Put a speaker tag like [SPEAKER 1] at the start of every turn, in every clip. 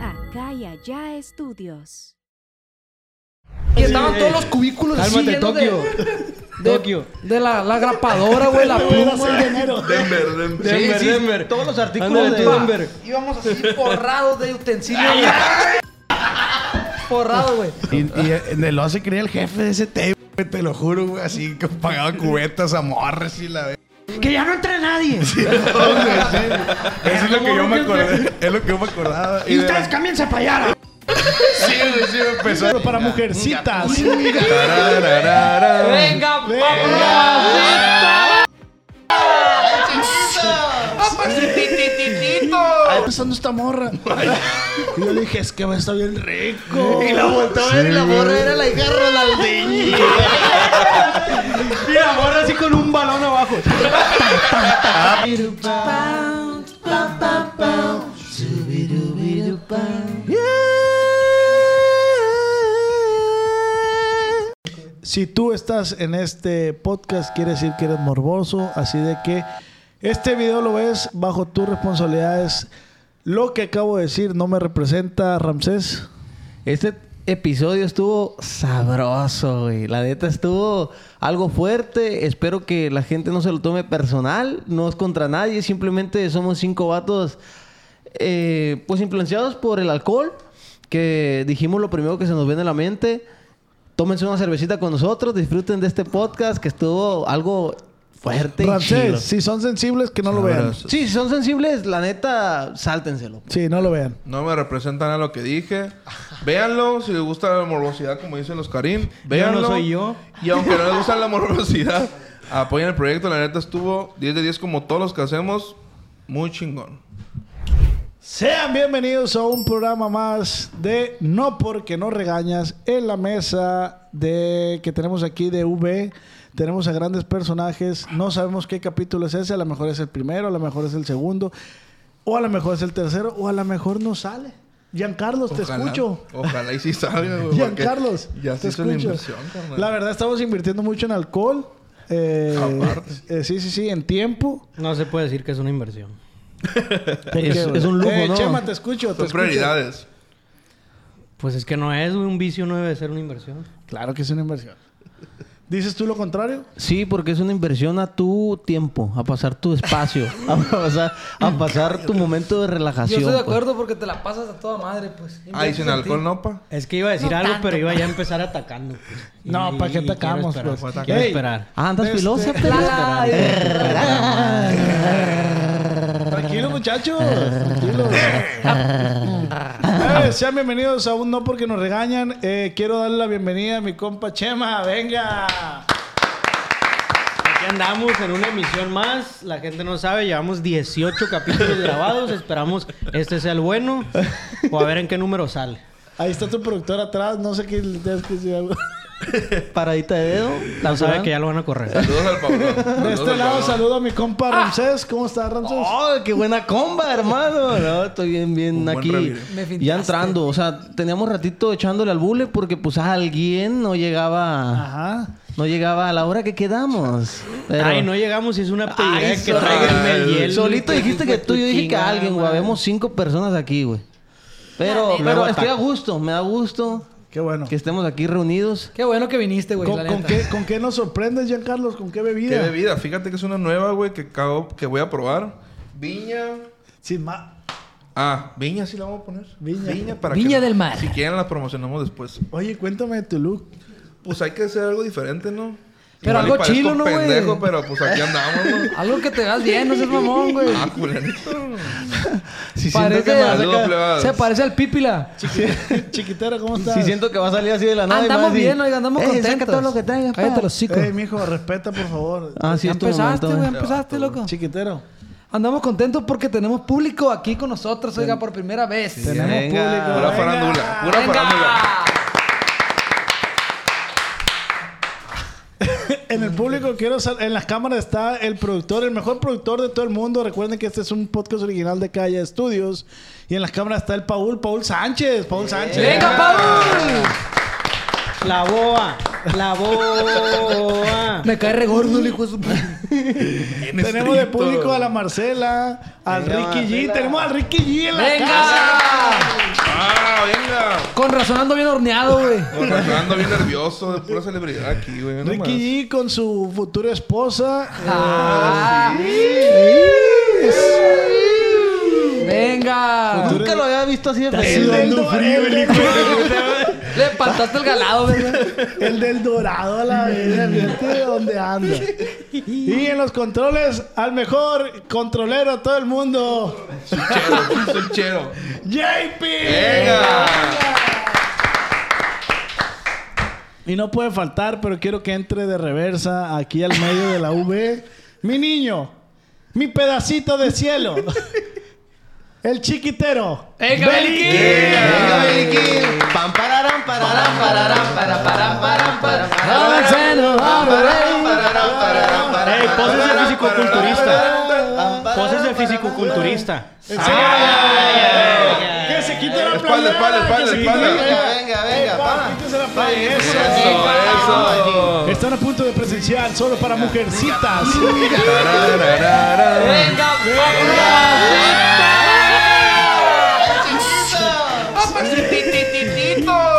[SPEAKER 1] Acá y allá estudios.
[SPEAKER 2] Y estaban todos los cubículos así
[SPEAKER 3] Cálmate,
[SPEAKER 2] llenos de-
[SPEAKER 3] Tokio.
[SPEAKER 2] de,
[SPEAKER 3] Tokio.
[SPEAKER 2] de la, la grapadora, güey, la pluma.
[SPEAKER 4] Denver, Denver.
[SPEAKER 3] Denver,
[SPEAKER 2] sí.
[SPEAKER 3] Denver. Todos los artículos
[SPEAKER 2] Ándale,
[SPEAKER 3] de
[SPEAKER 2] tú.
[SPEAKER 3] Denver.
[SPEAKER 2] Íbamos así forrados de utensilios. güey. forrados, güey.
[SPEAKER 5] Y, y en el se creía el jefe de ese tape, güey, te lo juro, güey, así que pagaba cubetas a morres y la ve.
[SPEAKER 3] Que ya no entra nadie.
[SPEAKER 5] Eso es lo que yo me acordé. Es lo que yo me acordaba.
[SPEAKER 3] Y
[SPEAKER 5] de-
[SPEAKER 3] ustedes cámbiense para allá.
[SPEAKER 5] Sí, güey, sí, me empezó.
[SPEAKER 6] Pero para mujercitas.
[SPEAKER 5] Tarararara.
[SPEAKER 2] Venga,
[SPEAKER 6] Ay,
[SPEAKER 2] pues,
[SPEAKER 6] pensando esta morra. Y yo le dije, es que va a estar bien rico.
[SPEAKER 4] Y la voltaba a ver y la morra era la hija de Ronaldinho.
[SPEAKER 3] Y la morra así con un balón abajo.
[SPEAKER 6] Si tú estás en este podcast, quiere decir que eres morboso. Así de que este video lo ves bajo tus responsabilidades. Lo que acabo de decir no me representa, Ramsés.
[SPEAKER 3] Este episodio estuvo sabroso, güey. La neta estuvo algo fuerte. Espero que la gente no se lo tome personal. No es contra nadie. Simplemente somos cinco vatos, eh, pues influenciados por el alcohol. Que dijimos lo primero que se nos viene a la mente. Tómense una cervecita con nosotros. Disfruten de este podcast que estuvo algo fuerte. y chido.
[SPEAKER 6] Ramsés, si son sensibles, que no lo vean.
[SPEAKER 5] Sabroso.
[SPEAKER 3] Sí, si son sensibles, la neta, sáltenselo.
[SPEAKER 6] Sí, no lo vean.
[SPEAKER 4] No me representa nada lo que dije. Véanlo, si les gusta la morbosidad, como dicen los Karim, véanlo.
[SPEAKER 3] no soy yo.
[SPEAKER 4] Y aunque no les gusta la morbosidad, apoyen el proyecto. La neta estuvo 10 de 10 como todos los que hacemos. Muy chingón.
[SPEAKER 6] Sean bienvenidos a un programa más de No porque no regañas en la mesa de que tenemos aquí de V. Tenemos a grandes personajes, no sabemos qué capítulo es ese, a lo mejor es el primero, a lo mejor es el segundo, o a lo mejor es el tercero, o a lo mejor no sale. Giancarlos, te
[SPEAKER 4] Ojalá-
[SPEAKER 6] escucho.
[SPEAKER 4] Ojalá y sí salga, güey. porque
[SPEAKER 6] Giancarlos,
[SPEAKER 4] Ya se
[SPEAKER 6] te
[SPEAKER 4] hizo la
[SPEAKER 6] escucho.
[SPEAKER 4] inversión, carnal.
[SPEAKER 6] La verdad, estamos invirtiendo mucho en alcohol. eh,
[SPEAKER 4] Aparte.
[SPEAKER 6] eh, sí, sí, sí, en tiempo.
[SPEAKER 7] No se puede decir que es una inversión.
[SPEAKER 3] Es- es un lujo,
[SPEAKER 6] Eh,
[SPEAKER 3] ¿no?
[SPEAKER 6] Chema, te escucho. te
[SPEAKER 4] Son
[SPEAKER 6] escucho.
[SPEAKER 4] prioridades.
[SPEAKER 7] Pues es que no es, güey. Un vicio no debe ser una inversión.
[SPEAKER 6] Claro que es una inversión. ¿Dices tú lo contrario?
[SPEAKER 3] Sí, porque es una inversión a tu tiempo, a pasar tu espacio, a pasar, a pasar tu momento de
[SPEAKER 2] Yo
[SPEAKER 3] relajación.
[SPEAKER 2] estoy de
[SPEAKER 3] pues.
[SPEAKER 2] acuerdo porque te la pasas a toda madre, pues.
[SPEAKER 4] Ay, sin alcohol, no, pa.
[SPEAKER 7] Es que iba a decir algo, pero iba ya a empezar atacando. pues. Y-
[SPEAKER 6] No, ¿para qué
[SPEAKER 7] y quiero
[SPEAKER 6] atacamos,
[SPEAKER 7] esperar,
[SPEAKER 6] pues?
[SPEAKER 7] Quiero
[SPEAKER 6] Ey.
[SPEAKER 7] esperar.
[SPEAKER 3] Ah, andas
[SPEAKER 6] Este-
[SPEAKER 3] filosa, pero.
[SPEAKER 6] Tranquilo, muchachos. Tranquilo. Eh, sean bienvenidos a un No Porque Nos Regañan. Eh, quiero darle la bienvenida a mi compa Chema. Venga.
[SPEAKER 7] Aquí andamos en una emisión más. La gente no sabe, llevamos 18 capítulos grabados. Esperamos este sea el bueno. O a ver en qué número sale.
[SPEAKER 6] Ahí está tu productor atrás. No sé qué le tienes que decir algo.
[SPEAKER 3] Paradita de dedo.
[SPEAKER 7] No sabe
[SPEAKER 3] natural.
[SPEAKER 7] que ya lo van a correr.
[SPEAKER 4] Saludos al Pablo.
[SPEAKER 6] De este lado saludo a mi compa Ramsés. ¿Cómo estás, Ramsés?
[SPEAKER 3] ¡Oh, qué buena comba, hermano! No, estoy bien, bien
[SPEAKER 4] Un buen
[SPEAKER 3] aquí.
[SPEAKER 4] revire.
[SPEAKER 2] Me fintaste.
[SPEAKER 3] Ya entrando, o sea, teníamos ratito echándole al bule porque pues alguien no llegaba,
[SPEAKER 2] Ah.
[SPEAKER 6] Ajá.
[SPEAKER 3] no llegaba a la hora que quedamos. Pero-
[SPEAKER 7] Ay, no llegamos y es una pedida que
[SPEAKER 3] sol-
[SPEAKER 7] traiganme el
[SPEAKER 3] Ay,
[SPEAKER 7] hielo.
[SPEAKER 3] Solito dijiste que tú, yo dije que
[SPEAKER 7] Chingada
[SPEAKER 3] alguien, güey.
[SPEAKER 7] madre.
[SPEAKER 3] Habemos cinco personas aquí, güey. Pero, pero estoy a gusto, me da gusto
[SPEAKER 6] Qué bueno.
[SPEAKER 3] que estemos aquí reunidos.
[SPEAKER 2] Qué bueno que viniste, güey.
[SPEAKER 6] ¿Con,
[SPEAKER 2] la
[SPEAKER 6] con
[SPEAKER 2] neta.
[SPEAKER 6] qué, ¿Con qué nos sorprendes, Giancarlos? ¿Con qué bebida?
[SPEAKER 4] Qué bebida. Fíjate que es una nueva, güey, que, acabo- que voy a probar. Viña.
[SPEAKER 6] Sin más.
[SPEAKER 4] Ah, viña sí la vamos a poner.
[SPEAKER 6] Viña.
[SPEAKER 4] para
[SPEAKER 2] Viña del mar.
[SPEAKER 4] Si quieren la promocionamos después.
[SPEAKER 6] Oye, cuéntame de tu look.
[SPEAKER 4] Pues hay que hacer algo diferente, ¿no?
[SPEAKER 2] Pero
[SPEAKER 4] Igual y
[SPEAKER 2] algo
[SPEAKER 4] parezco
[SPEAKER 2] chilo, ¿no, güey?
[SPEAKER 4] pendejo, pero pues aquí andamos, ¿no?
[SPEAKER 2] Algo que te veas bien, no seas mamón, güey.
[SPEAKER 4] Ah, culerito.
[SPEAKER 2] Ah,
[SPEAKER 3] Si
[SPEAKER 2] Parece-
[SPEAKER 3] siento que me-
[SPEAKER 4] Saludos, plebados.
[SPEAKER 2] Se parece al Pípila.
[SPEAKER 6] Chiquitera, ¿cómo estás?
[SPEAKER 3] si siento que va a salir así de la nada. y va a
[SPEAKER 2] Andamos
[SPEAKER 3] decir,
[SPEAKER 2] bien, oiga, andamos
[SPEAKER 3] "Eh, saca
[SPEAKER 2] contentos.
[SPEAKER 3] todo lo que pues. traigas, pa".
[SPEAKER 2] Cállate los chicos.
[SPEAKER 6] Ey, mijo, respeta, por favor.
[SPEAKER 3] Ah, sí,
[SPEAKER 2] ya
[SPEAKER 3] es tu
[SPEAKER 2] empezaste,
[SPEAKER 3] momento,
[SPEAKER 2] güey,
[SPEAKER 3] güey.
[SPEAKER 2] empezaste, loco.
[SPEAKER 6] Chiquitero.
[SPEAKER 2] Andamos contentos porque tenemos público aquí con nosotros, oiga, por primera vez.
[SPEAKER 6] Tenemos
[SPEAKER 3] Venga.
[SPEAKER 6] público. Venga.
[SPEAKER 4] Pura farándula. Pura
[SPEAKER 2] ¡Venga!
[SPEAKER 4] farándula.
[SPEAKER 6] En el público quiero sal- en las cámaras está el productor, el mejor productor de todo el mundo. Recuerden que este es un podcast original de Calle Estudios y en las cámaras está el Paul, Paul Sánchez, Paul Sánchez.
[SPEAKER 2] ¡Venga, Paul!
[SPEAKER 7] La boa. La boa.
[SPEAKER 2] Me cae regordo el hijo de su
[SPEAKER 6] Tenemos de público a la Marcela, al
[SPEAKER 7] Venga,
[SPEAKER 6] Ricky G.
[SPEAKER 7] Marcela.
[SPEAKER 6] Tenemos al Ricky G en la casa.
[SPEAKER 2] ¡Venga!
[SPEAKER 4] ¡Ah, venga! Pues,
[SPEAKER 2] Con razón ando bien horneado, güey.
[SPEAKER 4] Con razón ando bien nervioso de pura celebridad aquí, güey. no más.
[SPEAKER 6] Ricky G con su futura esposa. Eh,
[SPEAKER 2] Ah, ¡Venga!
[SPEAKER 3] Nunca lo había visto así de
[SPEAKER 6] eh,
[SPEAKER 3] feliz.
[SPEAKER 6] el, del
[SPEAKER 5] dando
[SPEAKER 6] do-
[SPEAKER 5] frío,
[SPEAKER 6] el
[SPEAKER 5] el
[SPEAKER 6] del-
[SPEAKER 2] Le espantaste el galado, güey.
[SPEAKER 6] el del dorado a la verga, fíjate de dónde anda. Y en los controles, al mejor controlero de todo el mundo,
[SPEAKER 4] Chero, soy chero.
[SPEAKER 6] JP.
[SPEAKER 4] ¡Venga!
[SPEAKER 6] Y no puede faltar, pero quiero que entre de reversa aquí al medio de la V. Mi niño, mi pedacito de cielo, el chiquitero.
[SPEAKER 2] ¡Venga, Beliqui!
[SPEAKER 3] Venga, Beliquín. Pam, pararán, pararán, pararán, para, pararán, pararán, para, pararán,
[SPEAKER 7] Ah,
[SPEAKER 3] pararán, pararán, pararán,
[SPEAKER 7] Ey, poses de
[SPEAKER 3] pararán,
[SPEAKER 7] fisicoculturista.
[SPEAKER 3] pararán, pararán,
[SPEAKER 7] Poses de
[SPEAKER 3] pararán,
[SPEAKER 7] fisicoculturista.
[SPEAKER 6] Que se quite la
[SPEAKER 4] Espalda, espalda,
[SPEAKER 6] playera, que se
[SPEAKER 4] espalda,
[SPEAKER 6] quite
[SPEAKER 4] espalda.
[SPEAKER 6] la
[SPEAKER 3] Venga,
[SPEAKER 6] playera.
[SPEAKER 3] venga, venga,
[SPEAKER 6] Pa,
[SPEAKER 3] pa.
[SPEAKER 6] quítese la playera.
[SPEAKER 4] Eso, eso.
[SPEAKER 6] Están a punto de presenciar solo para mujercitas.
[SPEAKER 4] Tarararara.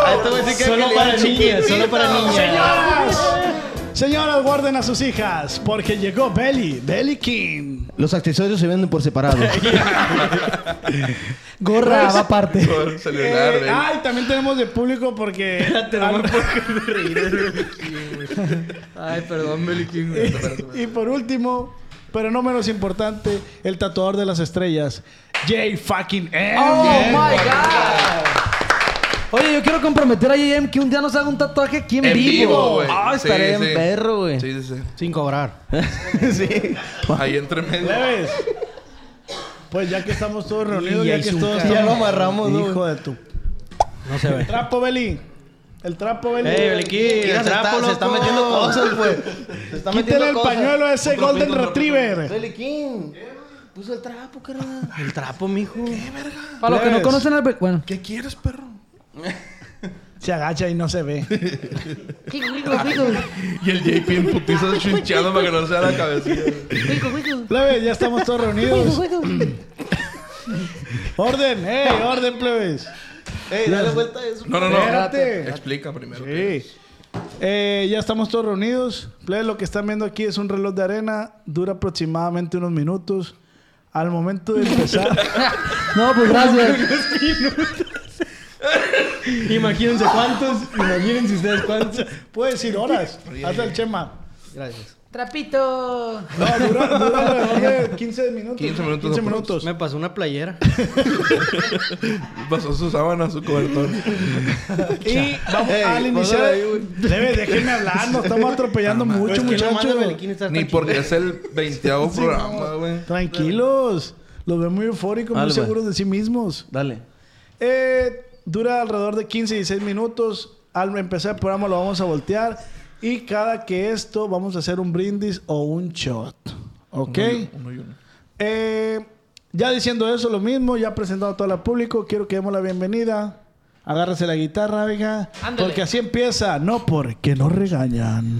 [SPEAKER 3] Ahí te voy a decir que- que
[SPEAKER 7] Solo
[SPEAKER 3] le
[SPEAKER 7] para
[SPEAKER 3] digan
[SPEAKER 7] niñas, solo
[SPEAKER 3] chiquitito.
[SPEAKER 7] para niñas.
[SPEAKER 6] Señoras, señoras, guarden a sus hijas porque llegó Belly, Belly King.
[SPEAKER 3] Los accesorios se venden por separado.
[SPEAKER 2] Gorra, va aparte.
[SPEAKER 4] Con celular,
[SPEAKER 6] Pues, Eh,
[SPEAKER 4] güey.
[SPEAKER 6] ay, también tenemos de público porque.
[SPEAKER 2] Ay, perdón, Beliqui, güey.
[SPEAKER 6] y por último, pero no menos importante, el tatuador de las estrellas, J fucking M.
[SPEAKER 2] ¡Oh, my God! Oye, yo quiero comprometer a JM que un día nos haga un tatuaje aquí en,
[SPEAKER 4] En vivo, güey.
[SPEAKER 3] Ah,
[SPEAKER 4] Sí,
[SPEAKER 3] estaré
[SPEAKER 4] sí.
[SPEAKER 3] en perro, güey.
[SPEAKER 4] Sí, sí, sí.
[SPEAKER 7] Sin cobrar.
[SPEAKER 3] Sí.
[SPEAKER 4] Ahí entre medio.
[SPEAKER 6] ¿Leves? Pues ya que estamos todos reunidos,
[SPEAKER 7] Y
[SPEAKER 6] ya
[SPEAKER 7] ahí
[SPEAKER 6] que
[SPEAKER 7] su
[SPEAKER 6] todos
[SPEAKER 7] cara.
[SPEAKER 6] estamos-
[SPEAKER 3] Ya lo amarramos, ¿no?
[SPEAKER 6] Hijo de tu.
[SPEAKER 7] No se ve.
[SPEAKER 6] Trapo, Beli. El trapo, Beli.
[SPEAKER 7] Ey, Beliquín,
[SPEAKER 3] Mira,
[SPEAKER 7] el
[SPEAKER 3] se,
[SPEAKER 7] trapo,
[SPEAKER 3] está, se está
[SPEAKER 7] loco.
[SPEAKER 3] metiendo cosas, güey. Se está metiendo
[SPEAKER 6] Quítale el
[SPEAKER 3] cosas.
[SPEAKER 6] pañuelo a ese Golden Retriever.
[SPEAKER 3] Beliquín. Puso el trapo, carnal.
[SPEAKER 7] El trapo, mijo.
[SPEAKER 2] Para los que no conocen al... Bel- Bueno.
[SPEAKER 4] ¿Qué quieres, perro?
[SPEAKER 6] Se agacha y no se ve.
[SPEAKER 4] Y el JP en putiza chinchando para que no sea la cabecilla.
[SPEAKER 6] Plebes, ya estamos todos reunidos. orden, ey, orden, plebes.
[SPEAKER 3] Ey, dale vuelta a eso.
[SPEAKER 4] No, no, no.
[SPEAKER 6] Espérate.
[SPEAKER 4] Explica primero.
[SPEAKER 6] Sí. Eh, ya estamos todos reunidos. Plebes, lo que están viendo aquí es un reloj de arena. Dura aproximadamente unos minutos. Al momento de empezar.
[SPEAKER 2] No, pues gracias.
[SPEAKER 7] Imagínense cuántos. Imagínense ustedes cuántos.
[SPEAKER 6] Puede decir horas. Hasta el Chema.
[SPEAKER 7] Gracias.
[SPEAKER 2] Trapito.
[SPEAKER 6] No, dura, dura alrededor de 15 minutos.
[SPEAKER 4] 15 minutos
[SPEAKER 6] 15
[SPEAKER 4] aprox.
[SPEAKER 6] minutos.
[SPEAKER 7] Me pasó una playera.
[SPEAKER 4] Pasó su sábana, su cobertor.
[SPEAKER 6] Y vamos al iniciar. Debe, déjenme hablar. Nos estamos atropellando mucho, muchachos.
[SPEAKER 4] Ni porque es el veinteavo programa, güey.
[SPEAKER 6] Tranquilos. Los veo muy eufóricos, muy
[SPEAKER 3] Dale, pues.
[SPEAKER 6] seguros de sí mismos.
[SPEAKER 3] Dale.
[SPEAKER 6] Eh, dura alrededor de 15, 16 minutos. Al empezar el programa lo vamos a voltear. Y cada que esto vamos a hacer un brindis o un shot. ¿Ok? Eh, ya diciendo eso, lo mismo. Ya presentado a todo el público. Quiero que demos la bienvenida. Agárrese la guitarra, venga.
[SPEAKER 2] Ándale.
[SPEAKER 6] Porque así empieza. No porque nos regañan.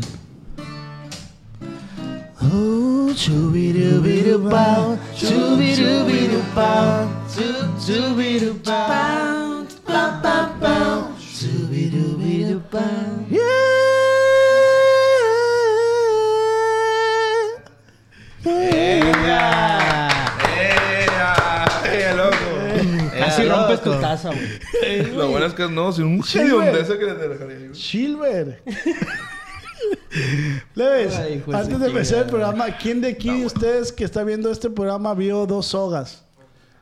[SPEAKER 3] Oh, chubirubirupau, chubirubirupau, chu- chubirupau, pa, pa, pau, chubirubirupau.
[SPEAKER 4] ¡Eh! ¡Eh, loco!
[SPEAKER 7] Casi rompes tu taza, güey.
[SPEAKER 4] Lo bueno es que no, sin un
[SPEAKER 6] Sí,
[SPEAKER 4] chillón
[SPEAKER 6] güey.
[SPEAKER 4] de ese que te dejaría yo.
[SPEAKER 6] Silver. Leves,
[SPEAKER 7] Ay, hijo de
[SPEAKER 6] antes
[SPEAKER 7] su
[SPEAKER 6] de empezar el
[SPEAKER 7] chingada.
[SPEAKER 6] programa, ¿quién de aquí de ustedes que está viendo este programa vio dos sogas?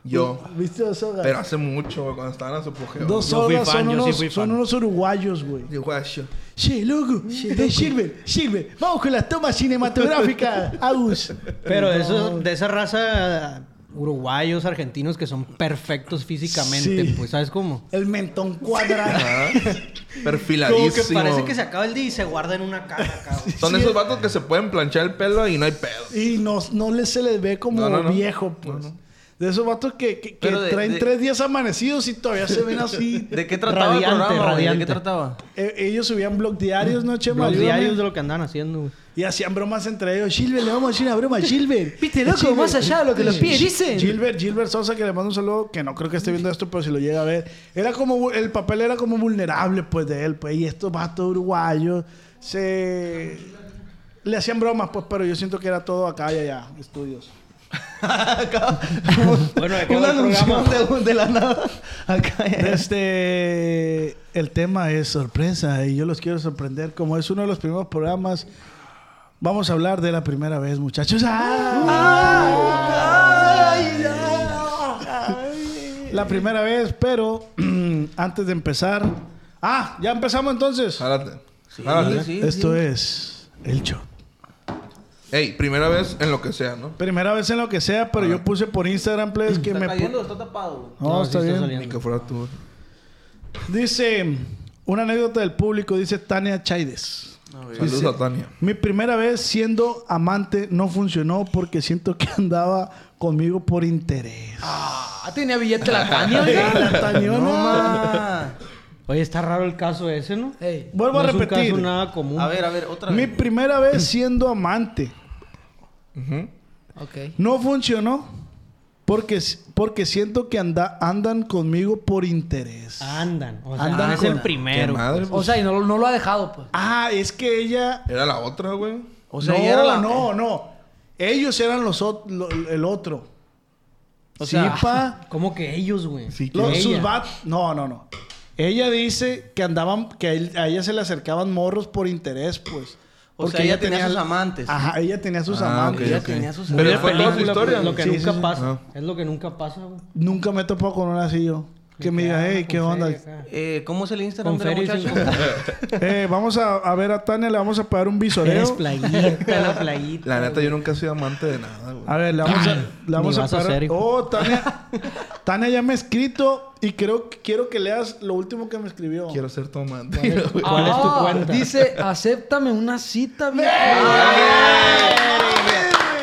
[SPEAKER 4] Yo.
[SPEAKER 6] ¿Viste dos sogas?
[SPEAKER 4] Pero hace mucho, güey, cuando estaban a su apogeo.
[SPEAKER 6] dos
[SPEAKER 7] Yo fui
[SPEAKER 6] sogas
[SPEAKER 7] fan,
[SPEAKER 6] son,
[SPEAKER 7] yo sí
[SPEAKER 6] unos,
[SPEAKER 7] fui fan.
[SPEAKER 6] son unos uruguayos, güey.
[SPEAKER 4] De guacho.
[SPEAKER 6] Sí, loco. De Silver, Silver. Vamos con las tomas cinematográficas, Agus.
[SPEAKER 7] Pero eso, de esa raza uruguayos, argentinos que son perfectos físicamente,
[SPEAKER 6] Sí.
[SPEAKER 7] pues, ¿sabes cómo?
[SPEAKER 6] El mentón cuadrado.
[SPEAKER 4] Ah,
[SPEAKER 7] Como que
[SPEAKER 4] Perfiladísimo.
[SPEAKER 7] parece que se acaba el día y se guarda en una caja, cabrón.
[SPEAKER 4] Son esos vatos que se pueden planchar el pelo y no hay pedo.
[SPEAKER 6] y no, no le- se les ve como
[SPEAKER 4] No, no, no.
[SPEAKER 6] viejo, pues. De esos vatos que, que- que
[SPEAKER 3] Pero de-
[SPEAKER 6] traen
[SPEAKER 3] de-
[SPEAKER 6] tres días amanecidos y todavía se ven así.
[SPEAKER 3] ¿De qué trataba el
[SPEAKER 7] Radiante,
[SPEAKER 3] programa, güey? ¿De
[SPEAKER 7] radiante.
[SPEAKER 3] qué trataba?
[SPEAKER 6] Eh, ellos subían blog diarios, ¿no, Chema?
[SPEAKER 7] Los
[SPEAKER 6] Ayúdame.
[SPEAKER 7] diarios de lo que andaban haciendo, güey.
[SPEAKER 6] Y hacían bromas entre ellos. Gilbert, le vamos a decir una broma a Gilbert.
[SPEAKER 2] Viste, loco, más allá de lo que los pies dicen.
[SPEAKER 6] Gilbert, Gilbert Sosa, que le mando un saludo, que no creo que esté viendo esto, pero si lo llega a ver. Era como, vu- el papel era como vulnerable, pues, de él, pues. Y estos vatos uruguayos se... Le hacían bromas, pues, pero yo siento que era todo acá y allá, estudios.
[SPEAKER 7] Bueno, acá
[SPEAKER 3] Una
[SPEAKER 7] va el
[SPEAKER 3] anunción
[SPEAKER 7] programa.
[SPEAKER 3] de, de la nada. Acá.
[SPEAKER 6] Este, el tema es sorpresa y yo los quiero sorprender. Como es uno de los primeros programas, vamos a hablar de la primera vez, muchachos. ¡Ah! La primera vez, pero antes de empezar. Ah, ya empezamos entonces.
[SPEAKER 4] Jálate. Jálate.
[SPEAKER 6] Esto es el show.
[SPEAKER 4] Ey, primera vez en lo que sea, ¿no?
[SPEAKER 6] Primera vez en lo que sea, pero yo puse por Instagram, please, que me. pu-
[SPEAKER 3] está tapado.
[SPEAKER 6] No,
[SPEAKER 7] No, sí
[SPEAKER 6] está
[SPEAKER 7] está
[SPEAKER 6] bien.
[SPEAKER 7] saliendo.
[SPEAKER 4] Ni que fuera tú.
[SPEAKER 6] Dice una anécdota del público, dice Tania Chaides.
[SPEAKER 4] Saludos a Tania.
[SPEAKER 6] Mi primera vez siendo amante no funcionó porque siento que andaba conmigo por interés.
[SPEAKER 2] Ah, tenía billete la Tania, oiga.
[SPEAKER 6] La Taniona.
[SPEAKER 7] Oye, está raro el caso ese, ¿no?
[SPEAKER 2] Ey.
[SPEAKER 6] Vuelvo a
[SPEAKER 7] No Es
[SPEAKER 6] repetir.
[SPEAKER 7] un caso nada común.
[SPEAKER 3] A ver, a ver, otra
[SPEAKER 6] Mi
[SPEAKER 3] vez.
[SPEAKER 6] primera vez siendo amante
[SPEAKER 4] Ujú.
[SPEAKER 2] Ok.
[SPEAKER 6] no funcionó porque, porque siento que anda, andan conmigo por interés. Ah.
[SPEAKER 7] Andan. O sea,
[SPEAKER 6] Andan
[SPEAKER 7] es
[SPEAKER 6] con-
[SPEAKER 7] el primero.
[SPEAKER 4] Qué madre,
[SPEAKER 2] O
[SPEAKER 4] pues.
[SPEAKER 2] sea, y no, lo- no lo ha dejado, pues.
[SPEAKER 3] ah,
[SPEAKER 6] es que ella...
[SPEAKER 4] Era la otra, güey.
[SPEAKER 3] O sea,
[SPEAKER 6] no,
[SPEAKER 3] y era la- eh.
[SPEAKER 6] no, no. Ellos eran los ot- lo- el otro.
[SPEAKER 3] O
[SPEAKER 6] Sí,
[SPEAKER 3] sea-
[SPEAKER 6] pa.
[SPEAKER 7] ¿Cómo que ellos, güey?
[SPEAKER 4] Sí,
[SPEAKER 6] Los-
[SPEAKER 7] Ella.
[SPEAKER 6] sus bat- no, no, no. Ella dice que andaban, que a, él- a ella se le acercaban morros por interés, pues.
[SPEAKER 3] O sea, ella tenía sus amantes.
[SPEAKER 6] Ajá, ella tenía sus
[SPEAKER 4] Ah,
[SPEAKER 6] amantes.
[SPEAKER 4] ok,
[SPEAKER 3] Ya
[SPEAKER 4] ok.
[SPEAKER 3] tenía sus-
[SPEAKER 4] Pero
[SPEAKER 7] Muy
[SPEAKER 4] fue toda su
[SPEAKER 7] película, pues,
[SPEAKER 4] historia.
[SPEAKER 7] Lo que
[SPEAKER 6] Sí,
[SPEAKER 7] nunca
[SPEAKER 6] sí, sí.
[SPEAKER 7] pasa.
[SPEAKER 4] Ah.
[SPEAKER 7] Es lo que nunca pasa, güey.
[SPEAKER 6] Nunca me he topado con una así yo. Que me diga,
[SPEAKER 3] Ah,
[SPEAKER 6] hey, ¿qué onda?
[SPEAKER 3] Eh, ¿Cómo es el Instagram
[SPEAKER 7] Con
[SPEAKER 3] de la
[SPEAKER 7] Ferry sin
[SPEAKER 3] muchacha?
[SPEAKER 6] Eh, vamos a, a ver a Tania, le vamos a pagar un
[SPEAKER 7] Eres
[SPEAKER 6] visoreo.
[SPEAKER 7] playita, la playita.
[SPEAKER 4] La neta, yo nunca he sido amante de nada, güey.
[SPEAKER 6] A ver, le vamos a, le
[SPEAKER 7] Ni
[SPEAKER 6] vamos a
[SPEAKER 7] vas a
[SPEAKER 6] pagar.
[SPEAKER 7] ser, hijo.
[SPEAKER 6] oh, Tania. Tania ya me ha escrito y creo, que- quiero que leas lo último que me escribió.
[SPEAKER 4] Quiero ser tu amante. güey.
[SPEAKER 7] ¿Cuál es tu
[SPEAKER 2] Ah,
[SPEAKER 7] cuenta?
[SPEAKER 2] Dice, acéptame una cita, viejo.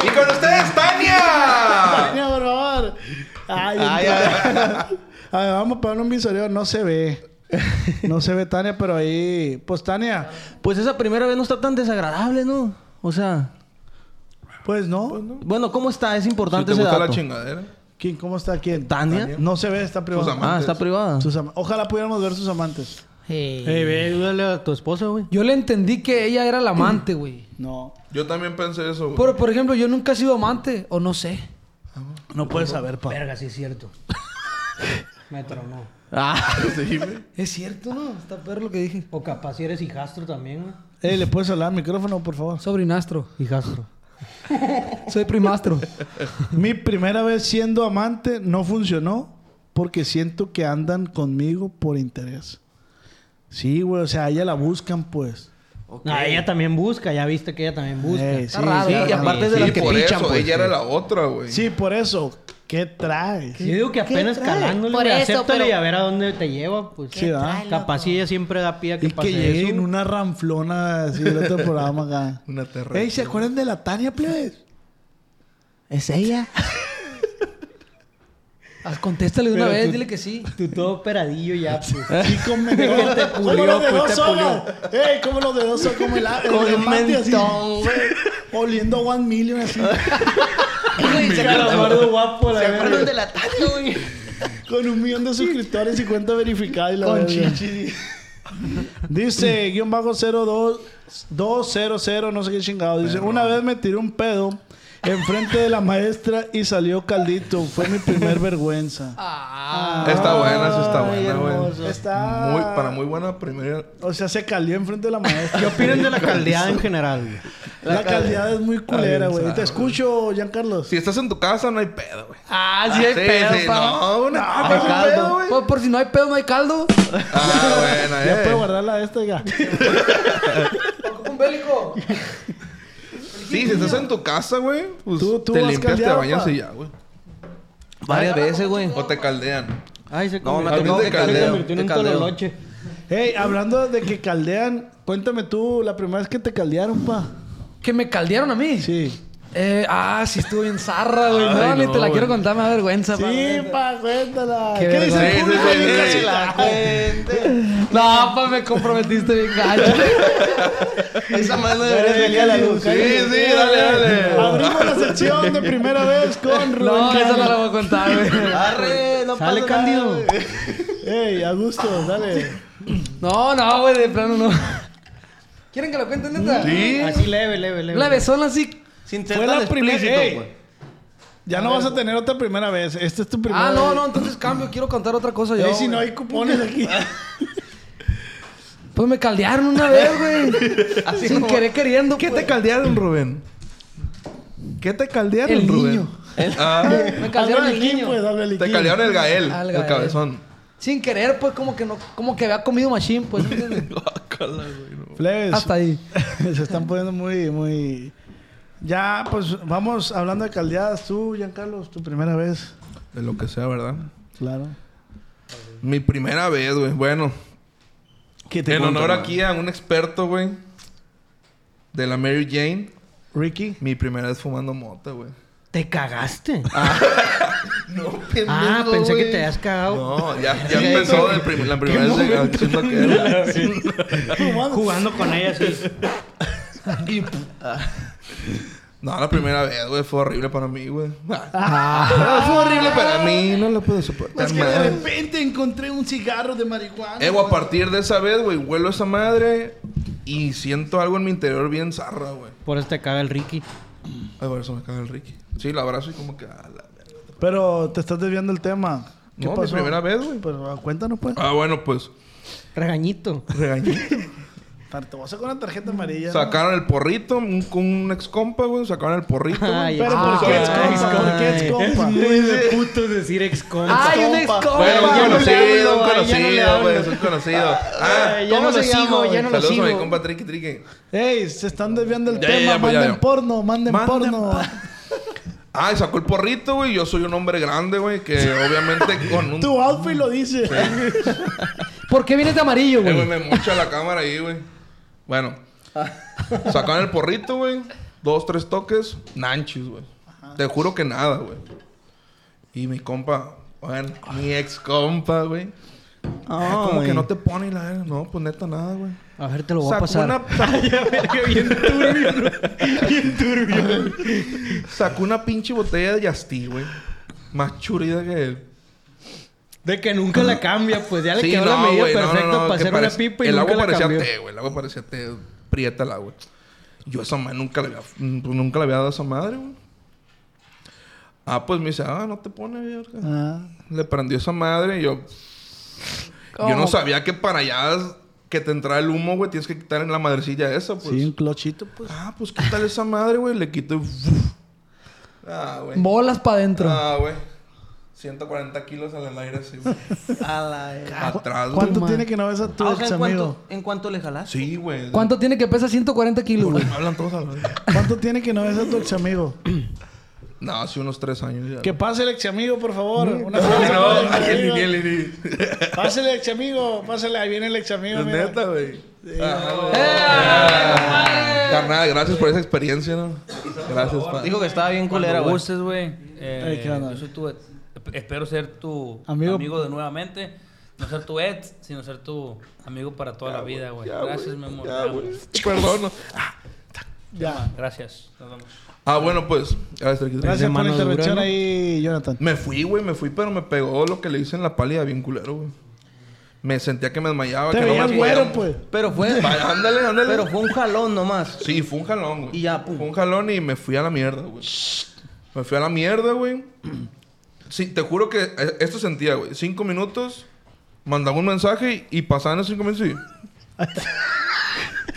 [SPEAKER 4] Y con ustedes, Tania.
[SPEAKER 6] Tania, por favor. Ay, entonces- A ver, vamos a poner un visoreo. No se ve. No se ve Tania, pero ahí... Pues Tania,
[SPEAKER 3] Pues esa primera vez no está tan desagradable, ¿no? O sea,
[SPEAKER 6] pues no.
[SPEAKER 3] bueno, ¿cómo está? Es
[SPEAKER 4] Si
[SPEAKER 3] importante
[SPEAKER 4] te
[SPEAKER 3] ese
[SPEAKER 4] gusta
[SPEAKER 3] dato.
[SPEAKER 4] la chingadera.
[SPEAKER 6] ¿Quién? ¿Cómo está quién?
[SPEAKER 3] ¿Tania?
[SPEAKER 6] No se ve, está privado.
[SPEAKER 4] Sus amantes.
[SPEAKER 3] Ah, está privada.
[SPEAKER 6] Sus ama- Ojalá pudiéramos ver sus amantes.
[SPEAKER 2] Hey.
[SPEAKER 7] Ey, Eh, ve, ayúdale a tu esposa, güey.
[SPEAKER 2] Yo le entendí que ella era la amante, güey.
[SPEAKER 6] No.
[SPEAKER 4] Yo también pensé eso, güey.
[SPEAKER 2] Pero, por ejemplo, yo nunca he sido amante, o no sé.
[SPEAKER 6] No puedes saber, pa.
[SPEAKER 7] Verga, sí es cierto. Me tronó.
[SPEAKER 3] Ah,
[SPEAKER 4] Sí, güey.
[SPEAKER 2] Es cierto, ¿no? Está perro lo que dije.
[SPEAKER 7] O capaz si eres hijastro también, güey.
[SPEAKER 6] Eh, ¿le puedes hablar al micrófono, por favor?
[SPEAKER 2] Sobrinastro.
[SPEAKER 7] Hijastro.
[SPEAKER 2] Soy primastro.
[SPEAKER 6] Mi primera vez siendo amante no funcionó porque siento que andan conmigo por interés. Sí, güey. O sea, a ella la buscan, pues.
[SPEAKER 7] Ah, ella también busca, ya viste que ella también busca.
[SPEAKER 6] Ey,
[SPEAKER 2] Está raro,
[SPEAKER 6] Eh, sí,
[SPEAKER 2] está
[SPEAKER 6] y
[SPEAKER 2] raro.
[SPEAKER 6] aparte
[SPEAKER 4] Sí,
[SPEAKER 6] de las que
[SPEAKER 4] por
[SPEAKER 6] pichan,
[SPEAKER 4] eso.
[SPEAKER 6] pues,
[SPEAKER 4] Ella
[SPEAKER 6] sí.
[SPEAKER 4] era la otra, güey.
[SPEAKER 6] Sí, por eso. ¿Qué traes?
[SPEAKER 7] Yo digo que apenas calándole,
[SPEAKER 8] Por
[SPEAKER 7] güey,
[SPEAKER 8] eso,
[SPEAKER 7] acéptale
[SPEAKER 8] pero-
[SPEAKER 7] y a ver a dónde te lleva, pues.
[SPEAKER 6] Sí, ¿verdad? Trae,
[SPEAKER 7] Capaz si ella siempre da pie a que
[SPEAKER 6] Y
[SPEAKER 7] pase
[SPEAKER 6] que llegue
[SPEAKER 7] eso.
[SPEAKER 6] en una ranflona así del otro programa acá.
[SPEAKER 4] Una terreta.
[SPEAKER 6] Ey, ¿se acuerdan de la Tania, plebes?
[SPEAKER 3] es ella.
[SPEAKER 2] Ah, Contéstale de una
[SPEAKER 7] Pero
[SPEAKER 2] vez,
[SPEAKER 7] tú-
[SPEAKER 2] dile que sí.
[SPEAKER 7] Tú todo operadillo ya, pues.
[SPEAKER 6] Sí, come de
[SPEAKER 7] Que te pulió,
[SPEAKER 6] los de dos
[SPEAKER 7] pues, te
[SPEAKER 6] horas. Ey, como los de dos horas, como el, el
[SPEAKER 3] Con un
[SPEAKER 6] diamante así.
[SPEAKER 3] mentón,
[SPEAKER 6] Oliendo One Million así.
[SPEAKER 7] Calamardo guapo, la
[SPEAKER 3] ¿Se
[SPEAKER 7] verga.
[SPEAKER 3] acuerdan de la Tania, güey?
[SPEAKER 6] Con un millón de suscriptores y cuenta verificada y la
[SPEAKER 3] Con
[SPEAKER 6] verga.
[SPEAKER 3] chichi.
[SPEAKER 6] Dice, guión bajo 02, 200, no sé qué chingado. Dice, una vez me tiré un pedo enfrente de la maestra y salió caldito. Fue mi primer vergüenza.
[SPEAKER 4] Está buena, sí está
[SPEAKER 6] Ay,
[SPEAKER 4] buena,
[SPEAKER 6] hermoso.
[SPEAKER 4] güey.
[SPEAKER 6] Está-
[SPEAKER 4] Muy, para muy buena primera.
[SPEAKER 6] O sea, se calió enfrente de la maestra.
[SPEAKER 7] ¿Qué opinan de la caldeada en general, güey?
[SPEAKER 6] La, calidad es muy culera, güey. Te escucho, Giancarlo.
[SPEAKER 4] Si estás en tu casa, no hay pedo, güey.
[SPEAKER 2] Ah, sí hay
[SPEAKER 4] Sí,
[SPEAKER 2] pedo,
[SPEAKER 4] sí,
[SPEAKER 2] pa.
[SPEAKER 4] no, una-
[SPEAKER 2] Ah,
[SPEAKER 4] pues, un
[SPEAKER 2] caldo.
[SPEAKER 4] pedo, güey.
[SPEAKER 2] Por, por si no hay pedo, no hay caldo.
[SPEAKER 4] Ah, buena,
[SPEAKER 6] Ya
[SPEAKER 4] eh.
[SPEAKER 6] puedo guardar la de esta, ya.
[SPEAKER 2] Un bélico.
[SPEAKER 4] Sí, si estás en tu casa, güey, pues
[SPEAKER 6] Tú- tú
[SPEAKER 4] te
[SPEAKER 6] has
[SPEAKER 4] limpias, te
[SPEAKER 6] caldeado,
[SPEAKER 4] bañas
[SPEAKER 6] pa.
[SPEAKER 4] y ya, güey.
[SPEAKER 3] Varias veces, güey.
[SPEAKER 4] O te caldean.
[SPEAKER 7] Ay, se
[SPEAKER 3] No, me ha
[SPEAKER 7] convirtió-
[SPEAKER 4] tocado
[SPEAKER 7] se
[SPEAKER 4] que caldeo,
[SPEAKER 7] convirtió en
[SPEAKER 3] que
[SPEAKER 7] un
[SPEAKER 3] caldeo.
[SPEAKER 7] tololoche.
[SPEAKER 6] Hey, hablando de que caldean, cuéntame tú la primera vez que te caldearon, pa.
[SPEAKER 2] Que me caldearon a mí.
[SPEAKER 6] Sí.
[SPEAKER 2] Eh, ah, sí estuvo bien zarra, güey. No,
[SPEAKER 4] Ay,
[SPEAKER 2] ni
[SPEAKER 4] no,
[SPEAKER 2] te la
[SPEAKER 4] güey.
[SPEAKER 2] quiero contar, me da vergüenza. pa'
[SPEAKER 6] Sí,
[SPEAKER 2] neta.
[SPEAKER 6] pa, cuéntala.
[SPEAKER 2] Qué
[SPEAKER 6] ¿Qué, dice el público?
[SPEAKER 4] vergüenza. Sí, sí, sí,
[SPEAKER 6] Dice-
[SPEAKER 4] sí, la
[SPEAKER 2] No, pa, me comprometiste bien gacho.
[SPEAKER 3] Esa madre
[SPEAKER 6] Debería salir a la luz.
[SPEAKER 4] Sí, sí, dale, dale.
[SPEAKER 6] Abrimos la sección de primera vez con Rubén.
[SPEAKER 2] No, esa no la
[SPEAKER 6] Cándido.
[SPEAKER 2] voy a contar, güey.
[SPEAKER 3] Arre, no
[SPEAKER 7] Sale
[SPEAKER 3] pasa nada,
[SPEAKER 7] Cándido.
[SPEAKER 3] güey.
[SPEAKER 6] Ey, a gusto, dale.
[SPEAKER 2] No, no, güey, de plano no. ¿Quieren que lo cuente, neta?
[SPEAKER 4] Sí.
[SPEAKER 7] Así leve, leve, leve.
[SPEAKER 2] La besona así.
[SPEAKER 3] Sin ser
[SPEAKER 6] Fue
[SPEAKER 3] tan
[SPEAKER 6] la primera.
[SPEAKER 3] explícito,
[SPEAKER 6] ey,
[SPEAKER 3] güey.
[SPEAKER 6] ya no vas a tener otra primera vez. Esta es tu primera
[SPEAKER 2] Ah, no,
[SPEAKER 6] vez.
[SPEAKER 2] no, entonces cambio, quiero contar otra cosa yo.
[SPEAKER 6] Ey, si no
[SPEAKER 2] güey.
[SPEAKER 6] hay cupones aquí.
[SPEAKER 2] Pues me caldearon una vez, güey. Sin querer queriendo.
[SPEAKER 5] ¿Qué
[SPEAKER 2] pues.
[SPEAKER 5] te caldearon, Rubén? ¿Qué te caldearon,
[SPEAKER 2] El
[SPEAKER 5] Rubén?
[SPEAKER 2] niño.
[SPEAKER 4] Ah,
[SPEAKER 2] Me caldearon
[SPEAKER 6] Hazle
[SPEAKER 2] el
[SPEAKER 6] liquín,
[SPEAKER 2] niño.
[SPEAKER 6] pues, hazle
[SPEAKER 4] te
[SPEAKER 6] liquín.
[SPEAKER 4] caldearon el Gael,
[SPEAKER 2] Al
[SPEAKER 4] el
[SPEAKER 2] Gael.
[SPEAKER 4] cabezón.
[SPEAKER 2] Sin querer, pues, como que no, como que había comido machín, pues. ¿me entiendes?
[SPEAKER 6] Fleves.
[SPEAKER 2] Hasta ahí.
[SPEAKER 6] Se están poniendo muy, muy. Ya, pues vamos hablando de caldeadas. Tú, Giancarlos, tu primera vez.
[SPEAKER 4] De lo que sea, ¿verdad?
[SPEAKER 6] Claro.
[SPEAKER 4] Mi primera vez, güey. Bueno,
[SPEAKER 5] ¿Qué
[SPEAKER 4] en honor aquí a un experto, güey. De la Mary Jane.
[SPEAKER 6] Ricky.
[SPEAKER 4] Mi primera vez fumando mota, güey.
[SPEAKER 7] Te cagaste.
[SPEAKER 4] Ah, No,
[SPEAKER 7] Ah, pensé que te habías cagado
[SPEAKER 4] No, ya, ya empezó el prim- la primera vez de- haciendo aquel.
[SPEAKER 7] jugando con ella así.
[SPEAKER 4] No, la primera vez, güey, fue horrible para mí, güey. Ah, fue horrible para mí, no lo puedo soportar.
[SPEAKER 6] Es que de
[SPEAKER 4] madre.
[SPEAKER 6] repente encontré un cigarro de marihuana.
[SPEAKER 4] Eh, güey, a partir de esa vez, güey, huelo esa madre y siento algo en mi interior bien zarra, güey.
[SPEAKER 7] Por eso te caga el Ricky.
[SPEAKER 4] Ay, por eso me caga el Ricky. Sí, la abrazo y como que... ah, la verga.
[SPEAKER 6] Pero te estás desviando el tema. ¿Qué
[SPEAKER 4] No, mi
[SPEAKER 6] pasó?
[SPEAKER 4] primera vez, güey.
[SPEAKER 6] Pero ah, cuéntanos, pues.
[SPEAKER 4] Ah, bueno, pues,
[SPEAKER 7] Regañito.
[SPEAKER 6] Te voy a sacar una tarjeta amarilla. ¿no?
[SPEAKER 4] sacaron el porrito, un, un ex compa, güey, sacaron el porrito, güey.
[SPEAKER 7] Ay,
[SPEAKER 6] Pero ¿por qué es compa? ¿Por qué es
[SPEAKER 7] Es
[SPEAKER 6] compa? Ah.
[SPEAKER 7] muy de putos decir ex compa.
[SPEAKER 2] ¡Ay, un excopa!
[SPEAKER 4] Bueno, Pues, un
[SPEAKER 7] ya no le
[SPEAKER 4] conocido, un
[SPEAKER 7] hablo, ay, ya no le
[SPEAKER 4] conocido,
[SPEAKER 7] hablo.
[SPEAKER 4] pues, un conocido. Ah,
[SPEAKER 7] ya no lo sigo, ya no lo
[SPEAKER 4] Saludos a mi
[SPEAKER 7] sigo.
[SPEAKER 4] compa Triqui Triqui.
[SPEAKER 6] Ey, se están desviando el
[SPEAKER 4] Ya, ya,
[SPEAKER 6] tema.
[SPEAKER 4] ya, pues, ya,
[SPEAKER 6] manden
[SPEAKER 4] ya.
[SPEAKER 6] porno, manden,
[SPEAKER 4] Manden
[SPEAKER 6] porno.
[SPEAKER 4] Ah, y sacó el porrito, güey. Yo soy un hombre grande, güey, que obviamente con un...
[SPEAKER 6] tu outfit lo dice.
[SPEAKER 2] ¿Por qué vienes de amarillo,
[SPEAKER 4] Eh, güey,
[SPEAKER 2] güey?
[SPEAKER 4] me mocha la cámara ahí, güey. Bueno. Sacaron el porrito, güey. Dos, tres toques. Nanchis, güey. Te juro que nada, güey. Y mi compa... Bueno, mi ex compa, güey. Ah, como que no te pone la... verga. No, pues neta nada, güey.
[SPEAKER 7] A ver, te lo voy
[SPEAKER 4] Sacó
[SPEAKER 7] a pasar.
[SPEAKER 4] una...
[SPEAKER 7] bien turbio.
[SPEAKER 4] Sacó una pinche botella de Yasti, güey. Más churida que él.
[SPEAKER 7] De que nunca la cambia, pues ya le quedó la medida
[SPEAKER 4] güey,
[SPEAKER 7] perfecta para
[SPEAKER 4] que
[SPEAKER 7] hacer
[SPEAKER 4] parece-
[SPEAKER 7] una pipa y
[SPEAKER 4] El
[SPEAKER 7] nunca
[SPEAKER 4] agua
[SPEAKER 7] la
[SPEAKER 4] parecía
[SPEAKER 7] cambió.
[SPEAKER 4] té, güey. El agua parecía té. Prieta el agua. Yo esa madre nunca le había, mm, pues, nunca le había dado a esa madre, güey. Ah, pues me dice, ah, no te pone, verga.
[SPEAKER 6] Ah,
[SPEAKER 4] Le prendió esa madre y yo... Yo no sabía que para allá es- que te entraba el humo, güey, tienes que quitar la madrecilla esa, pues.
[SPEAKER 6] Sí, un clochito, pues.
[SPEAKER 4] Ah, pues quítale esa madre, güey. Le quito y... Ah, güey.
[SPEAKER 2] Bolas para adentro.
[SPEAKER 4] Ah, güey. 140 kilos en el aire así, güey.
[SPEAKER 3] pues. A la-
[SPEAKER 4] Atrás, güey.
[SPEAKER 6] ¿Cuánto tiene que no ves a tu
[SPEAKER 3] Ah, o sea,
[SPEAKER 6] ex
[SPEAKER 3] ¿en
[SPEAKER 6] amigo?
[SPEAKER 3] cuánto, ¿En cuánto le jalas?
[SPEAKER 4] Sí, güey.
[SPEAKER 2] ¿Cuánto tiene que pesa 140 kilos, güey?
[SPEAKER 4] Me hablan todos a la vez.
[SPEAKER 6] ¿Cuánto tiene que no ves a tu ex amigo?
[SPEAKER 4] No, hace unos tres años ya.
[SPEAKER 6] Que pase el ex amigo, por favor. Una
[SPEAKER 4] Ay,
[SPEAKER 6] pausa
[SPEAKER 4] no,
[SPEAKER 6] para el ex
[SPEAKER 4] ay,
[SPEAKER 6] amigo.
[SPEAKER 4] ni- ni- ni- ni.
[SPEAKER 6] Pásale, ex amigo. Pásale, ahí viene el ex amigo.
[SPEAKER 4] Es
[SPEAKER 6] mira. ¡Eh,
[SPEAKER 4] neta, güey. Ajá, güey. Ah, Carnal, gracias por esa experiencia, ¿no? Gracias, pa.
[SPEAKER 3] Dijo que estaba bien culera,
[SPEAKER 8] Cuando
[SPEAKER 3] güey.
[SPEAKER 8] gustes, güey.
[SPEAKER 6] Ey,
[SPEAKER 8] Eh,
[SPEAKER 6] ¿qué onda?
[SPEAKER 8] yo soy tu- espero ser tu
[SPEAKER 6] Amigo.
[SPEAKER 8] amigo. de nuevamente. No ser tu ex, sino ser tu amigo para toda la vida, güey. Gracias, mi amor.
[SPEAKER 4] Ya,
[SPEAKER 8] Te amo.
[SPEAKER 4] güey. Perdón.
[SPEAKER 6] Ya.
[SPEAKER 8] Gracias. Nos vemos.
[SPEAKER 4] Ah, bueno, pues. Gracias, Triqui.
[SPEAKER 6] Gracias por la
[SPEAKER 7] mano dura,
[SPEAKER 6] intervención
[SPEAKER 7] ¿no?
[SPEAKER 6] ahí, Jonathan.
[SPEAKER 4] Me fui, güey, me fui, pero me pegó lo que le hice en la pálida bien culero, güey. Me sentía que me desmayaba.
[SPEAKER 6] Te
[SPEAKER 4] que
[SPEAKER 6] veías
[SPEAKER 4] me
[SPEAKER 6] güero,
[SPEAKER 4] podía-
[SPEAKER 6] pues.
[SPEAKER 3] Pero fue,
[SPEAKER 4] Vaya, Ándale, ándale.
[SPEAKER 3] pero fue un jalón nomás.
[SPEAKER 4] Sí, fue un jalón, güey.
[SPEAKER 3] Y ya, pum.
[SPEAKER 4] Fue un jalón y me fui a la mierda, güey. Me fui a la mierda, güey. Sí, te juro que eh, esto sentía, güey. Cinco minutos, mandaba un mensaje y pasaban los cinco minutos y...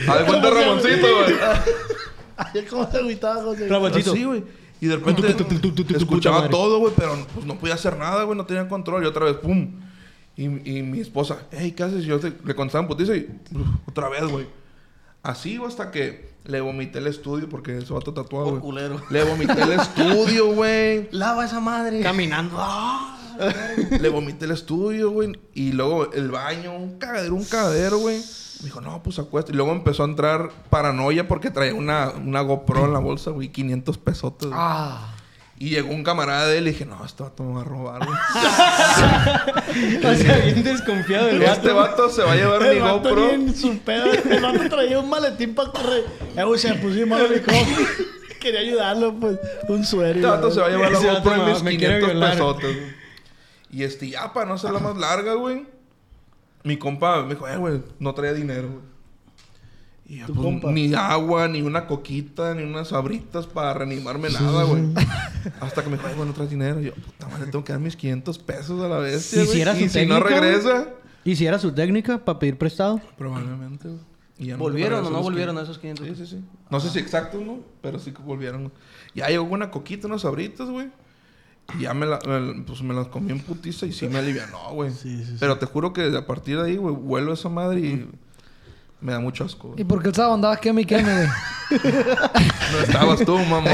[SPEAKER 4] Haz de cuenta Ramoncito, güey.
[SPEAKER 6] Ay, ¿Cómo te agüitaba, José?
[SPEAKER 4] Así, güey. Y de repente escuchaba todo, güey, pero pues, no podía hacer nada, güey. No tenía control. Y otra vez, pum. Y, y mi esposa, hey, ¿qué haces? Y yo te- le contestaba en putiza y uf, otra vez, güey. Así, güey, hasta que le vomité el estudio porque ese vato tatuado,
[SPEAKER 3] Por
[SPEAKER 4] güey.
[SPEAKER 3] culero.
[SPEAKER 4] Le vomité el estudio, güey.
[SPEAKER 3] Lava esa madre.
[SPEAKER 7] Caminando.
[SPEAKER 4] Le vomité el estudio, güey. Y luego el baño, un cagadero, un cagadero, güey. Me dijo, no, pues acuesta. Y luego empezó a entrar paranoia porque traía una, una GoPro en la bolsa, güey. 500 pesotes. güey.
[SPEAKER 6] Ah.
[SPEAKER 4] Y llegó un camarada de él y dije, no, este vato me va a robar, güey.
[SPEAKER 7] O sea, bien desconfiado del vato.
[SPEAKER 4] Este vato se va a llevar mi
[SPEAKER 6] El vato
[SPEAKER 4] GoPro.
[SPEAKER 6] ni en su pedo. El vato traía un maletín para correr. Eh, güey, se me puso bien malo mi compa. Quería ayudarlo, pues. Un suero. y
[SPEAKER 4] Este
[SPEAKER 6] la
[SPEAKER 4] vato se va a llevar la
[SPEAKER 7] Ese vato
[SPEAKER 4] GoPro
[SPEAKER 7] me
[SPEAKER 4] en
[SPEAKER 7] va-
[SPEAKER 4] mis
[SPEAKER 7] me quiere
[SPEAKER 4] 500
[SPEAKER 7] violar.
[SPEAKER 4] pesotes. güey. Y este, ya para no hacerla más larga, güey. Mi compa me dijo, eh, güey, no traía dinero, güey. Y yo, pues,
[SPEAKER 6] compa.
[SPEAKER 4] ni agua, ni una coquita, ni unas sabritas para reanimarme nada, güey. Hasta que me dijo, "Ay, güey, no traes dinero. Y yo, puta madre, tengo que dar mis 500 pesos a la vez.
[SPEAKER 7] ¿Y si era su
[SPEAKER 4] y si no
[SPEAKER 7] técnica, güey?
[SPEAKER 4] regresa,
[SPEAKER 7] ¿Y si era su técnica para pedir prestado?
[SPEAKER 4] probablemente, güey. Y ya
[SPEAKER 3] ¿Volvieron
[SPEAKER 4] nunca
[SPEAKER 3] o
[SPEAKER 4] regresó
[SPEAKER 3] no
[SPEAKER 4] los
[SPEAKER 3] volvieron
[SPEAKER 4] 500.
[SPEAKER 3] a esos 500?
[SPEAKER 4] Sí, sí, sí. No sé si exacto, ¿no? Pero sí que volvieron. Ya llegó una coquita, unos sabritas, güey. Y ya me, la, me- pues me las comí en putiza y sí me alivianó, güey. Pero te juro que a partir de ahí, güey, vuelvo a esa madre y me da mucho asco.
[SPEAKER 2] ¿Y
[SPEAKER 4] güey.
[SPEAKER 2] por qué el sábado andabas queme y queme, güey?
[SPEAKER 4] No estabas tú, mamón.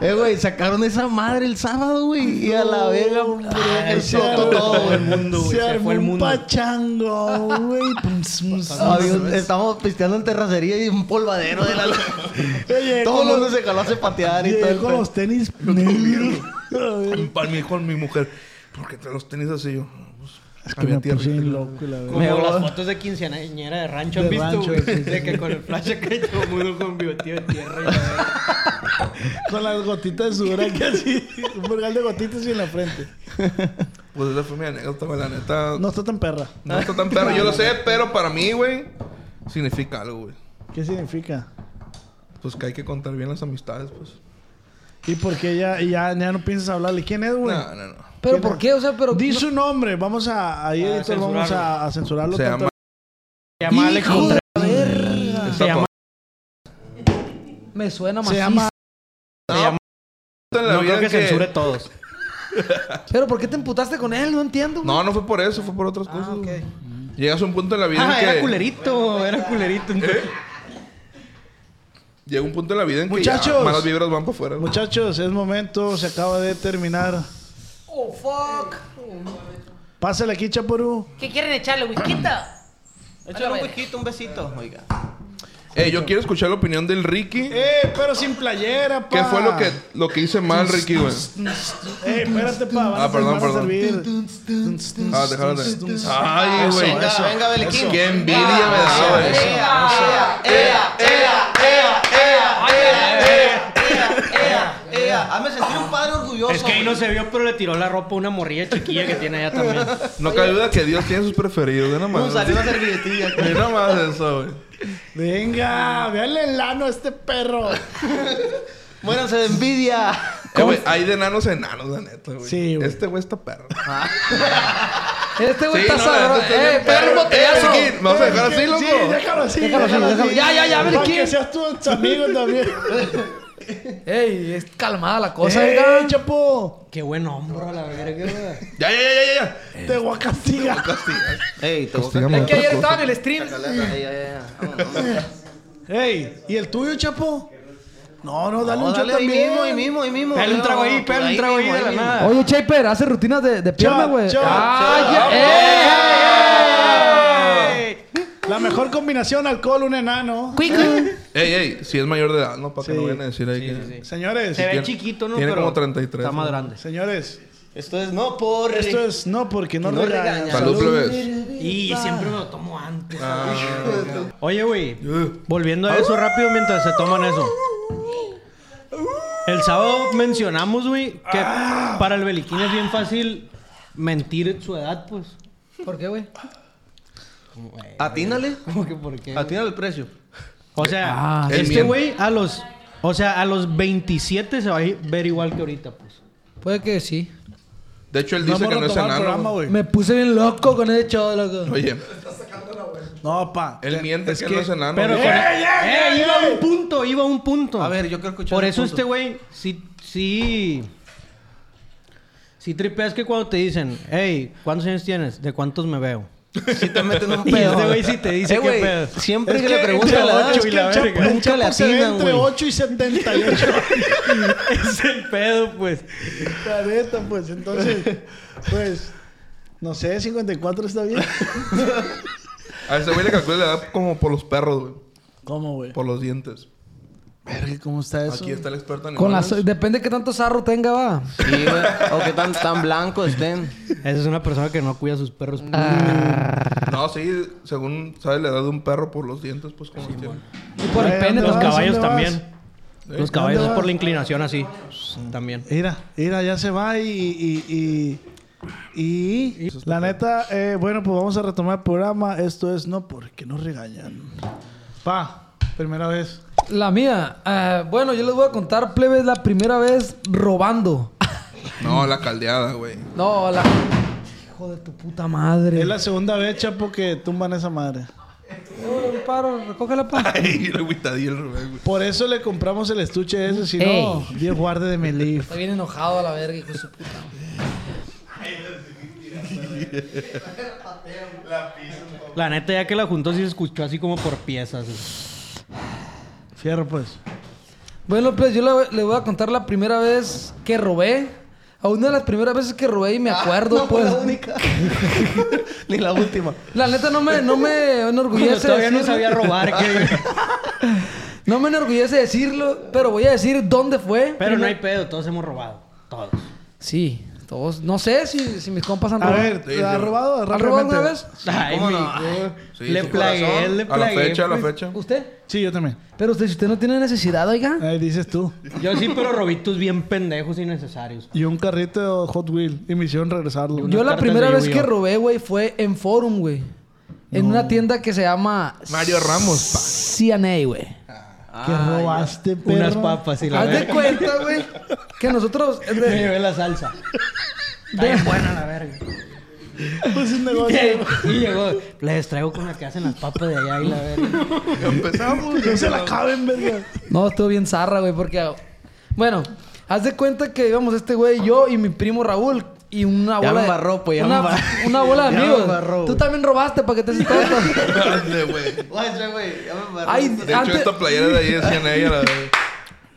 [SPEAKER 3] Eh, güey, sacaron esa madre el sábado, güey. Y a la verga, hombre. explotó todo, güey.
[SPEAKER 7] mundo,
[SPEAKER 6] Se, armó un pachango, güey. Pum, pum,
[SPEAKER 3] Había un- Estábamos pisteando en terracería y un polvadero de la...
[SPEAKER 6] Oye,
[SPEAKER 3] Todo el
[SPEAKER 6] con
[SPEAKER 3] mundo
[SPEAKER 6] los-
[SPEAKER 3] se jaló a hacer patear y todo
[SPEAKER 6] Llegué
[SPEAKER 3] el
[SPEAKER 6] con
[SPEAKER 3] pedo.
[SPEAKER 6] los tenis negros.
[SPEAKER 4] Mi pa- Me dijo mi mujer, ¿por qué traes los tenis así? Yo, "No, pues,
[SPEAKER 6] Es que
[SPEAKER 4] había
[SPEAKER 6] me
[SPEAKER 4] tierra".
[SPEAKER 6] puse bien loco, la verdad.
[SPEAKER 7] Como las fotos de quinceañera de rancho,
[SPEAKER 6] De
[SPEAKER 7] ¿has visto,
[SPEAKER 6] rancho,
[SPEAKER 7] güey?
[SPEAKER 6] sí, sí,
[SPEAKER 7] De que con el flash acá y todo el mundo convirtió en tierra. y la verga.
[SPEAKER 6] Con las gotitas de sudor aquí así. Un burgal de gotitas y en la frente.
[SPEAKER 4] Pues esa fue mi anécdota, güey, la neta.
[SPEAKER 6] No está tan perra.
[SPEAKER 4] No está tan perro, yo lo sé, pero para mí, güey, significa algo, güey.
[SPEAKER 6] ¿Qué significa?
[SPEAKER 4] Pues que hay que contar bien las amistades, pues.
[SPEAKER 6] ¿Y por qué ya, ya, ya no piensas hablarle? ¿Quién es, güey?
[SPEAKER 4] No, no, no.
[SPEAKER 2] ¿Pero
[SPEAKER 6] ¿Quién
[SPEAKER 2] por
[SPEAKER 6] es?
[SPEAKER 2] qué? O sea, pero...
[SPEAKER 6] Di su nombre. Vamos a... Ahí,
[SPEAKER 8] A
[SPEAKER 6] editor, vamos
[SPEAKER 8] censurarlo.
[SPEAKER 6] a, a censurarlo.
[SPEAKER 4] Se
[SPEAKER 6] tanto-
[SPEAKER 4] llama.
[SPEAKER 7] Se llama Alex
[SPEAKER 2] ¡Hijo de
[SPEAKER 7] Contreras.
[SPEAKER 2] la verga!
[SPEAKER 4] está
[SPEAKER 7] llama-
[SPEAKER 2] Me suena
[SPEAKER 6] Se
[SPEAKER 2] macizo.
[SPEAKER 6] llama...
[SPEAKER 4] No, en la
[SPEAKER 7] No creo
[SPEAKER 4] vida
[SPEAKER 7] que
[SPEAKER 4] que-
[SPEAKER 7] censure todos.
[SPEAKER 2] ¿Pero por qué te emputaste con él? No entiendo. güey.
[SPEAKER 4] No, no fue por eso, fue por otras cosas. güey. Llegas a un punto en la vida
[SPEAKER 7] Ah,
[SPEAKER 4] en
[SPEAKER 7] era
[SPEAKER 4] que.
[SPEAKER 7] culerito, era culerito.
[SPEAKER 4] Llega un punto en la vida en que. ya
[SPEAKER 6] Muchachos.
[SPEAKER 4] malas vibras van para afuera. güey.
[SPEAKER 6] Muchachos, es momento. Se acaba de terminar.
[SPEAKER 2] ¡Oh, fuck!
[SPEAKER 6] Pásale aquí, Chaporú.
[SPEAKER 9] ¿Qué quieren echarle, whisquita?
[SPEAKER 7] Échale un huequito, un besito. Oiga.
[SPEAKER 4] Eh, yo quiero escuchar la opinión del Ricky.
[SPEAKER 6] ¡Eh, pero sin playera, pa!
[SPEAKER 4] ¿Qué fue lo que, lo que hice mal, Ricky, güey?
[SPEAKER 6] ¡Eh, espérate, pa! Van a
[SPEAKER 4] Ah, perdón,
[SPEAKER 6] van a
[SPEAKER 4] perdón.
[SPEAKER 6] servir.
[SPEAKER 4] Ah, déjalo de. Ay, güey.
[SPEAKER 3] venga, Beliquín.
[SPEAKER 4] Qué envidia me da, güey.
[SPEAKER 3] Hazme sentir un padre orgulloso.
[SPEAKER 7] Es que ahí no se vio, pero le tiró la ropa a una morrilla chiquilla que tiene allá también.
[SPEAKER 4] No cabe duda que Dios tiene sus preferidos. Ve nomás.
[SPEAKER 3] una servilletilla.
[SPEAKER 4] Ve nomás eso, güey.
[SPEAKER 6] Venga, véale el lano a este perro.
[SPEAKER 3] Muéranse de envidia.
[SPEAKER 4] Eh, güey, hay de enanos a enanos, la neta, güey.
[SPEAKER 6] Sí, güey.
[SPEAKER 4] Este güey está perro.
[SPEAKER 2] Este güey
[SPEAKER 4] Sí,
[SPEAKER 2] está
[SPEAKER 4] no, la
[SPEAKER 2] sabroso.
[SPEAKER 4] neta, está
[SPEAKER 2] ¡Eh,
[SPEAKER 4] bien
[SPEAKER 2] perro
[SPEAKER 4] perro.
[SPEAKER 2] botellazo!
[SPEAKER 4] Eh, Ricky, ¿Me vas a dejar así, loco?
[SPEAKER 6] Sí, déjalo así.
[SPEAKER 2] Déjalo así, déjalo. Ya, ya, ya,
[SPEAKER 6] Para
[SPEAKER 2] Beliquín.
[SPEAKER 6] que seas tus amigos también.
[SPEAKER 2] ¡Ey, es calmada la cosa,
[SPEAKER 6] ¡Eh,
[SPEAKER 2] oiga!
[SPEAKER 6] chapo!
[SPEAKER 7] Qué buen hombro a la verga. güey.
[SPEAKER 4] Ya, ya, ya, ya, ya.
[SPEAKER 6] Te voy a castigar.
[SPEAKER 3] Ey,
[SPEAKER 7] Pues
[SPEAKER 3] te
[SPEAKER 4] Castígame.
[SPEAKER 2] Que ayer estaba en el stream.
[SPEAKER 6] ¡Ey! ¿Y el tuyo, chapo? No, no, dale un shot
[SPEAKER 3] ahí
[SPEAKER 6] también.
[SPEAKER 3] mismo, ahí mismo, ahí mismo.
[SPEAKER 7] Pégale un trago ahí, pégale un trago ahí de la nada.
[SPEAKER 2] Oye, Chaper, hace rutinas de, de pierna,
[SPEAKER 6] Chao,
[SPEAKER 2] güey.
[SPEAKER 6] chao,
[SPEAKER 2] Ah,
[SPEAKER 6] chao.
[SPEAKER 2] ya-
[SPEAKER 6] Ah.
[SPEAKER 2] ¡Eh!
[SPEAKER 6] La mejor combinación alcohol, un enano.
[SPEAKER 4] Ey, ey, si es mayor de edad, ¿no? Para que
[SPEAKER 6] Sí.
[SPEAKER 4] no vayan a decir ahí que.
[SPEAKER 6] Señores,
[SPEAKER 7] Se ve
[SPEAKER 4] tiene-
[SPEAKER 7] chiquito, ¿no?
[SPEAKER 4] tiene
[SPEAKER 7] Pero
[SPEAKER 4] como 33,
[SPEAKER 7] Está más
[SPEAKER 4] ¿no?
[SPEAKER 7] grande.
[SPEAKER 6] señores,
[SPEAKER 3] Esto es no por.
[SPEAKER 6] esto es no porque no,
[SPEAKER 3] No
[SPEAKER 6] regañas.
[SPEAKER 3] regañas.
[SPEAKER 4] Salud, plebes.
[SPEAKER 7] Y siempre me lo tomo antes. Oye, güey. Volviendo a eso rápido mientras se toman eso. El sábado mencionamos, güey, que para el Beliquín es bien fácil mentir su edad, pues.
[SPEAKER 2] ¿Por qué, güey?
[SPEAKER 3] Atínale.
[SPEAKER 7] ¿Cómo que por qué?
[SPEAKER 3] Atínale el precio.
[SPEAKER 7] O sea,
[SPEAKER 2] Ah,
[SPEAKER 4] el
[SPEAKER 7] este
[SPEAKER 4] miem-
[SPEAKER 7] güey a los... O sea, a los 27 se va a ver igual que ahorita, pues.
[SPEAKER 2] eh. Puede que sí.
[SPEAKER 4] De hecho, él
[SPEAKER 6] Vamos
[SPEAKER 4] dice
[SPEAKER 6] a
[SPEAKER 4] que no es
[SPEAKER 6] retomar el
[SPEAKER 4] enano.
[SPEAKER 6] programa,
[SPEAKER 4] güey.
[SPEAKER 6] güey.
[SPEAKER 2] Me puse bien loco con ese show, loco.
[SPEAKER 4] Oye,
[SPEAKER 6] No, pa.
[SPEAKER 4] él miente que, él no es enano.
[SPEAKER 7] Pero
[SPEAKER 4] güey.
[SPEAKER 7] con- ¡Eh, iba a un punto, iba a un punto.
[SPEAKER 3] A ver, yo quiero escuchar
[SPEAKER 7] Por
[SPEAKER 3] el
[SPEAKER 7] eso
[SPEAKER 3] punto.
[SPEAKER 7] este güey, sí, sí. Sí tripeas que cuando te dicen, hey, ¿cuántos años tienes? ¿De cuántos me veo?
[SPEAKER 3] Si te meten un
[SPEAKER 7] Y
[SPEAKER 3] pedo.
[SPEAKER 7] este güey sí te dice
[SPEAKER 3] Eh,
[SPEAKER 7] qué
[SPEAKER 3] güey,
[SPEAKER 7] pedo.
[SPEAKER 3] Siempre
[SPEAKER 6] Es
[SPEAKER 3] que, le
[SPEAKER 6] que
[SPEAKER 3] preguntan
[SPEAKER 6] entre
[SPEAKER 3] la edad,
[SPEAKER 6] ocho y la verga.
[SPEAKER 3] nunca le
[SPEAKER 6] se ve
[SPEAKER 3] atinan,
[SPEAKER 6] entre
[SPEAKER 3] güey.
[SPEAKER 6] 8 y 78.
[SPEAKER 7] es el pedo, pues.
[SPEAKER 6] La neta, pues, entonces, pues, no sé, 54 está bien.
[SPEAKER 4] A ese güey le calculo la edad como por los perros, güey.
[SPEAKER 6] ¿Cómo, güey?
[SPEAKER 4] Por los dientes.
[SPEAKER 6] Verga, ¿cómo está eso?
[SPEAKER 4] Aquí está el experto en
[SPEAKER 2] Con las-
[SPEAKER 4] animales.
[SPEAKER 2] depende qué tanto sarro tenga, va.
[SPEAKER 3] Sí, güey. O que tan, tan blancos estén.
[SPEAKER 7] Esa es una persona que no cuida a sus perros. Mm,
[SPEAKER 4] No, sí, según sabes la edad de un perro por los dientes, pues como tiene.
[SPEAKER 2] Y por el
[SPEAKER 6] Güey, ¿dónde
[SPEAKER 2] pene
[SPEAKER 6] vas?
[SPEAKER 7] Los
[SPEAKER 2] también.
[SPEAKER 7] caballos
[SPEAKER 6] ¿Dónde
[SPEAKER 7] también.
[SPEAKER 4] vas?
[SPEAKER 7] Los caballos
[SPEAKER 6] ¿Dónde
[SPEAKER 7] es por
[SPEAKER 6] vas?
[SPEAKER 7] la inclinación así. También.
[SPEAKER 6] Mira, mira, ya se va y... y, y, y- y- la neta, eh, bueno, pues vamos a retomar el programa. Esto es No Porque Nos Regañan. Pa, primera vez.
[SPEAKER 2] La mía. ah, bueno, yo les voy a contar, plebes, la primera vez robando.
[SPEAKER 4] No, la caldeada, güey.
[SPEAKER 2] No, la... Hijo de tu puta madre.
[SPEAKER 6] Es la segunda vez, chapo, que tumban esa madre.
[SPEAKER 2] Oh, paro, recógela, pa.
[SPEAKER 4] Ay, el agüitadillo al revés, güey.
[SPEAKER 6] Por eso le compramos el estuche ese, si no, Dios guarde de mi leaf.
[SPEAKER 10] Estoy bien enojado a la verga, hijo de su puta.
[SPEAKER 7] La neta, ya que la juntó, sí se escuchó así como por piezas.
[SPEAKER 6] Fierro, pues.
[SPEAKER 2] Bueno, pues yo le, le voy a contar la primera vez que robé. A una de las primeras veces que robé y me
[SPEAKER 7] Ah,
[SPEAKER 2] acuerdo, pues.
[SPEAKER 3] Ni la última.
[SPEAKER 2] La neta no me, no me
[SPEAKER 7] Yo
[SPEAKER 2] enorgullece.
[SPEAKER 7] todavía no
[SPEAKER 2] decirlo.
[SPEAKER 7] sabía robar. que-
[SPEAKER 2] No me enorgullece decirlo, pero voy a decir dónde fue.
[SPEAKER 7] Pero no hay pedo, todos hemos robado. Todos.
[SPEAKER 2] Sí, todos. No sé si, si mis compas han
[SPEAKER 6] A
[SPEAKER 2] robado.
[SPEAKER 6] ver,
[SPEAKER 4] Sí,
[SPEAKER 6] ¿ha
[SPEAKER 4] sí.
[SPEAKER 6] robado?
[SPEAKER 2] ¿Han robado alguna
[SPEAKER 6] rápidamente?
[SPEAKER 2] vez?
[SPEAKER 7] Ay,
[SPEAKER 4] ¿Cómo
[SPEAKER 7] mi-
[SPEAKER 4] no? Sí,
[SPEAKER 7] le
[SPEAKER 4] sí,
[SPEAKER 7] plagué,
[SPEAKER 4] corazón.
[SPEAKER 7] le
[SPEAKER 4] A la
[SPEAKER 7] plagué,
[SPEAKER 4] fecha, a la
[SPEAKER 7] pues.
[SPEAKER 4] fecha.
[SPEAKER 2] ¿Usted?
[SPEAKER 6] Sí, yo también.
[SPEAKER 2] Pero usted, si usted no tiene necesidad, oiga.
[SPEAKER 3] Eh,
[SPEAKER 6] Ahí dices tú.
[SPEAKER 7] Yo sí, pero robitos bien pendejos y necesarios.
[SPEAKER 6] Y un carrito de Hot Wheel. Y me hicieron regresarlo.
[SPEAKER 2] Yo la
[SPEAKER 7] cartas
[SPEAKER 2] primera
[SPEAKER 7] de
[SPEAKER 2] vez que
[SPEAKER 7] Yu-Gi-Oh.
[SPEAKER 2] robé, güey, fue en Forum, güey. En una tienda que se llama...
[SPEAKER 4] Mario Ramos, pa.
[SPEAKER 2] CNA, güey.
[SPEAKER 6] Que robaste, perro.
[SPEAKER 7] Unas papas y la
[SPEAKER 2] Haz de
[SPEAKER 7] verga.
[SPEAKER 2] cuenta, güey, que nosotros... de-
[SPEAKER 7] Me llevé la salsa.
[SPEAKER 2] de-
[SPEAKER 7] Buena la verga.
[SPEAKER 6] Pues un negocio.
[SPEAKER 7] Y llegó, les traigo con la que hacen las papas de allá y la verga.
[SPEAKER 4] Empezamos.
[SPEAKER 6] No se la caben, verga.
[SPEAKER 2] No, estuvo bien zarra, güey, porque... Bueno, haz de cuenta que íbamos este güey, yo y mi primo Raúl y una
[SPEAKER 3] Ya
[SPEAKER 2] bola
[SPEAKER 3] me
[SPEAKER 2] de...
[SPEAKER 3] embarró, pues, ya me
[SPEAKER 2] una,
[SPEAKER 3] embarró.
[SPEAKER 2] una bola de
[SPEAKER 3] Ya me
[SPEAKER 2] amigos.
[SPEAKER 3] embarró,
[SPEAKER 2] Tú
[SPEAKER 3] güey.
[SPEAKER 2] también robaste para que te haces todo.
[SPEAKER 4] Grande, güey. De
[SPEAKER 2] Ay,
[SPEAKER 4] hecho,
[SPEAKER 2] antes,
[SPEAKER 4] esta playera de ahí decían ella, la de...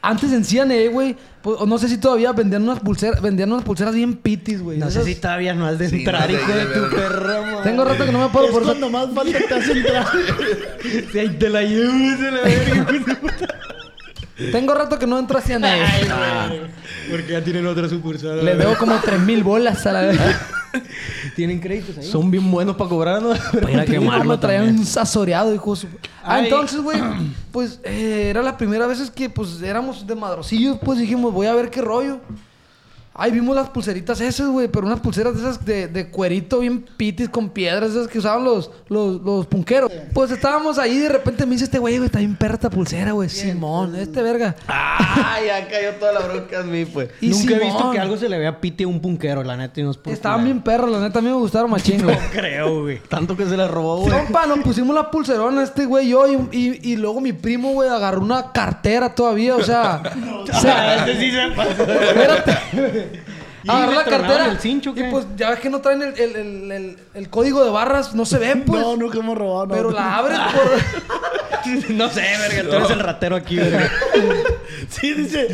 [SPEAKER 2] antes en CNE, güey, pues, o no sé si todavía vendían unas pulseras, vendían unas pulseras bien pitis, güey.
[SPEAKER 7] No sé
[SPEAKER 2] Esas-
[SPEAKER 7] si todavía no has de
[SPEAKER 4] Sí,
[SPEAKER 7] entrar,
[SPEAKER 4] no sé,
[SPEAKER 7] hijo de
[SPEAKER 4] ya,
[SPEAKER 7] tu
[SPEAKER 4] verga.
[SPEAKER 7] perra, madre.
[SPEAKER 2] Tengo rato que no me acuerdo
[SPEAKER 6] Es
[SPEAKER 2] por eso.
[SPEAKER 6] cuando más falta te hacen entrar.
[SPEAKER 7] Sí, ahí te la llevo, se la verga.
[SPEAKER 2] Tengo rato que no entro a CNE.
[SPEAKER 7] Porque ya tienen otra sucursal.
[SPEAKER 2] Le debo como 3000 bolas a la vez.
[SPEAKER 7] ¿Tienen créditos ahí?
[SPEAKER 3] Son bien buenos para cobrar, ¿no?
[SPEAKER 7] Para ir a
[SPEAKER 2] me
[SPEAKER 7] quemarlo
[SPEAKER 2] traían
[SPEAKER 7] también.
[SPEAKER 2] un sazoreado, hijo de su- Ah,
[SPEAKER 7] Ay.
[SPEAKER 2] entonces, güey, pues eh, era la primera vez que pues éramos de madrocillos, pues dijimos, voy a ver qué rollo. Ay, vimos las pulseritas esas, güey, pero unas pulseras de esas de, de cuerito bien pitis con piedras, esas que usaban los, los, los punqueros. Pues estábamos ahí y de repente me dice este güey, güey, está bien perra esta pulsera, güey. Simón, este verga.
[SPEAKER 3] Ay, ya cayó toda la bronca en mí, pues.
[SPEAKER 2] Y
[SPEAKER 7] Ah, Nunca he visto
[SPEAKER 2] Simón.
[SPEAKER 7] que algo se le vea pite a un punquero, la neta, y no es por
[SPEAKER 2] Estaban
[SPEAKER 7] culear.
[SPEAKER 2] bien perros, la neta, a mí me gustaron machín, güey.
[SPEAKER 7] Creo, güey.
[SPEAKER 3] Tanto que se la robó, güey.
[SPEAKER 2] Compa, nos pusimos la pulserona este güey y yo y, y- y luego mi primo, güey, agarró una cartera todavía, o sea... se-
[SPEAKER 7] sí se pasó.
[SPEAKER 2] espérate.
[SPEAKER 7] Y
[SPEAKER 2] Agarró
[SPEAKER 7] le
[SPEAKER 2] la
[SPEAKER 7] tronaron
[SPEAKER 2] cartera
[SPEAKER 7] el cincho, ¿qué?
[SPEAKER 2] y pues ya ves que no traen el, el- el- el- el código de barras, no se ve, pues.
[SPEAKER 6] No, nunca hemos robado. No.
[SPEAKER 2] Pero la abres por...
[SPEAKER 7] No sé, verga, tú eres el ratero aquí, verga.
[SPEAKER 6] Sí, dice.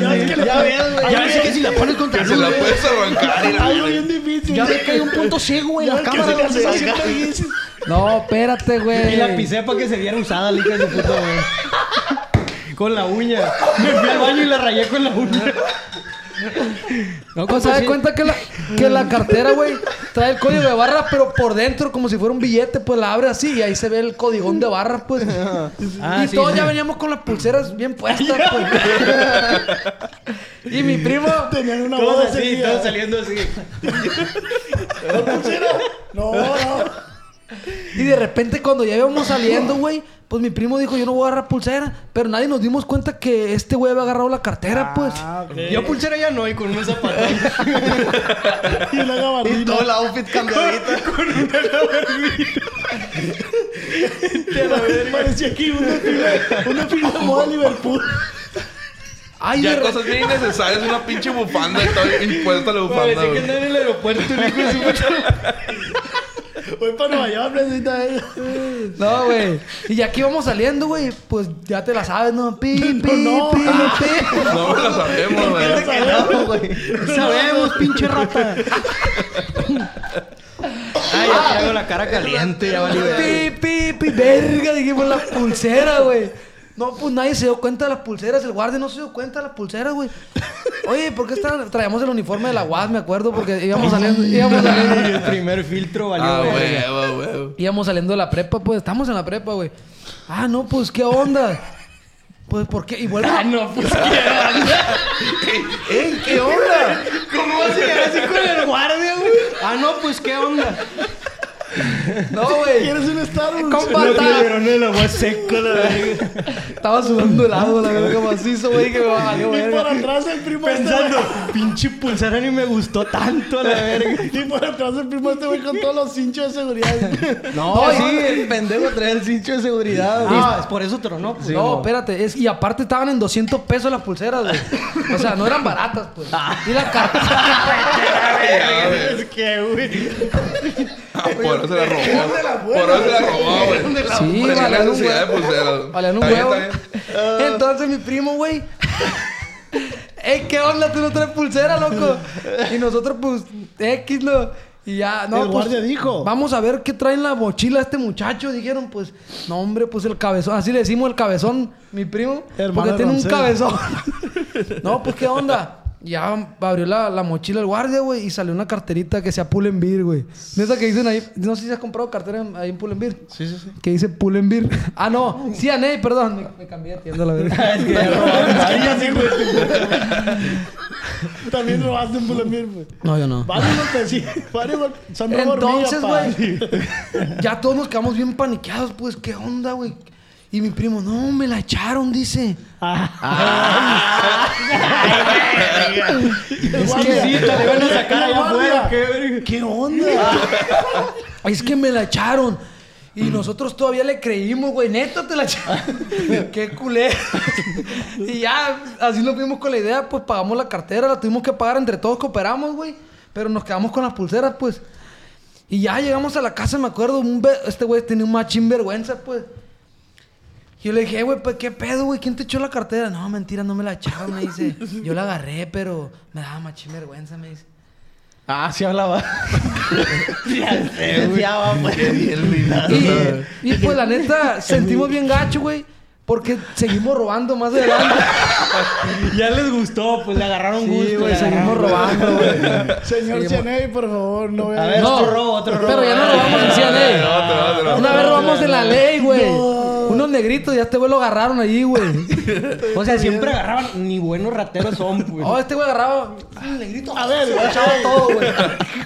[SPEAKER 6] Ya es que le-
[SPEAKER 7] Ya ves que si la pones
[SPEAKER 4] Que se la puedes arrancar y la...
[SPEAKER 6] Algo bien difícil.
[SPEAKER 10] Ya ves que hay un punto ciego, güey, en las
[SPEAKER 6] Ya que se
[SPEAKER 10] cámaras.
[SPEAKER 6] le haces así, te dices.
[SPEAKER 2] No, espérate, güey.
[SPEAKER 7] Y la pisé para que se viera usada, la hija de su puta madre. Con la uña. Me fui al baño y la rayé con la uña. No,
[SPEAKER 2] O sea, de cuenta que la, que la cartera, güey, trae el código de barras, pero por dentro, como si fuera un billete, pues la abre así y ahí se ve el codigón de barras, pues.
[SPEAKER 7] Ah,
[SPEAKER 2] y
[SPEAKER 7] sí,
[SPEAKER 2] todos
[SPEAKER 7] sí.
[SPEAKER 2] ya veníamos con las pulseras bien puestas, pues. y mi primo,
[SPEAKER 6] Tenían una
[SPEAKER 7] Todos
[SPEAKER 6] boda
[SPEAKER 7] así,
[SPEAKER 6] así.
[SPEAKER 7] todos saliendo así.
[SPEAKER 6] No, no.
[SPEAKER 2] y de repente cuando ya íbamos saliendo, güey, pues mi primo dijo, yo no voy a agarrar pulsera, pero nadie nos dimos cuenta que este güey había agarrado la cartera, pues.
[SPEAKER 6] Ah, ok.
[SPEAKER 7] Yo pulsera ya no, y con un zapatón.
[SPEAKER 6] Y una
[SPEAKER 3] Y
[SPEAKER 6] gabardina.
[SPEAKER 3] todo el outfit cambiadito.
[SPEAKER 6] Parecía aquí una fila, una fila de moda Liverpool.
[SPEAKER 2] Ay, de
[SPEAKER 4] Ya
[SPEAKER 2] re-
[SPEAKER 4] cosas bien innecesarias, una pinche bufanda y todo impuesta a la bufanda,
[SPEAKER 7] Parecía que
[SPEAKER 4] güey.
[SPEAKER 7] andaba en el aeropuerto el hijo de su puta
[SPEAKER 6] Voy para Nueva York, necesito eso.
[SPEAKER 2] No, güey. Y ya que íbamos saliendo, güey, pues ya te la sabes, ¿no? Pi, pi,
[SPEAKER 6] no.
[SPEAKER 2] pi, pi.
[SPEAKER 4] No me lo sabemos, güey.
[SPEAKER 3] No, güey.
[SPEAKER 7] Sabemos, pinche rata. Ay, ya traigo la cara caliente, ya valió.
[SPEAKER 2] Pi, pi, pi, verga, dijimos la pulsera, güey. No, pues nadie se dio cuenta de las pulseras, el guardia no se dio cuenta de las pulseras, güey. Oye, ¿por qué estaban- traíamos el uniforme de la UAS, me acuerdo? Porque íbamos saliendo, íbamos saliendo,
[SPEAKER 7] El primer filtro valió.
[SPEAKER 4] Ah,
[SPEAKER 7] verga.
[SPEAKER 4] huevo, huevo.
[SPEAKER 2] íbamos saliendo de la prepa, pues, estamos en la prepa, güey. Ah, no, pues, ¿qué onda? Pues, ¿por qué? Y vuelve... ¿Eh? Ah, no, pues,
[SPEAKER 4] ¡Ey, qué onda! ¿Cómo vas a llegar así con
[SPEAKER 7] El guardia, güey. Ah, no, pues qué onda.
[SPEAKER 2] No, güey.
[SPEAKER 6] ¿Quieres un Starbucks?
[SPEAKER 2] Compa, estaba-
[SPEAKER 7] el agua seco, la verga.
[SPEAKER 2] estaba sudando helado, la verga, macizo, güey, que me valió,
[SPEAKER 6] Y por
[SPEAKER 2] verga.
[SPEAKER 6] atrás el primo este,
[SPEAKER 7] Pensando, pinche pulsera ni me gustó tanto, la verga.
[SPEAKER 6] este güey. Y por atrás el primo este güey con todos los hinchos de seguridad.
[SPEAKER 3] No, sí, el pendejo trae el cincho de seguridad, güey.
[SPEAKER 7] Ah, es por eso tronó, pues.
[SPEAKER 2] no, espérate. Es, y aparte estaban en 200 pesos las pulseras, güey. O sea, no eran baratas, pues. Y la cartera...
[SPEAKER 6] Es que, güey.
[SPEAKER 4] Ah, por eso se la robó. Por eso se la robó, güey.
[SPEAKER 2] Sí,
[SPEAKER 4] Tenía
[SPEAKER 2] valían un
[SPEAKER 4] necesidad de
[SPEAKER 2] huevo.
[SPEAKER 4] pulseras.
[SPEAKER 2] Valían un
[SPEAKER 4] Está bien,
[SPEAKER 2] huevo.
[SPEAKER 4] está bien.
[SPEAKER 2] Entonces mi primo, güey. Eh, ¿qué onda? Tú no traes pulsera, loco. Y nosotros, pues, X, lo. Y ya, no.
[SPEAKER 6] El
[SPEAKER 2] pues,
[SPEAKER 6] guardia dijo.
[SPEAKER 2] Vamos a ver qué trae en la mochila este muchacho. Dijeron, pues, no, hombre, pues el cabezón. Así le decimos el cabezón, mi primo.
[SPEAKER 6] Hermano
[SPEAKER 2] porque
[SPEAKER 6] de
[SPEAKER 2] tiene un
[SPEAKER 6] Roncero.
[SPEAKER 2] cabezón. no, pues, ¿qué onda? Ya abrió la, la mochila el guardia, güey, y salió una carterita que sea Pull&Bear, güey. De esa que dicen ahí, no sé si has comprado cartera en- ahí en Pull&Bear. Sí, sí, sí. Que dice Pull&Bear. Ah, no, sí, Aney, perdón, me, me cambié de tienda la verdad.
[SPEAKER 6] También robaste un bulamir, güey.
[SPEAKER 2] no, yo no.
[SPEAKER 6] Varios golpes, sí. Varios golpes. Son robo
[SPEAKER 2] Entonces,
[SPEAKER 6] hormiga, pa.
[SPEAKER 2] güey, ya todos nos quedamos bien paniqueados, pues, ¿qué onda, güey? Y mi primo, no, me la echaron, dice.
[SPEAKER 6] Es
[SPEAKER 2] que sí,
[SPEAKER 7] te la iban a sacar allá afuera,
[SPEAKER 6] ¿Qué, onda?
[SPEAKER 2] Es que me la echaron. Y nosotros todavía le creímos, güey, neta te la echaron. Qué culé. y ya, así nos fuimos con la idea, pues pagamos la cartera, la tuvimos que pagar entre todos, cooperamos, güey. Pero nos quedamos con las pulseras, pues. Y ya llegamos a la casa, me acuerdo, un ve- este güey tenía un machín vergüenza, pues. Yo le dije, güey, pues qué pedo, güey, ¿quién te echó la cartera? No, mentira, no me la echaron, me dice. Yo la agarré, pero me daba machín vergüenza, me dice.
[SPEAKER 3] Ah, sí hablaba. ya sé, güey. Ya va, pues.
[SPEAKER 2] Y, y, pues la neta, sentimos bien gacho, güey. Porque seguimos robando más adelante.
[SPEAKER 7] Ya les gustó, pues le agarraron
[SPEAKER 2] Sí,
[SPEAKER 7] gusto.
[SPEAKER 2] güey,
[SPEAKER 7] le agarraron
[SPEAKER 2] seguimos robando, güey.
[SPEAKER 6] Señor Cianey, por favor, no vea.
[SPEAKER 7] A ver, otro robo, otro robo.
[SPEAKER 2] Pero ya no robamos en
[SPEAKER 4] Eh,
[SPEAKER 2] CNA.
[SPEAKER 4] Otro, otro.
[SPEAKER 2] Una vez robamos en la ley, güey. Unos negritos, ya este güey lo agarraron allí, güey.
[SPEAKER 7] O sea, siempre agarraban, ni buenos rateros son, pues.
[SPEAKER 2] Oh, este güey agarraba. Un negrito.
[SPEAKER 6] A ver,
[SPEAKER 2] se lo echaba todo, güey.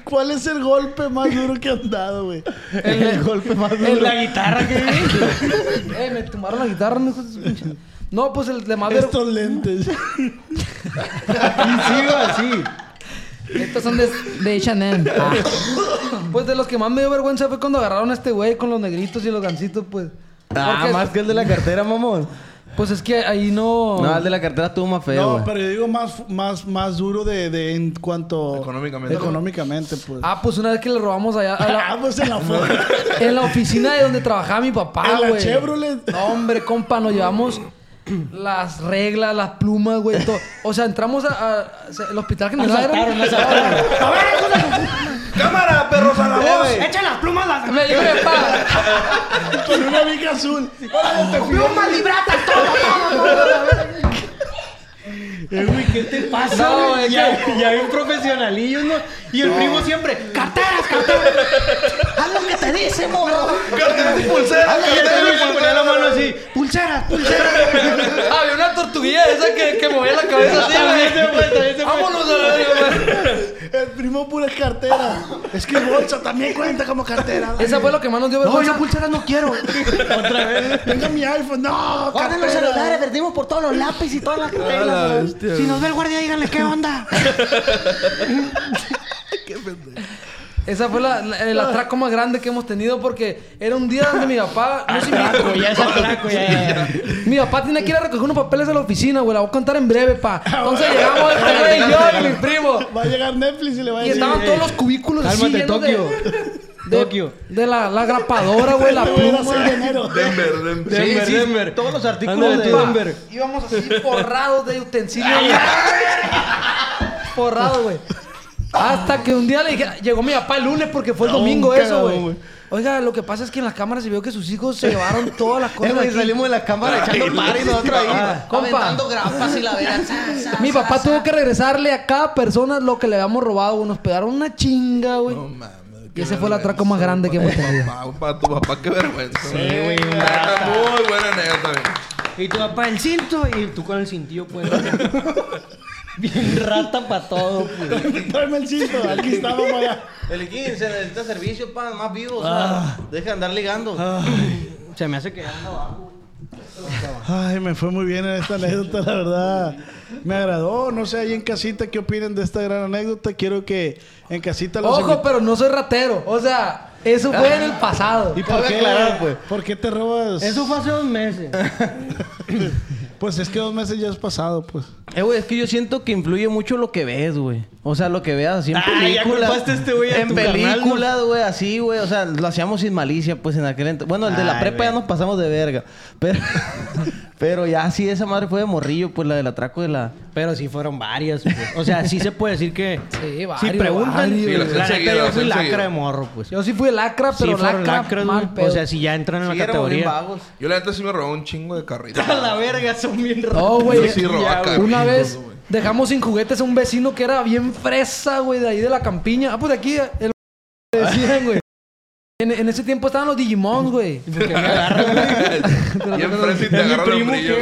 [SPEAKER 6] ¿Cuál es el golpe más duro que han dado, güey?
[SPEAKER 2] El, golpe más el,
[SPEAKER 7] La guitarra que
[SPEAKER 2] Eh, me tumbaron la guitarra, no hijos de su pinche- No, pues el de más ver-
[SPEAKER 6] Estos lentes.
[SPEAKER 7] así.
[SPEAKER 2] Estos son de, de H&M. Ah. Pues de los que más me dio vergüenza fue cuando agarraron a este güey con los negritos y los gancitos, pues.
[SPEAKER 3] Ah,
[SPEAKER 2] Porque-
[SPEAKER 3] más que el de la cartera, mamón.
[SPEAKER 2] Pues es que ahí no...
[SPEAKER 3] No, el de la cartera estuvo más feo,
[SPEAKER 6] No,
[SPEAKER 3] güey.
[SPEAKER 6] pero yo digo más, más, más duro de, de en cuanto.
[SPEAKER 4] Económicamente.
[SPEAKER 6] Económicamente, pues.
[SPEAKER 2] Ah, pues una vez que le robamos allá a
[SPEAKER 6] Ah,
[SPEAKER 2] la-
[SPEAKER 6] pues en la foto.
[SPEAKER 2] en la oficina de donde trabajaba mi papá,
[SPEAKER 6] En la
[SPEAKER 2] Ah, güey.
[SPEAKER 6] Chevrolet.
[SPEAKER 2] No, hombre, compa, nos llevamos las reglas, las plumas, güey, todo. O sea, entramos a, a- se- el hospital que nos
[SPEAKER 7] Asaltaron, asaltaron.
[SPEAKER 4] ¡Cámara, perros a la voz!
[SPEAKER 7] Echa las plumas las.
[SPEAKER 2] Me dijo mi papá,
[SPEAKER 6] Con una mica azul.
[SPEAKER 7] Eh, güey, ¿qué te pasa?
[SPEAKER 2] No,
[SPEAKER 7] güey?
[SPEAKER 2] es
[SPEAKER 7] ya, ya hay un profesionalillo, ¿no? Y el primo siempre, carteras,
[SPEAKER 10] Haz lo que te dice, morro.
[SPEAKER 4] ¡Cártela tu pulsera!
[SPEAKER 7] carteras. Y le ponía la mano así.
[SPEAKER 10] Pulseras, pulseras.
[SPEAKER 2] había una tortuguilla esa que, que movía la cabeza así,
[SPEAKER 7] También se
[SPEAKER 2] güey.
[SPEAKER 7] fue, también se fue.
[SPEAKER 2] Vámonos a la verga, güey.
[SPEAKER 6] El primo pura cartera. Es que bolsa también cuenta como cartera.
[SPEAKER 2] Esa fue lo que más nos dio
[SPEAKER 10] No,
[SPEAKER 2] vergüenza.
[SPEAKER 10] yo pulseras no quiero.
[SPEAKER 6] Tenga mi iPhone. No,
[SPEAKER 10] Guarden los celulares,
[SPEAKER 6] cartera.
[SPEAKER 10] perdimos por todos los lápices y todas las
[SPEAKER 4] la
[SPEAKER 10] carteras.
[SPEAKER 4] bestia,
[SPEAKER 10] Si nos ve el guardia, díganle qué onda.
[SPEAKER 2] Esa fue la, la- el atraco más grande que hemos tenido porque era un día donde mi papá nos invitó.
[SPEAKER 7] Güey, ya es atraco, ya, ya. ya.
[SPEAKER 2] Mi papá tiene que ir a recoger unos papeles de la oficina, güey. La voy a contar en breve, pa. Entonces llegamos este güey y yo y mi primo.
[SPEAKER 6] Va a llegar Netflix y le va a
[SPEAKER 2] Y
[SPEAKER 6] decir.
[SPEAKER 2] estaban todos los cubículos así
[SPEAKER 7] Cálmate,
[SPEAKER 2] llenos de-
[SPEAKER 7] Tokio.
[SPEAKER 2] De,
[SPEAKER 7] Tokio.
[SPEAKER 2] de la, la grapadora, güey, la pluma.
[SPEAKER 4] Denver, Denver.
[SPEAKER 7] Denver,
[SPEAKER 3] sí,
[SPEAKER 7] Denver.
[SPEAKER 3] todos los artículos
[SPEAKER 7] Ándale,
[SPEAKER 3] de-
[SPEAKER 7] tú.
[SPEAKER 2] Denver. Íbamos así forrados de utensilios. güey. forrados, güey. Hasta que un día le dije, llegó mi papá el lunes porque fue el domingo eso, güey. Oiga, lo que pasa es que en las cámaras se vio que sus hijos se llevaron todas las
[SPEAKER 3] Eh,
[SPEAKER 2] cosas. de
[SPEAKER 3] güey,
[SPEAKER 2] aquí.
[SPEAKER 3] salimos de la cámara echando par y nosotros ahí.
[SPEAKER 2] Ah, Compa,
[SPEAKER 10] Aventando grapas y la verga.
[SPEAKER 2] mi papá tuvo que regresarle a cada persona lo que le habíamos robado, güey. Nos pegaron una chinga, güey.
[SPEAKER 4] No mames.
[SPEAKER 2] Y
[SPEAKER 4] qué
[SPEAKER 2] ese fue el atraco más
[SPEAKER 4] vergüenza,
[SPEAKER 2] grande que hemos
[SPEAKER 4] papá,
[SPEAKER 2] tenido.
[SPEAKER 4] papá, Para tu papá, qué vergüenza. Sí,
[SPEAKER 7] güey, un rata.
[SPEAKER 4] Muy buena neta, güey.
[SPEAKER 7] Y tu papá el cinto y tú con el cintillo, pues. Bien rata para todo, pues.
[SPEAKER 6] Tráeme el cinto, aquí está, vamos allá.
[SPEAKER 3] El 15 necesita servicio para más vivos. o sea, Deja de andar ligando.
[SPEAKER 7] Ah. Se me hace que anda abajo.
[SPEAKER 6] Ay, me fue muy bien en esta anécdota, la verdad. Me agradó. No sé, ahí en casita, ¿qué opinan de esta gran anécdota? Quiero que en casita los
[SPEAKER 2] Ojo,
[SPEAKER 6] invite-
[SPEAKER 2] pero no soy ratero. O sea, eso fue en el pasado.
[SPEAKER 6] ¿Y por
[SPEAKER 3] Cabe
[SPEAKER 6] qué,
[SPEAKER 3] aclarar, pues.
[SPEAKER 6] por qué te robas?
[SPEAKER 7] Eso fue hace dos meses.
[SPEAKER 6] Pues es que dos meses ya es pasado, pues.
[SPEAKER 3] Eh, güey, es que yo siento que influye mucho lo que ves, güey. O sea, lo que veas así en
[SPEAKER 7] Ah, ya
[SPEAKER 3] películas.
[SPEAKER 7] culpaste a este güey, a
[SPEAKER 3] en
[SPEAKER 7] tu carnal, ¿no?
[SPEAKER 3] películas, güey, así, güey. O sea, lo hacíamos sin malicia, pues, en aquel entonces. Bueno, el de la
[SPEAKER 7] Ay,
[SPEAKER 3] prepa ya
[SPEAKER 7] güey.
[SPEAKER 3] nos pasamos de verga. Pero, pero ya sí, esa madre fue de morrillo, pues, la del atraco de la...
[SPEAKER 7] Pero sí fueron varias, pues. O sea, sí se puede decir que.
[SPEAKER 2] Sí, varios,
[SPEAKER 7] Si preguntan,
[SPEAKER 2] varios.
[SPEAKER 4] Sí, las
[SPEAKER 7] la
[SPEAKER 4] han
[SPEAKER 7] neta
[SPEAKER 4] seguido,
[SPEAKER 7] yo
[SPEAKER 4] las
[SPEAKER 7] fui
[SPEAKER 4] han
[SPEAKER 7] lacra
[SPEAKER 4] seguido.
[SPEAKER 7] de morro, pues.
[SPEAKER 2] Yo sí fui lacra, pero
[SPEAKER 7] sí fueron
[SPEAKER 2] lacra,
[SPEAKER 7] lacras,
[SPEAKER 2] mal
[SPEAKER 7] güey.
[SPEAKER 2] pedo.
[SPEAKER 7] O sea, si ya entran en la
[SPEAKER 3] Sí, éramos bien
[SPEAKER 7] categoría.
[SPEAKER 3] vagos.
[SPEAKER 4] Yo la neta sí me robó un chingo de carritos.
[SPEAKER 7] A la verga, son bien raros.
[SPEAKER 2] No, güey.
[SPEAKER 4] Yo sí robaba
[SPEAKER 2] Ya, Una
[SPEAKER 4] carritos,
[SPEAKER 2] vez
[SPEAKER 4] güey.
[SPEAKER 2] dejamos sin juguetes a un vecino que era bien fresa, güey, de ahí de la campiña. Ah, pues de aquí el le decían, güey. En, en ese tiempo estaban los Digimons, güey.
[SPEAKER 4] Bien fresa y te agarró los brillos.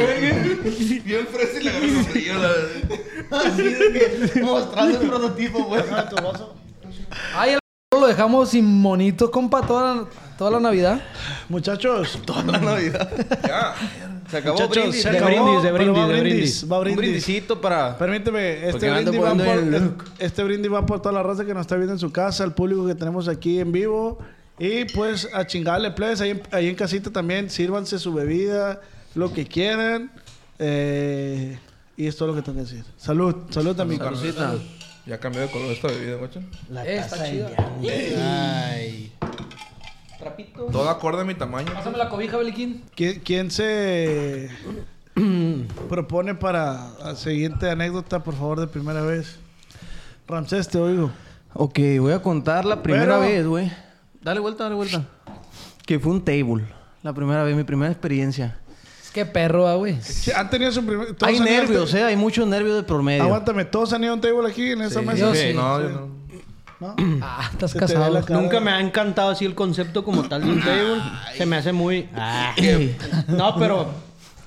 [SPEAKER 4] Bien fresa y le agarró los brillos. la verdad.
[SPEAKER 3] Mostrando el prototipo, güey.
[SPEAKER 2] Ay, el lo dejamos sin monitos, compa, toda la, toda la Navidad.
[SPEAKER 6] Muchachos,
[SPEAKER 4] Ya.
[SPEAKER 3] Se acabó
[SPEAKER 6] muchachos,
[SPEAKER 3] brindis.
[SPEAKER 6] se
[SPEAKER 7] de
[SPEAKER 6] acabó,
[SPEAKER 7] brindis, de
[SPEAKER 6] pero
[SPEAKER 7] brindis,
[SPEAKER 6] va
[SPEAKER 7] de
[SPEAKER 6] Va
[SPEAKER 3] Un
[SPEAKER 6] brindis.
[SPEAKER 3] brindisito para...
[SPEAKER 6] Permíteme,
[SPEAKER 3] Porque
[SPEAKER 6] este
[SPEAKER 3] me ando
[SPEAKER 6] brindis, va por,
[SPEAKER 3] poniendo el look.
[SPEAKER 6] este- este brindis va por toda la raza que nos está viendo en su casa, el público que tenemos aquí en vivo. Y pues a chingarle, plebes, ahí, en- ahí en casita también, sírvanse su bebida, lo que quieran. Eh, y es todo lo que tengo que decir. Salud, salud amigo.
[SPEAKER 4] Ya cambió de color esta bebida, guacho.
[SPEAKER 7] La
[SPEAKER 2] Eh, está
[SPEAKER 7] taza de
[SPEAKER 2] chida.
[SPEAKER 7] Yandel. Ay.
[SPEAKER 4] Todo acorde a mi tamaño.
[SPEAKER 2] Pásame la cobija, Beliquín.
[SPEAKER 6] ¿Qui- ¿Quién se propone para la siguiente anécdota, por favor, de primera vez? Ramsés, te oigo.
[SPEAKER 3] Ok, voy a contar la primera
[SPEAKER 6] Pero-
[SPEAKER 3] vez, güey. Dale vuelta, dale vuelta. Que fue un table. La primera vez, mi primera experiencia.
[SPEAKER 2] Es que perro, ah, güey.
[SPEAKER 6] Sí, ¿Han tenido su primer... todos
[SPEAKER 3] Hay
[SPEAKER 6] han ido a
[SPEAKER 3] nervios,
[SPEAKER 6] este-
[SPEAKER 3] eh. Hay muchos nervios de promedio.
[SPEAKER 6] Aguántame, ¿todos han ido a un table aquí en esa mesa?
[SPEAKER 2] Yo sí.
[SPEAKER 4] No, yo no.
[SPEAKER 6] ¿No?
[SPEAKER 2] Ah, estás
[SPEAKER 6] Se te ve
[SPEAKER 2] casado.
[SPEAKER 6] la cara.
[SPEAKER 7] Nunca me ha encantado así el concepto como tal de
[SPEAKER 3] Ah.
[SPEAKER 7] un table. Se me hace muy. ah. No, pero.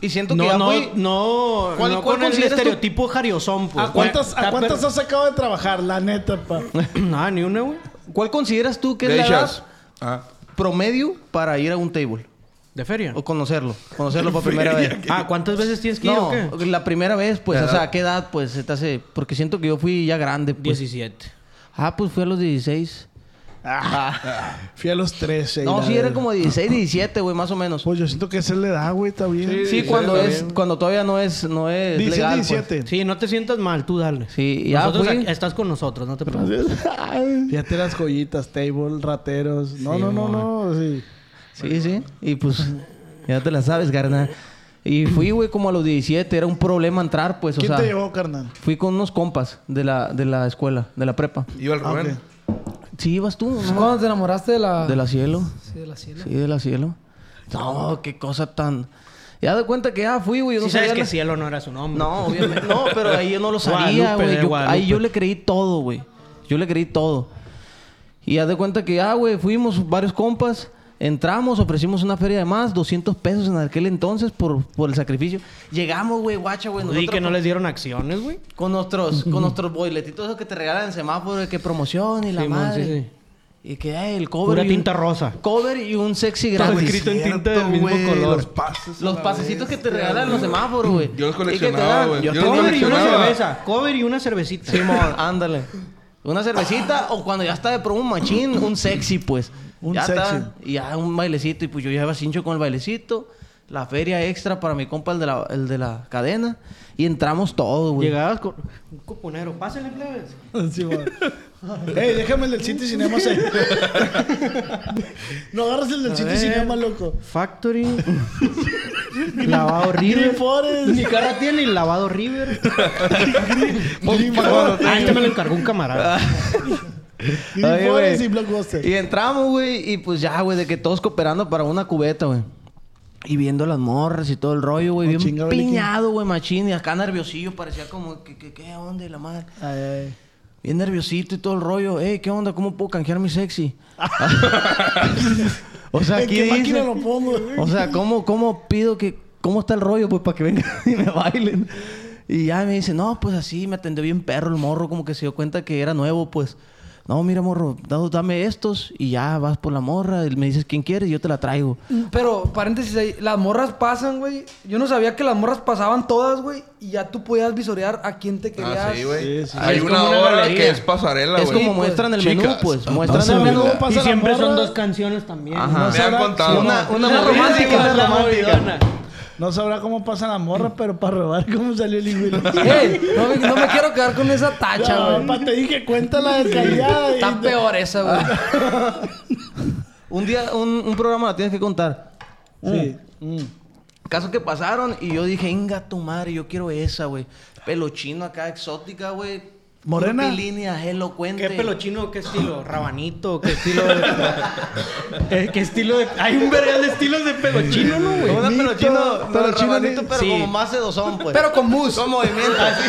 [SPEAKER 3] Y siento que
[SPEAKER 7] No,
[SPEAKER 3] ya
[SPEAKER 7] no,
[SPEAKER 3] fui-
[SPEAKER 7] no.
[SPEAKER 3] ¿Cuál-
[SPEAKER 7] no
[SPEAKER 3] cuál
[SPEAKER 7] con el
[SPEAKER 3] consideras tú-
[SPEAKER 7] estereotipo jariosón, pues.
[SPEAKER 6] ¿A cuántas,
[SPEAKER 7] Está
[SPEAKER 6] ¿a cuántas
[SPEAKER 7] per-
[SPEAKER 6] has sacado de trabajar? La neta, pa.
[SPEAKER 7] No, ni una, güey.
[SPEAKER 3] ¿Cuál consideras tú que es la edad
[SPEAKER 4] Geishas. Ah.
[SPEAKER 3] promedio para ir a un table?
[SPEAKER 7] ¿De feria?
[SPEAKER 3] O conocerlo. Conocerlo por primera vez.
[SPEAKER 7] Ah, ¿cuántas veces tienes que ir
[SPEAKER 3] No,
[SPEAKER 7] o qué?
[SPEAKER 3] la primera vez, pues,
[SPEAKER 4] La
[SPEAKER 3] o sea,
[SPEAKER 4] edad.
[SPEAKER 3] ¿qué edad, pues, se te hace? Porque siento que yo fui ya grande, pues.
[SPEAKER 7] 17.
[SPEAKER 3] Ah, pues fui a los 16.
[SPEAKER 6] Fui a los 13.
[SPEAKER 3] No,
[SPEAKER 6] la
[SPEAKER 3] sí, era
[SPEAKER 6] verga.
[SPEAKER 3] como 16, 17, güey, más o menos.
[SPEAKER 6] Pues yo siento que esa es la edad, güey, está bien.
[SPEAKER 3] Sí,
[SPEAKER 4] Sí, sí,
[SPEAKER 3] cuando
[SPEAKER 4] está
[SPEAKER 3] es,
[SPEAKER 4] bien.
[SPEAKER 3] cuando todavía no es, no es
[SPEAKER 6] 16,
[SPEAKER 3] legal. pues.
[SPEAKER 6] 17.
[SPEAKER 7] Sí, no te sientas mal, tú dale.
[SPEAKER 3] Sí, ya
[SPEAKER 7] Nosotros
[SPEAKER 3] fui.
[SPEAKER 7] aquí- estás con nosotros, no te preocupes.
[SPEAKER 6] Fíjate las joyitas, table, rateros. No, no, no, no. Sí.
[SPEAKER 3] Sí, sí. Y pues, ya te la sabes, carnal. Y fui, güey, como a los 17. Era un problema entrar, pues, o
[SPEAKER 6] ¿Quién
[SPEAKER 3] sea.
[SPEAKER 6] te llevó, carnal?
[SPEAKER 3] Fui con unos compas de la, de la escuela, de la prepa.
[SPEAKER 4] Iba el
[SPEAKER 6] Ah,
[SPEAKER 4] Rubén.
[SPEAKER 6] ok.
[SPEAKER 3] Sí, ibas tú, ¿no?
[SPEAKER 2] ¿Cuándo te enamoraste de la...
[SPEAKER 3] De la cielo.
[SPEAKER 2] Sí, de la cielo.
[SPEAKER 3] Sí, de la cielo. No, qué cosa tan. Ya de cuenta que ya fui, güey. Yo no
[SPEAKER 7] Sí sabes
[SPEAKER 3] sabía
[SPEAKER 7] que
[SPEAKER 3] la-
[SPEAKER 7] cielo no era su nombre.
[SPEAKER 3] No, obviamente. No, pero ahí yo no lo sabía,
[SPEAKER 7] Guadalupe,
[SPEAKER 3] güey.
[SPEAKER 7] de
[SPEAKER 3] Yo-
[SPEAKER 7] Guadalupe.
[SPEAKER 3] Ahí yo le creí todo, güey. Yo le creí todo. Y haz de cuenta que, ah, güey, fuimos varios compas. Entramos, ofrecimos una feria de más, 200 pesos en aquel entonces por, por el sacrificio. Llegamos, güey, guacha, güey.
[SPEAKER 7] Y
[SPEAKER 3] nosotros
[SPEAKER 7] que no
[SPEAKER 3] con-
[SPEAKER 7] les dieron acciones, güey.
[SPEAKER 3] Con nuestros, con nuestros boiletitos esos que te regalan en semáforo, de que promoción y la
[SPEAKER 7] Simón,
[SPEAKER 3] madre.
[SPEAKER 7] sí, sí.
[SPEAKER 3] Y que, ay, el cover.
[SPEAKER 7] Pura
[SPEAKER 3] y un-
[SPEAKER 7] tinta rosa.
[SPEAKER 3] Cover y un sexy gratis.
[SPEAKER 7] escrito en tinta del mismo
[SPEAKER 4] güey,
[SPEAKER 7] color.
[SPEAKER 4] Los pases.
[SPEAKER 3] Los pasecitos que te regalan los semáforos, güey.
[SPEAKER 4] Yo los
[SPEAKER 3] Y que te
[SPEAKER 4] coleccionaba,
[SPEAKER 3] dan-
[SPEAKER 4] güey.
[SPEAKER 3] Yo
[SPEAKER 4] Yo los
[SPEAKER 3] tenía-
[SPEAKER 7] Cover y una
[SPEAKER 4] coleccionaba.
[SPEAKER 7] cerveza. Cover y una cervecita.
[SPEAKER 3] Simón, ándale. Una cervecita o cuando ya está de promo un machín, un sexy, pues.
[SPEAKER 6] Un
[SPEAKER 3] ya está,
[SPEAKER 6] sexy.
[SPEAKER 3] y ya un bailecito. Y pues yo ya iba cincho con el bailecito. La feria extra para mi compa, el de la, el de la cadena. Y entramos todos, güey.
[SPEAKER 7] Llegabas con un coponero. Pásenle, plebes.
[SPEAKER 6] Sí, güey. Ey, déjame el del City Cinema. se- no agarras el del
[SPEAKER 7] A
[SPEAKER 6] City
[SPEAKER 7] ver.
[SPEAKER 6] Cinema, loco.
[SPEAKER 7] Factory. lavado River.
[SPEAKER 6] Green Forest.
[SPEAKER 7] Ni cara tiene ni lavado River. ah, este me lo encargó un camarada.
[SPEAKER 3] Ah.
[SPEAKER 6] Green
[SPEAKER 3] Oye,
[SPEAKER 6] Forest
[SPEAKER 3] güey.
[SPEAKER 6] y Blockbuster.
[SPEAKER 3] Y entramos, güey, y pues ya, güey, de que todos cooperando para una cubeta, güey. Y viendo las morras y todo el rollo, güey.
[SPEAKER 6] No,
[SPEAKER 3] bien
[SPEAKER 6] chinga, vale,
[SPEAKER 3] piñado, güey, machín. Y acá nerviosillo, parecía como, que que- qué onda? Y la madre.
[SPEAKER 6] Ay, ay.
[SPEAKER 3] Bien nerviosito y todo el rollo. Ey, ¿qué onda? ¿Cómo puedo canjear mi sexy? o sea,
[SPEAKER 6] ¿En
[SPEAKER 3] aquí
[SPEAKER 6] qué máquina
[SPEAKER 3] dice...
[SPEAKER 6] lo pongo?
[SPEAKER 3] O sea, ¿cómo, cómo pido que... ¿Cómo está el rollo? Pues para que vengan y me bailen. Y ya me dice, no, pues así, me atendió bien perro el morro, como que se dio cuenta que era nuevo, pues. No, mira, morro, da- dame estos y ya vas por la morra. Y me dices quién quieres y yo te la traigo.
[SPEAKER 2] Pero, paréntesis ahí, las morras pasan, güey. Yo no sabía que las morras pasaban todas, güey. Y ya tú podías visorear a quién te querías.
[SPEAKER 4] Ah, sí, güey.
[SPEAKER 6] Sí, sí.
[SPEAKER 4] Hay
[SPEAKER 7] Es
[SPEAKER 4] una
[SPEAKER 7] como una
[SPEAKER 4] hora
[SPEAKER 7] galería.
[SPEAKER 4] que es pasarela,
[SPEAKER 3] es
[SPEAKER 4] güey.
[SPEAKER 3] como
[SPEAKER 4] Sí,
[SPEAKER 3] muestran el menú,
[SPEAKER 4] Chicas,
[SPEAKER 3] pues.
[SPEAKER 6] O
[SPEAKER 3] Muestran
[SPEAKER 6] sea,
[SPEAKER 3] el menú.
[SPEAKER 6] luego pasa
[SPEAKER 7] Y
[SPEAKER 6] la
[SPEAKER 7] siempre son
[SPEAKER 6] morra.
[SPEAKER 7] dos canciones también.
[SPEAKER 3] Ajá.
[SPEAKER 4] Me han contado.
[SPEAKER 3] Una, una
[SPEAKER 7] Una
[SPEAKER 3] morrilla
[SPEAKER 7] romántica,
[SPEAKER 3] que-
[SPEAKER 7] una romántica.
[SPEAKER 6] movidona. No sabrá cómo pasa la morra, pero para robar cómo salió el hijo.
[SPEAKER 2] Ey, no, me, no me quiero quedar con esa
[SPEAKER 3] ah,
[SPEAKER 2] tacha,
[SPEAKER 6] No,
[SPEAKER 2] güey.
[SPEAKER 6] papá, te dije, cuéntala de callada. y-
[SPEAKER 2] Está peor esa, güey.
[SPEAKER 3] Un día, un, un programa la tienes que contar.
[SPEAKER 6] Sí.
[SPEAKER 3] Caso que pasaron y yo dije, inga tu madre, yo quiero esa, güey. Pelo chino acá, exótica, güey.
[SPEAKER 6] Morena.
[SPEAKER 3] líneas elocuente.
[SPEAKER 7] ¿Qué pelo chino? ¿Qué estilo? ¿Rabanito? ¿Qué estilo de.? Eh, ¿Qué estilo de.? Hay un vergal de estilos de pelo chino, ¿no, güey?
[SPEAKER 3] Una pelo
[SPEAKER 6] Mito,
[SPEAKER 3] chino,
[SPEAKER 6] pelo
[SPEAKER 3] pero
[SPEAKER 6] chino,
[SPEAKER 3] rabanito,
[SPEAKER 6] ni-
[SPEAKER 3] pero
[SPEAKER 7] sí.
[SPEAKER 3] como más sedosón, pues.
[SPEAKER 2] Pero con mus.
[SPEAKER 3] Con movimiento. Así.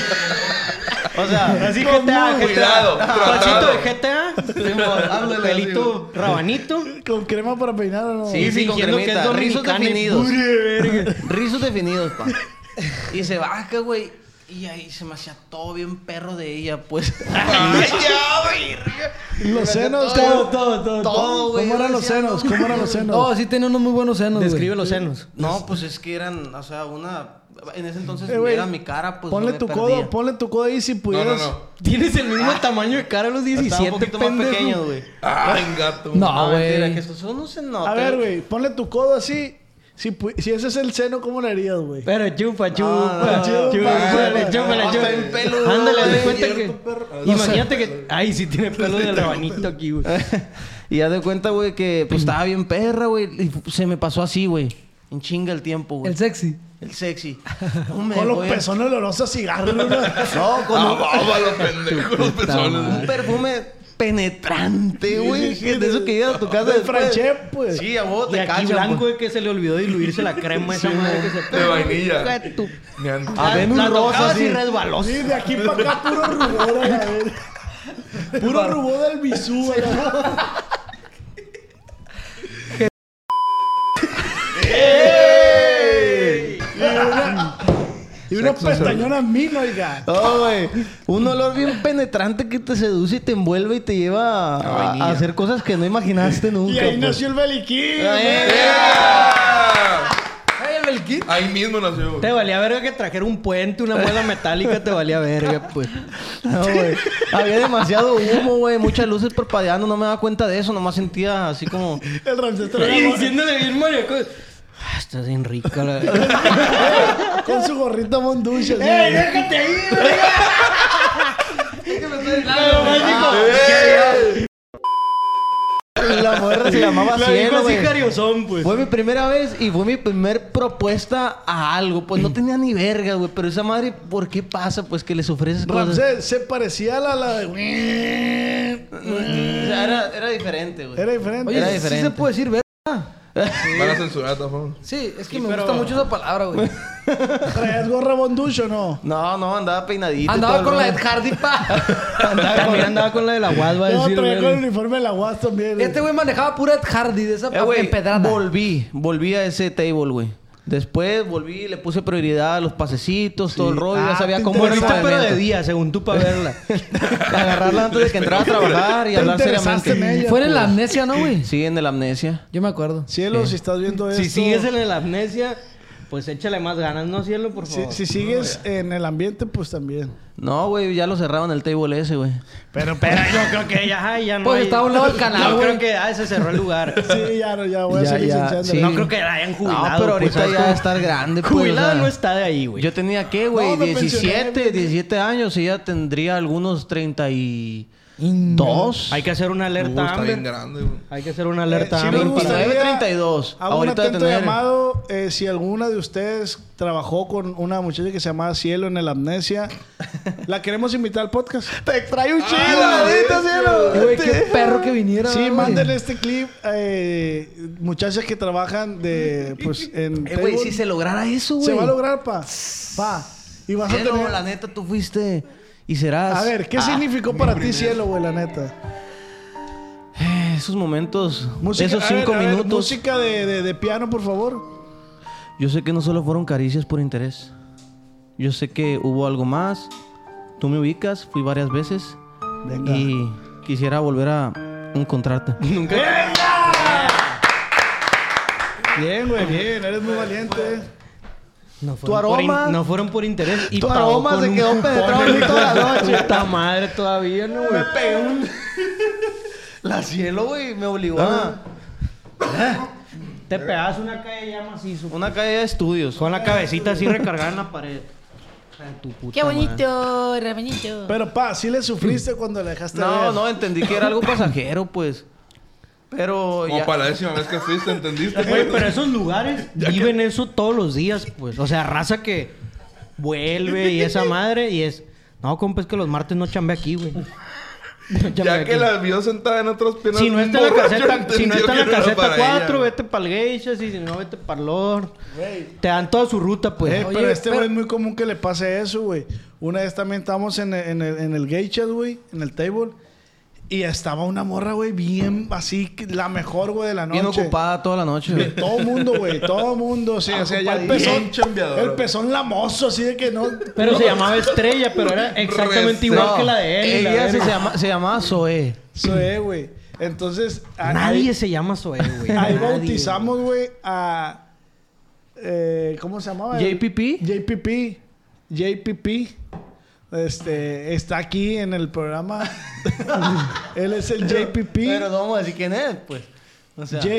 [SPEAKER 3] O sea,
[SPEAKER 7] Así GTA, GTA.
[SPEAKER 4] cuidado,
[SPEAKER 7] Pasito
[SPEAKER 4] tratado.
[SPEAKER 7] de GTA.
[SPEAKER 3] ándale, así,
[SPEAKER 7] Pelito rabanito.
[SPEAKER 6] ¿Con crema para peinar o no?
[SPEAKER 3] Sí, sí, con
[SPEAKER 7] fingiendo que es
[SPEAKER 3] cremita. Rizos
[SPEAKER 7] dominicana y
[SPEAKER 3] definidos.
[SPEAKER 7] pure
[SPEAKER 3] Rizos definidos, pa. Y se baja, güey. Y ahí se me hacía todo bien perro de ella, pues.
[SPEAKER 6] Los senos,
[SPEAKER 3] Todo,
[SPEAKER 6] ¿cómo-
[SPEAKER 3] todo, todo, todo, güey.
[SPEAKER 6] ¿Cómo eran los
[SPEAKER 3] Decía,
[SPEAKER 6] senos? ¿Cómo eran los senos?
[SPEAKER 2] No, sí tiene unos muy buenos senos, güey.
[SPEAKER 7] Describe los senos.
[SPEAKER 3] No, pues es que eran, o sea, una. En ese entonces
[SPEAKER 6] Eh, güey,
[SPEAKER 3] era mi cara, pues.
[SPEAKER 6] ponle
[SPEAKER 3] no me
[SPEAKER 6] tu
[SPEAKER 3] perdía.
[SPEAKER 6] codo, ponle tu codo ahí si
[SPEAKER 4] No, no,
[SPEAKER 6] pudieras.
[SPEAKER 4] no.
[SPEAKER 7] Tienes el mismo tamaño de cara a los 17,
[SPEAKER 3] Estaba un poquito más
[SPEAKER 7] pendejo.
[SPEAKER 3] pequeño, güey.
[SPEAKER 4] Ay, gato.
[SPEAKER 2] No,
[SPEAKER 3] mentira, que
[SPEAKER 2] güey.
[SPEAKER 3] estos son, no se nota.
[SPEAKER 6] A ver, güey, ponle tu codo así. Si, pu- si ese es el seno, ¿cómo lo harías, güey?
[SPEAKER 7] Pero chupa, chupa,
[SPEAKER 6] no, no.
[SPEAKER 7] chúpale, chúpale,
[SPEAKER 3] Ah, No, está bien peludo,
[SPEAKER 7] chúpale. Ándale, haz de
[SPEAKER 3] güey,
[SPEAKER 7] cuenta
[SPEAKER 3] cierto,
[SPEAKER 7] que. Imagínate que. Ay, sí tiene pelo de rabanito aquí, güey.
[SPEAKER 3] y ya de cuenta, güey, que pues estaba bien perra, güey. Y f- se me pasó así, güey. En chinga el tiempo, güey.
[SPEAKER 2] El sexy.
[SPEAKER 3] El sexy. No, me
[SPEAKER 6] Con los
[SPEAKER 3] voy a-
[SPEAKER 6] pezones olorosos a cigarro. ¿no?
[SPEAKER 3] No, con
[SPEAKER 4] Ah,
[SPEAKER 3] un-
[SPEAKER 4] baba, los pendejos, los
[SPEAKER 3] un
[SPEAKER 4] pezones.
[SPEAKER 3] perfume penetrante, güey.
[SPEAKER 6] sí,
[SPEAKER 3] que de eso que llegas a tu casa
[SPEAKER 6] de
[SPEAKER 3] después.
[SPEAKER 6] Franchep, pues.
[SPEAKER 3] Sí, a vos
[SPEAKER 7] Y
[SPEAKER 3] te
[SPEAKER 7] aquí
[SPEAKER 3] cachan,
[SPEAKER 7] blanco
[SPEAKER 3] pues.
[SPEAKER 7] de que se le olvidó diluirse la crema esa madre que se
[SPEAKER 4] De
[SPEAKER 3] Hija
[SPEAKER 4] vainilla.
[SPEAKER 3] de tu-
[SPEAKER 4] Me han-
[SPEAKER 3] A ver, un
[SPEAKER 7] La
[SPEAKER 3] rosa
[SPEAKER 7] tocabas y
[SPEAKER 3] así.
[SPEAKER 7] resbaló.
[SPEAKER 6] Sí, de aquí para acá, puro rubor, a la verga. Puro rubor del bisú, a la verga. Y una- Y unas pestañonas mil, oiga.
[SPEAKER 3] No, güey. Un olor bien penetrante que te seduce y te envuelve y te lleva a, a hacer cosas que no imaginaste nunca.
[SPEAKER 6] Y ahí
[SPEAKER 3] pues.
[SPEAKER 6] nació el beliquín.
[SPEAKER 3] Ay,
[SPEAKER 4] ¡Ah!
[SPEAKER 2] Ay, el Belkin.
[SPEAKER 4] Ahí mismo nació.
[SPEAKER 7] Te valía verga que trajera un puente, una muela metálica, te valía verga, pues.
[SPEAKER 3] No, güey. Había demasiado humo, güey. Muchas luces parpadeando. No me daba cuenta de eso. Nomás sentía así como...
[SPEAKER 6] El Ramsés
[SPEAKER 7] Y
[SPEAKER 6] traía gorra-
[SPEAKER 7] diciéndole bien marico. Ah, estás bien rica la...
[SPEAKER 6] con su gorrito monducho. así.
[SPEAKER 7] déjate ahí,
[SPEAKER 3] La mujer se llamaba
[SPEAKER 7] Lo dijo
[SPEAKER 3] Cielo,
[SPEAKER 7] así
[SPEAKER 3] güey.
[SPEAKER 7] cariosón, pues.
[SPEAKER 3] Fue mi primera vez y fue mi primer propuesta a algo.
[SPEAKER 6] Mm.
[SPEAKER 3] Pues no tenía ni verga, güey. Pero esa madre, ¿por qué pasa? Pues que les ofreces cosas.
[SPEAKER 6] Ramsés se parecía a la, la de...
[SPEAKER 3] O sea, era, era diferente, güey.
[SPEAKER 6] Era diferente.
[SPEAKER 2] Oye,
[SPEAKER 3] Era
[SPEAKER 2] sí- sí se
[SPEAKER 3] diferente.
[SPEAKER 2] puede decir, ver.
[SPEAKER 4] Van a censurar de todas formas.
[SPEAKER 2] Sí, es que me gusta mucho esa palabra, güey.
[SPEAKER 6] ¿Traías gorra bonducho o no?
[SPEAKER 3] No, no, andaba peinadito. y todo
[SPEAKER 2] Andaba
[SPEAKER 3] el
[SPEAKER 2] con la
[SPEAKER 3] rollo.
[SPEAKER 2] de Hardy, pa.
[SPEAKER 7] También andaba con la de la guas, va a
[SPEAKER 6] No,
[SPEAKER 7] decir.
[SPEAKER 6] traía
[SPEAKER 7] güey.
[SPEAKER 6] con el uniforme de la UAS también.
[SPEAKER 2] Este güey manejaba pura Ed Hardy de esa
[SPEAKER 3] Eh, güey,
[SPEAKER 2] empedrada.
[SPEAKER 3] volví, volví a ese table, güey. Después volví, le puse prioridad a los pasecitos, todo el rollo, ya
[SPEAKER 6] Ah,
[SPEAKER 3] sabía
[SPEAKER 6] te
[SPEAKER 3] cómo era el
[SPEAKER 7] Volviste pero de
[SPEAKER 3] movimiento.
[SPEAKER 7] día, según tú, para verla.
[SPEAKER 3] Agarrarla antes de que entrara a trabajar y
[SPEAKER 6] Te
[SPEAKER 3] hablar
[SPEAKER 6] interesaste en
[SPEAKER 3] seriamente.
[SPEAKER 6] ella.
[SPEAKER 2] Fue en la amnesia, ¿no, güey?
[SPEAKER 3] Sí, en el amnesia.
[SPEAKER 2] Yo me acuerdo.
[SPEAKER 6] Cielo, si estás viendo esto...
[SPEAKER 7] Si sigues en la amnesia, pues échale más ganas, ¿no, cielo? Por
[SPEAKER 6] Si,
[SPEAKER 7] favor.
[SPEAKER 6] si sigues en el ambiente, pues también.
[SPEAKER 3] No, güey, ya lo cerraron el table ese, güey.
[SPEAKER 6] Pero, pero...
[SPEAKER 7] Yo creo que ya, ay, ya no.
[SPEAKER 2] Pues
[SPEAKER 7] hay-
[SPEAKER 2] estaba a un lado del canal,
[SPEAKER 7] Yo
[SPEAKER 2] güey.
[SPEAKER 7] creo que ah, se cerró el lugar.
[SPEAKER 6] Sí, ya, no, ya voy a
[SPEAKER 3] Ya,
[SPEAKER 6] seguir Eh,
[SPEAKER 3] ya,
[SPEAKER 6] sin chance.
[SPEAKER 3] sí.
[SPEAKER 7] No creo que la hayan jubilado.
[SPEAKER 3] no, pero
[SPEAKER 7] pues,
[SPEAKER 3] ahorita
[SPEAKER 7] ¿sabes
[SPEAKER 3] ya
[SPEAKER 7] cómo?
[SPEAKER 3] estar grande, pues,
[SPEAKER 7] Jubilado
[SPEAKER 3] o sea,
[SPEAKER 7] no está de ahí, güey.
[SPEAKER 3] Yo tenía, ¿qué, güey?
[SPEAKER 6] No, me pensioné,
[SPEAKER 3] 17,
[SPEAKER 6] güey.
[SPEAKER 3] 17 años y ya tendría algunos 30 y... Dos.
[SPEAKER 7] Hay que hacer una
[SPEAKER 4] Uh,
[SPEAKER 7] alerta
[SPEAKER 4] está bien
[SPEAKER 7] Amber.
[SPEAKER 4] grande, güey.
[SPEAKER 7] Hay que hacer una alerta
[SPEAKER 6] Eh, sí me
[SPEAKER 7] Amber.
[SPEAKER 6] gustaría-
[SPEAKER 3] 29.32.
[SPEAKER 6] Hago un
[SPEAKER 3] Ahorita de
[SPEAKER 6] atento
[SPEAKER 3] tener-
[SPEAKER 6] llamado. eh, si alguna de ustedes trabajó con una muchacha que se llamaba Cielo en el Amnesia, la queremos invitar al podcast.
[SPEAKER 3] Te extraño un chingo,
[SPEAKER 4] la
[SPEAKER 3] la neta,
[SPEAKER 4] bestia,
[SPEAKER 3] cielo.
[SPEAKER 2] Ah, Güey, qué perro que viniera.
[SPEAKER 6] Este, Sí,
[SPEAKER 2] güey.
[SPEAKER 6] manden este clip. eh, muchachas que trabajan de, pues, en.
[SPEAKER 3] Eh, güey,
[SPEAKER 6] table.
[SPEAKER 3] si se lograra eso, güey.
[SPEAKER 6] Se va a lograr, pa. Pa. Y vas a
[SPEAKER 3] Cielo,
[SPEAKER 6] tener.
[SPEAKER 3] la neta, tú fuiste y serás.
[SPEAKER 6] A ver, ¿qué
[SPEAKER 3] Ah,
[SPEAKER 6] significó para ti cielo, güey, la neta?
[SPEAKER 3] Esos momentos,
[SPEAKER 6] Música-
[SPEAKER 3] esos
[SPEAKER 6] a ver,
[SPEAKER 3] cinco
[SPEAKER 6] a ver,
[SPEAKER 3] minutos.
[SPEAKER 6] música de, de- de piano, por favor.
[SPEAKER 3] Yo sé que no solo fueron caricias por interés. Yo sé que hubo algo más. Tú me ubicas, fui varias veces.
[SPEAKER 6] Venga.
[SPEAKER 3] Y quisiera volver a encontrarte.
[SPEAKER 6] Bien, güey, bien. Eres muy valiente.
[SPEAKER 7] No
[SPEAKER 3] Tu
[SPEAKER 7] fueron por in-
[SPEAKER 3] aroma-
[SPEAKER 7] no fueron por interés. Y
[SPEAKER 3] tu
[SPEAKER 7] pagó
[SPEAKER 3] aroma
[SPEAKER 7] con
[SPEAKER 3] se
[SPEAKER 7] un
[SPEAKER 3] quedó
[SPEAKER 7] cupón.
[SPEAKER 3] penetrado en mí toda la noche.
[SPEAKER 7] Puta madre todavía, ¿no, güey?
[SPEAKER 3] La cielo, güey, me obligó a
[SPEAKER 7] Ah. Te pegas una calle ya macizo.
[SPEAKER 3] una calle de estudios.
[SPEAKER 7] Con la cabecita así recargada en la pared. Ay, tu puta
[SPEAKER 9] Qué
[SPEAKER 7] madre.
[SPEAKER 9] bonito, re bonito.
[SPEAKER 6] Pero, pa, sí le sufriste cuando la dejaste
[SPEAKER 3] No,
[SPEAKER 6] ver.
[SPEAKER 3] no, entendí que era algo pasajero, pues. Pero
[SPEAKER 4] Como
[SPEAKER 3] ya...
[SPEAKER 4] para la décima vez que fuiste, ¿entendiste?
[SPEAKER 7] Güey,
[SPEAKER 4] güey?
[SPEAKER 7] pero esos lugares viven eso todos los días, pues. O sea, raza que vuelve y esa madre y es... No, compa, es que los martes no chambe aquí, güey. No chambe
[SPEAKER 4] Ya que
[SPEAKER 7] aquí.
[SPEAKER 4] la vio sentada en otras piernas.
[SPEAKER 7] Si no está en la
[SPEAKER 4] borracho,
[SPEAKER 7] caseta, si
[SPEAKER 4] entendió
[SPEAKER 7] no está en
[SPEAKER 4] que
[SPEAKER 7] la
[SPEAKER 4] no era
[SPEAKER 7] caseta
[SPEAKER 4] para ella,
[SPEAKER 7] 4,
[SPEAKER 4] güey.
[SPEAKER 7] vete pa'l Geisha, si no vete pa'l Lord. Te dan toda su ruta, pues.
[SPEAKER 6] Eh,
[SPEAKER 2] Oye,
[SPEAKER 6] pero este güey
[SPEAKER 2] pero-
[SPEAKER 6] es muy común que le pase eso, güey. Una vez también estábamos en, el- en el, en el gay chat, güey, en el table. Y estaba una morra, güey, bien así, que- la mejor, güey, de la noche.
[SPEAKER 3] Bien ocupada Ah, toda la noche, güey.
[SPEAKER 6] Todo mundo, güey, todo mundo. Sí, o sea, ya el
[SPEAKER 4] Bien
[SPEAKER 6] pezón.
[SPEAKER 4] chambeador.
[SPEAKER 6] El pezón lamoso, así de que no.
[SPEAKER 7] Pero se llamaba Estrella, pero era exactamente igual
[SPEAKER 3] No,
[SPEAKER 7] que la de él. y la
[SPEAKER 3] Ella se,
[SPEAKER 7] verga.
[SPEAKER 3] llama, se llamaba Zoe.
[SPEAKER 6] Eso es, güey. Entonces. a-
[SPEAKER 7] Nadie
[SPEAKER 6] ahí-
[SPEAKER 7] se llama Zoe, güey.
[SPEAKER 6] Ahí
[SPEAKER 7] Nadie.
[SPEAKER 6] bautizamos, güey, a. eh, ¿Cómo se llamaba?
[SPEAKER 3] JPP.
[SPEAKER 6] JPP. JPP. Este, está aquí en el programa. Él es el JPP.
[SPEAKER 3] Pero no vamos a decir quién es, pues. O sea,
[SPEAKER 6] J.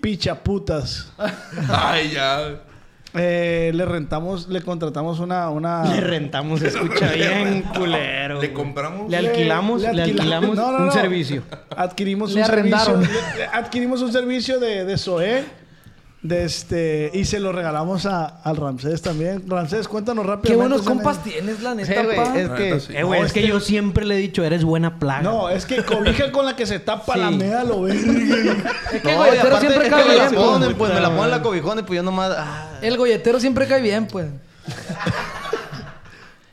[SPEAKER 6] Pichaputas.
[SPEAKER 4] Ay, ya.
[SPEAKER 6] Eh, le rentamos, le contratamos una. una
[SPEAKER 7] Le rentamos, escucha bien, culero.
[SPEAKER 4] Le
[SPEAKER 7] güey.
[SPEAKER 4] compramos.
[SPEAKER 7] Le alquilamos, le,
[SPEAKER 6] alquila-
[SPEAKER 7] alquilamos
[SPEAKER 6] No, no,
[SPEAKER 7] un
[SPEAKER 6] no.
[SPEAKER 7] servicio.
[SPEAKER 6] Adquirimos
[SPEAKER 2] Le
[SPEAKER 6] un
[SPEAKER 2] arrendaron.
[SPEAKER 6] servicio. le- le adquirimos un servicio de, de SOE. De este, y se lo regalamos a, al Ramsés también. Ramsés, cuéntanos rápido.
[SPEAKER 2] Qué buenos compas tienes, la neta, pa.
[SPEAKER 3] es
[SPEAKER 4] La
[SPEAKER 3] que
[SPEAKER 4] neta, sí.
[SPEAKER 7] Eh, güey,
[SPEAKER 6] No,
[SPEAKER 7] es que
[SPEAKER 6] este-
[SPEAKER 7] yo siempre le he dicho, eres buena plaga.
[SPEAKER 6] No, es que cobija con la que se tapa
[SPEAKER 7] Sí.
[SPEAKER 6] la meda lo verga.
[SPEAKER 2] Es que el golletero siempre
[SPEAKER 3] es que me
[SPEAKER 2] cae
[SPEAKER 3] la
[SPEAKER 2] bien, pues.
[SPEAKER 3] ponen, pues me la ponen la cobijona y pues yo nomás. ah.
[SPEAKER 2] El golletero siempre cae bien, pues.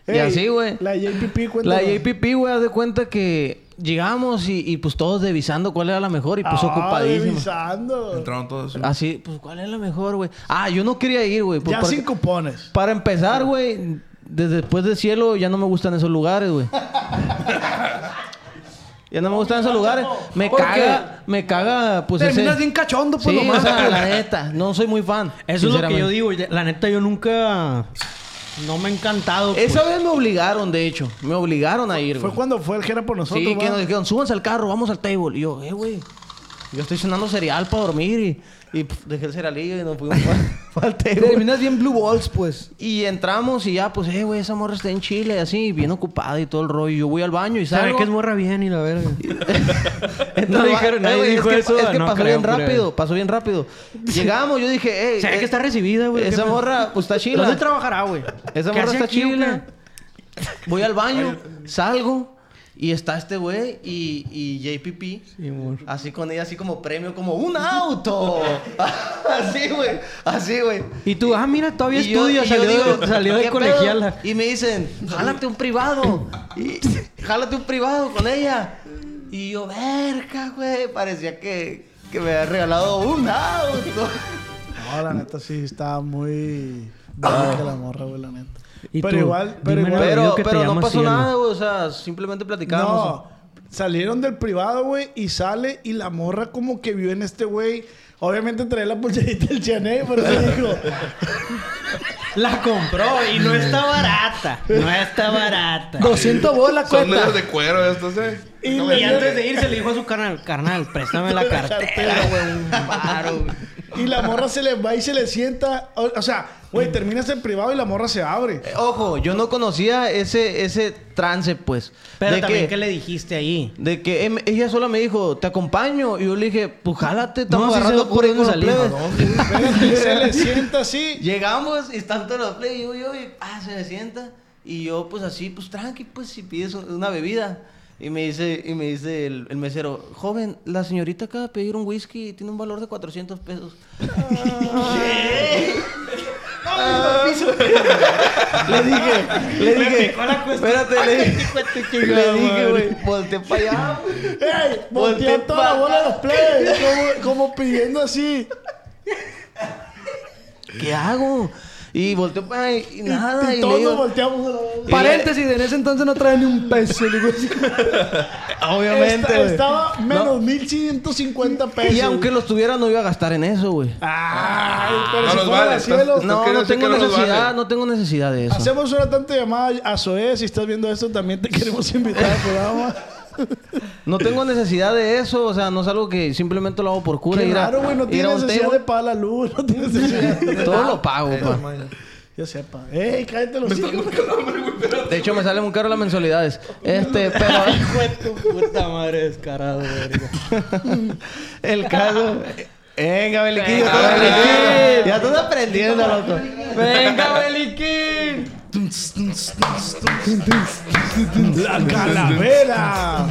[SPEAKER 3] Y
[SPEAKER 6] Ey,
[SPEAKER 3] así, güey.
[SPEAKER 6] La JPP,
[SPEAKER 3] La
[SPEAKER 6] cuéntanos.
[SPEAKER 3] JPP, güey, haz de cuenta que llegamos y, y, pues todos devisando cuál era la mejor y pues ocupadísimo.
[SPEAKER 6] Ah, revisando.
[SPEAKER 4] Entraron todos. güey.
[SPEAKER 3] Así, pues cuál es la mejor, güey. Ah, yo no quería ir, güey. pues,
[SPEAKER 6] Ya
[SPEAKER 3] porque-
[SPEAKER 6] sin cupones.
[SPEAKER 3] Para empezar, güey, desde después de cielo ya no me gustan esos lugares, güey. ya no me gustan esos lugares. Me
[SPEAKER 2] ¿Por
[SPEAKER 3] caga, me caga, pues
[SPEAKER 2] Terminas
[SPEAKER 3] ese-
[SPEAKER 2] bien cachondo, pues,
[SPEAKER 3] Sí,
[SPEAKER 2] nomás.
[SPEAKER 3] o sea, la neta, no soy muy fan.
[SPEAKER 7] Eso es lo que yo
[SPEAKER 3] sinceramente.
[SPEAKER 7] digo. y La neta, yo nunca... No me ha encantado.
[SPEAKER 3] Esa
[SPEAKER 7] pues.
[SPEAKER 3] vez me obligaron, de hecho. Me obligaron a ir,
[SPEAKER 6] Fue
[SPEAKER 3] güey.
[SPEAKER 6] cuando fue el que era por nosotros.
[SPEAKER 3] Sí, que
[SPEAKER 6] ¿va?
[SPEAKER 3] nos dijeron, súbanse al carro, vamos al table. Y yo, eh, güey. Yo estoy cenando cereal para dormir y, y, pf, dejé el cerealillo y nos fuimos para el table.
[SPEAKER 2] Terminas bien Blue Balls, pues.
[SPEAKER 3] Y entramos y ya, pues, eh, güey, esa morra está en Chile, así, bien ocupada y todo el rollo. Yo voy al baño y
[SPEAKER 7] Sabe
[SPEAKER 3] salgo.
[SPEAKER 7] que es morra bien y la verga.
[SPEAKER 3] No
[SPEAKER 7] dijeron, nadie dijo
[SPEAKER 3] eh, es que,
[SPEAKER 7] eso,
[SPEAKER 3] Es que
[SPEAKER 7] no
[SPEAKER 3] pasó
[SPEAKER 7] creo,
[SPEAKER 3] bien
[SPEAKER 7] creo.
[SPEAKER 3] rápido, pasó bien rápido. Llegamos, yo dije, eh,
[SPEAKER 7] Se ve
[SPEAKER 3] eh,
[SPEAKER 7] que está recibida, güey.
[SPEAKER 3] Esa
[SPEAKER 7] ¿Qué
[SPEAKER 3] morra, pues, está
[SPEAKER 7] pedo?
[SPEAKER 3] chila.
[SPEAKER 7] ¿Dónde trabajará, ah, güey?
[SPEAKER 3] Esa
[SPEAKER 7] ¿Qué
[SPEAKER 3] morra
[SPEAKER 7] hace
[SPEAKER 3] está
[SPEAKER 7] aquí, o qué?
[SPEAKER 3] chila. Voy al baño, salgo y está este güey y, y JPP. así con ella, así como premio, como un auto. así, güey. Así, güey.
[SPEAKER 7] Y tú, ah, mira, todavía
[SPEAKER 3] Y yo-
[SPEAKER 7] estudia,
[SPEAKER 3] y yo
[SPEAKER 7] salió,
[SPEAKER 3] digo,
[SPEAKER 7] de- salió
[SPEAKER 3] "¿Qué
[SPEAKER 7] de
[SPEAKER 3] pedo?"
[SPEAKER 7] colegiala.
[SPEAKER 3] Y me dicen, jálate un privado. Y, jálate un privado con ella. Y yo, verga, güey. Parecía que, que me había regalado un auto.
[SPEAKER 6] No, la neta sí está muy.
[SPEAKER 3] Ah.
[SPEAKER 6] bonita la morra, güey, la neta.
[SPEAKER 7] Y
[SPEAKER 6] Pero
[SPEAKER 7] tú,
[SPEAKER 6] igual, pero
[SPEAKER 7] dime
[SPEAKER 6] igual.
[SPEAKER 7] la
[SPEAKER 3] Pero,
[SPEAKER 7] que te
[SPEAKER 3] pero no
[SPEAKER 7] llama
[SPEAKER 3] pasó
[SPEAKER 7] cielo.
[SPEAKER 3] nada, güey. O sea, simplemente platicábamos.
[SPEAKER 6] No, salieron del privado, güey, y sale y la morra como que vio en este güey. Obviamente trae la pulserita del Chané, pero se dijo,
[SPEAKER 7] La compró y no está barata. No está barata.
[SPEAKER 2] 200 bolas
[SPEAKER 4] Son de
[SPEAKER 2] cuesta.
[SPEAKER 4] las de cuero estos, eh.
[SPEAKER 7] Y, antes de irse le dijo a su carnal, carnal, préstame la cartera, güey, un paro.
[SPEAKER 6] Y la morra se le va y se le sienta. O, o sea, güey, terminas en privado y la morra se abre.
[SPEAKER 3] Ojo, yo no conocía ese, ese trance, pues.
[SPEAKER 7] Pero
[SPEAKER 3] De
[SPEAKER 7] también,
[SPEAKER 3] que-
[SPEAKER 7] ¿qué le dijiste ahí?
[SPEAKER 3] De que em- ella sola me dijo, te acompaño. Y yo le dije, pues jálate, estamos
[SPEAKER 7] No, sí se
[SPEAKER 3] agarrando
[SPEAKER 7] ve
[SPEAKER 3] por ahí
[SPEAKER 7] ocurriendo
[SPEAKER 3] con los
[SPEAKER 7] salir.
[SPEAKER 3] plebes".
[SPEAKER 6] Espérate, se le sienta así.
[SPEAKER 3] Llegamos y están todos los plebes. Y yo, yo, y ah, se me sienta. Y yo, pues así, pues tranqui, pues si pides un- una bebida. Y me dice, y me dice el, el mesero, joven, la señorita acaba de pedir un whisky y tiene un valor de 400 pesos. Le dije, le dije, espérate, le dije, le dije, güey, volteé para allá. güey.
[SPEAKER 6] ¡Ey!
[SPEAKER 3] Voltea
[SPEAKER 6] Voltea toda la
[SPEAKER 3] pa'
[SPEAKER 6] bola de
[SPEAKER 3] acá.
[SPEAKER 6] los plebes. Como, como pidiendo así.
[SPEAKER 3] ¿Qué hago? Y volteó para allá y nada.
[SPEAKER 6] y
[SPEAKER 3] Y le
[SPEAKER 6] todos nos
[SPEAKER 3] digo,
[SPEAKER 6] volteamos a la bola.
[SPEAKER 2] Paréntesis, en ese entonces no trae ni un peso. le digo así.
[SPEAKER 3] obviamente,
[SPEAKER 6] Esta-
[SPEAKER 3] güey.
[SPEAKER 6] estaba menos 1150 pesos.
[SPEAKER 3] Y aunque los tuviera, no iba a gastar en eso, güey.
[SPEAKER 6] Ay, pero
[SPEAKER 4] No
[SPEAKER 6] si
[SPEAKER 4] los
[SPEAKER 6] fuera
[SPEAKER 4] vale,
[SPEAKER 6] al cielo,
[SPEAKER 4] estás-
[SPEAKER 3] No,
[SPEAKER 4] quiere
[SPEAKER 3] no
[SPEAKER 4] decir
[SPEAKER 3] tengo
[SPEAKER 4] que no los
[SPEAKER 3] necesidad,
[SPEAKER 4] vale.
[SPEAKER 3] no tengo necesidad de eso.
[SPEAKER 6] Hacemos una tanta llamada a Zoé. Si estás viendo esto, también te queremos invitar al programa.
[SPEAKER 3] No tengo necesidad de eso, o sea, no es algo que simplemente lo hago por cura.
[SPEAKER 6] Qué
[SPEAKER 3] ir a-
[SPEAKER 6] raro, güey. No
[SPEAKER 3] ir
[SPEAKER 6] tienes
[SPEAKER 3] a un
[SPEAKER 6] necesidad de
[SPEAKER 3] table.
[SPEAKER 6] pagar la luz. No tienes necesidad de
[SPEAKER 3] Todo
[SPEAKER 6] nada.
[SPEAKER 3] lo pago, pa.
[SPEAKER 6] Ya sepa. ¡Ey, cállate los hijos!
[SPEAKER 3] De hecho, me sale muy caro las mensualidades. Este, pero...
[SPEAKER 7] tu puta madre descarado, verga.
[SPEAKER 3] El caso... Venga,
[SPEAKER 7] Eh,
[SPEAKER 3] Beliquín. ya estás
[SPEAKER 4] Beliquín.
[SPEAKER 3] aprendiendo. Ya estás aprendiendo, loco. Venga, Beliquín.
[SPEAKER 6] ¡La calavera!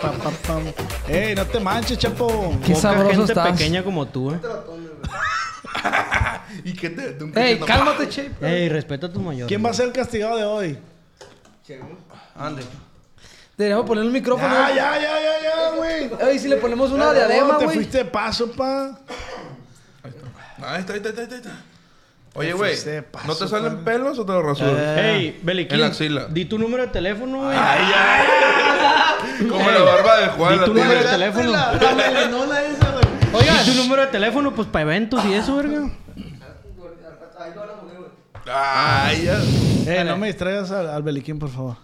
[SPEAKER 6] Pam, pam, pam. ¡Ey, no te manches, chapo!
[SPEAKER 2] Qué sabroso
[SPEAKER 7] gente
[SPEAKER 2] estás.
[SPEAKER 7] pequeña como tú, eh.
[SPEAKER 4] ¿Y qué te.? de un
[SPEAKER 2] Ey,
[SPEAKER 4] cachetazo?
[SPEAKER 2] cálmate, Che.
[SPEAKER 7] Ey, respeta a tu mayor.
[SPEAKER 6] ¿Quién va a ser el castigado de hoy?
[SPEAKER 2] Deberíamos ponerle un micrófono.
[SPEAKER 6] ¡Ya, ya, ya, ya, ya, güey!
[SPEAKER 2] Ey, si le ponemos una
[SPEAKER 6] No,
[SPEAKER 2] diadema,
[SPEAKER 6] Te
[SPEAKER 2] güey.
[SPEAKER 6] fuiste de paso, pa.
[SPEAKER 4] Ahí está, ahí está, ahí está, ahí está. Oye, güey.
[SPEAKER 6] fuiste de paso,
[SPEAKER 4] ¿No te
[SPEAKER 6] padre.
[SPEAKER 4] salen pelos o te los rasuras?
[SPEAKER 7] Ey, Beliquín.
[SPEAKER 4] En la axila.
[SPEAKER 7] Di tu número de teléfono, güey.
[SPEAKER 4] Como la barba de Juan.
[SPEAKER 7] Di
[SPEAKER 4] la
[SPEAKER 7] tu número de
[SPEAKER 4] tiene.
[SPEAKER 7] teléfono. Di tu número de teléfono, pues para eventos y eso, verga.
[SPEAKER 4] Ay, ya.
[SPEAKER 6] Eh, no me distraigas al, al Beliquín, por favor.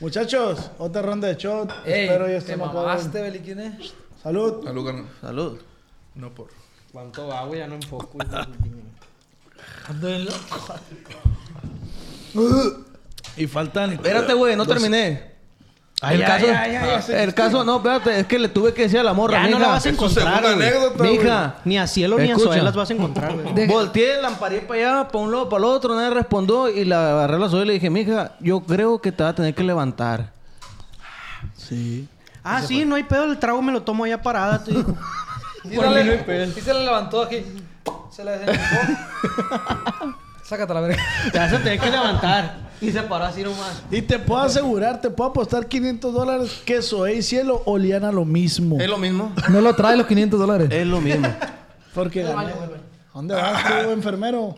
[SPEAKER 6] Muchachos, otra ronda de shot.
[SPEAKER 2] Ey,
[SPEAKER 6] Espero ya
[SPEAKER 2] te
[SPEAKER 6] estemos acá.
[SPEAKER 2] mamaste, Beliquín, eh.
[SPEAKER 6] Salud.
[SPEAKER 4] Salud, carnal.
[SPEAKER 3] Salud.
[SPEAKER 4] No por.
[SPEAKER 7] ¿Cuánto agua ya no enfoco?
[SPEAKER 6] Y faltan.
[SPEAKER 3] Espérate, güey, no terminé. el caso, el caso, no, espérate, es que le tuve que decir a la morra,
[SPEAKER 7] Ya no la
[SPEAKER 3] mija,
[SPEAKER 7] vas a
[SPEAKER 4] Es tu
[SPEAKER 7] encontrar,
[SPEAKER 4] segunda
[SPEAKER 7] güey.
[SPEAKER 4] anécdota, güey.
[SPEAKER 3] mija,
[SPEAKER 7] Ni a cielo ni a
[SPEAKER 3] Escucha.
[SPEAKER 7] Zoé las vas a encontrar, güey.
[SPEAKER 3] Volteé, lamparé para allá, para un lado, para el otro, nadie respondió y la agarré la suela y le dije, mija, yo creo que te vas a tener que levantar.
[SPEAKER 7] Ah, sí, no hay pedo, el trago me lo tomo allá parada, tú.
[SPEAKER 2] Y se, le, y se le levantó aquí. Se la desenchufó. Sácate la verga.
[SPEAKER 7] Te vas a tener que levantar. Y se paró así nomás.
[SPEAKER 6] Y te puedo asegurar, te puedo apostar 500 dólares que Zoé y Cielo olían a lo mismo.
[SPEAKER 3] lo mismo.
[SPEAKER 2] No lo trae los 500 dólares.
[SPEAKER 3] Es lo mismo.
[SPEAKER 6] Porque. gané. ¿Dónde vas tú, enfermero?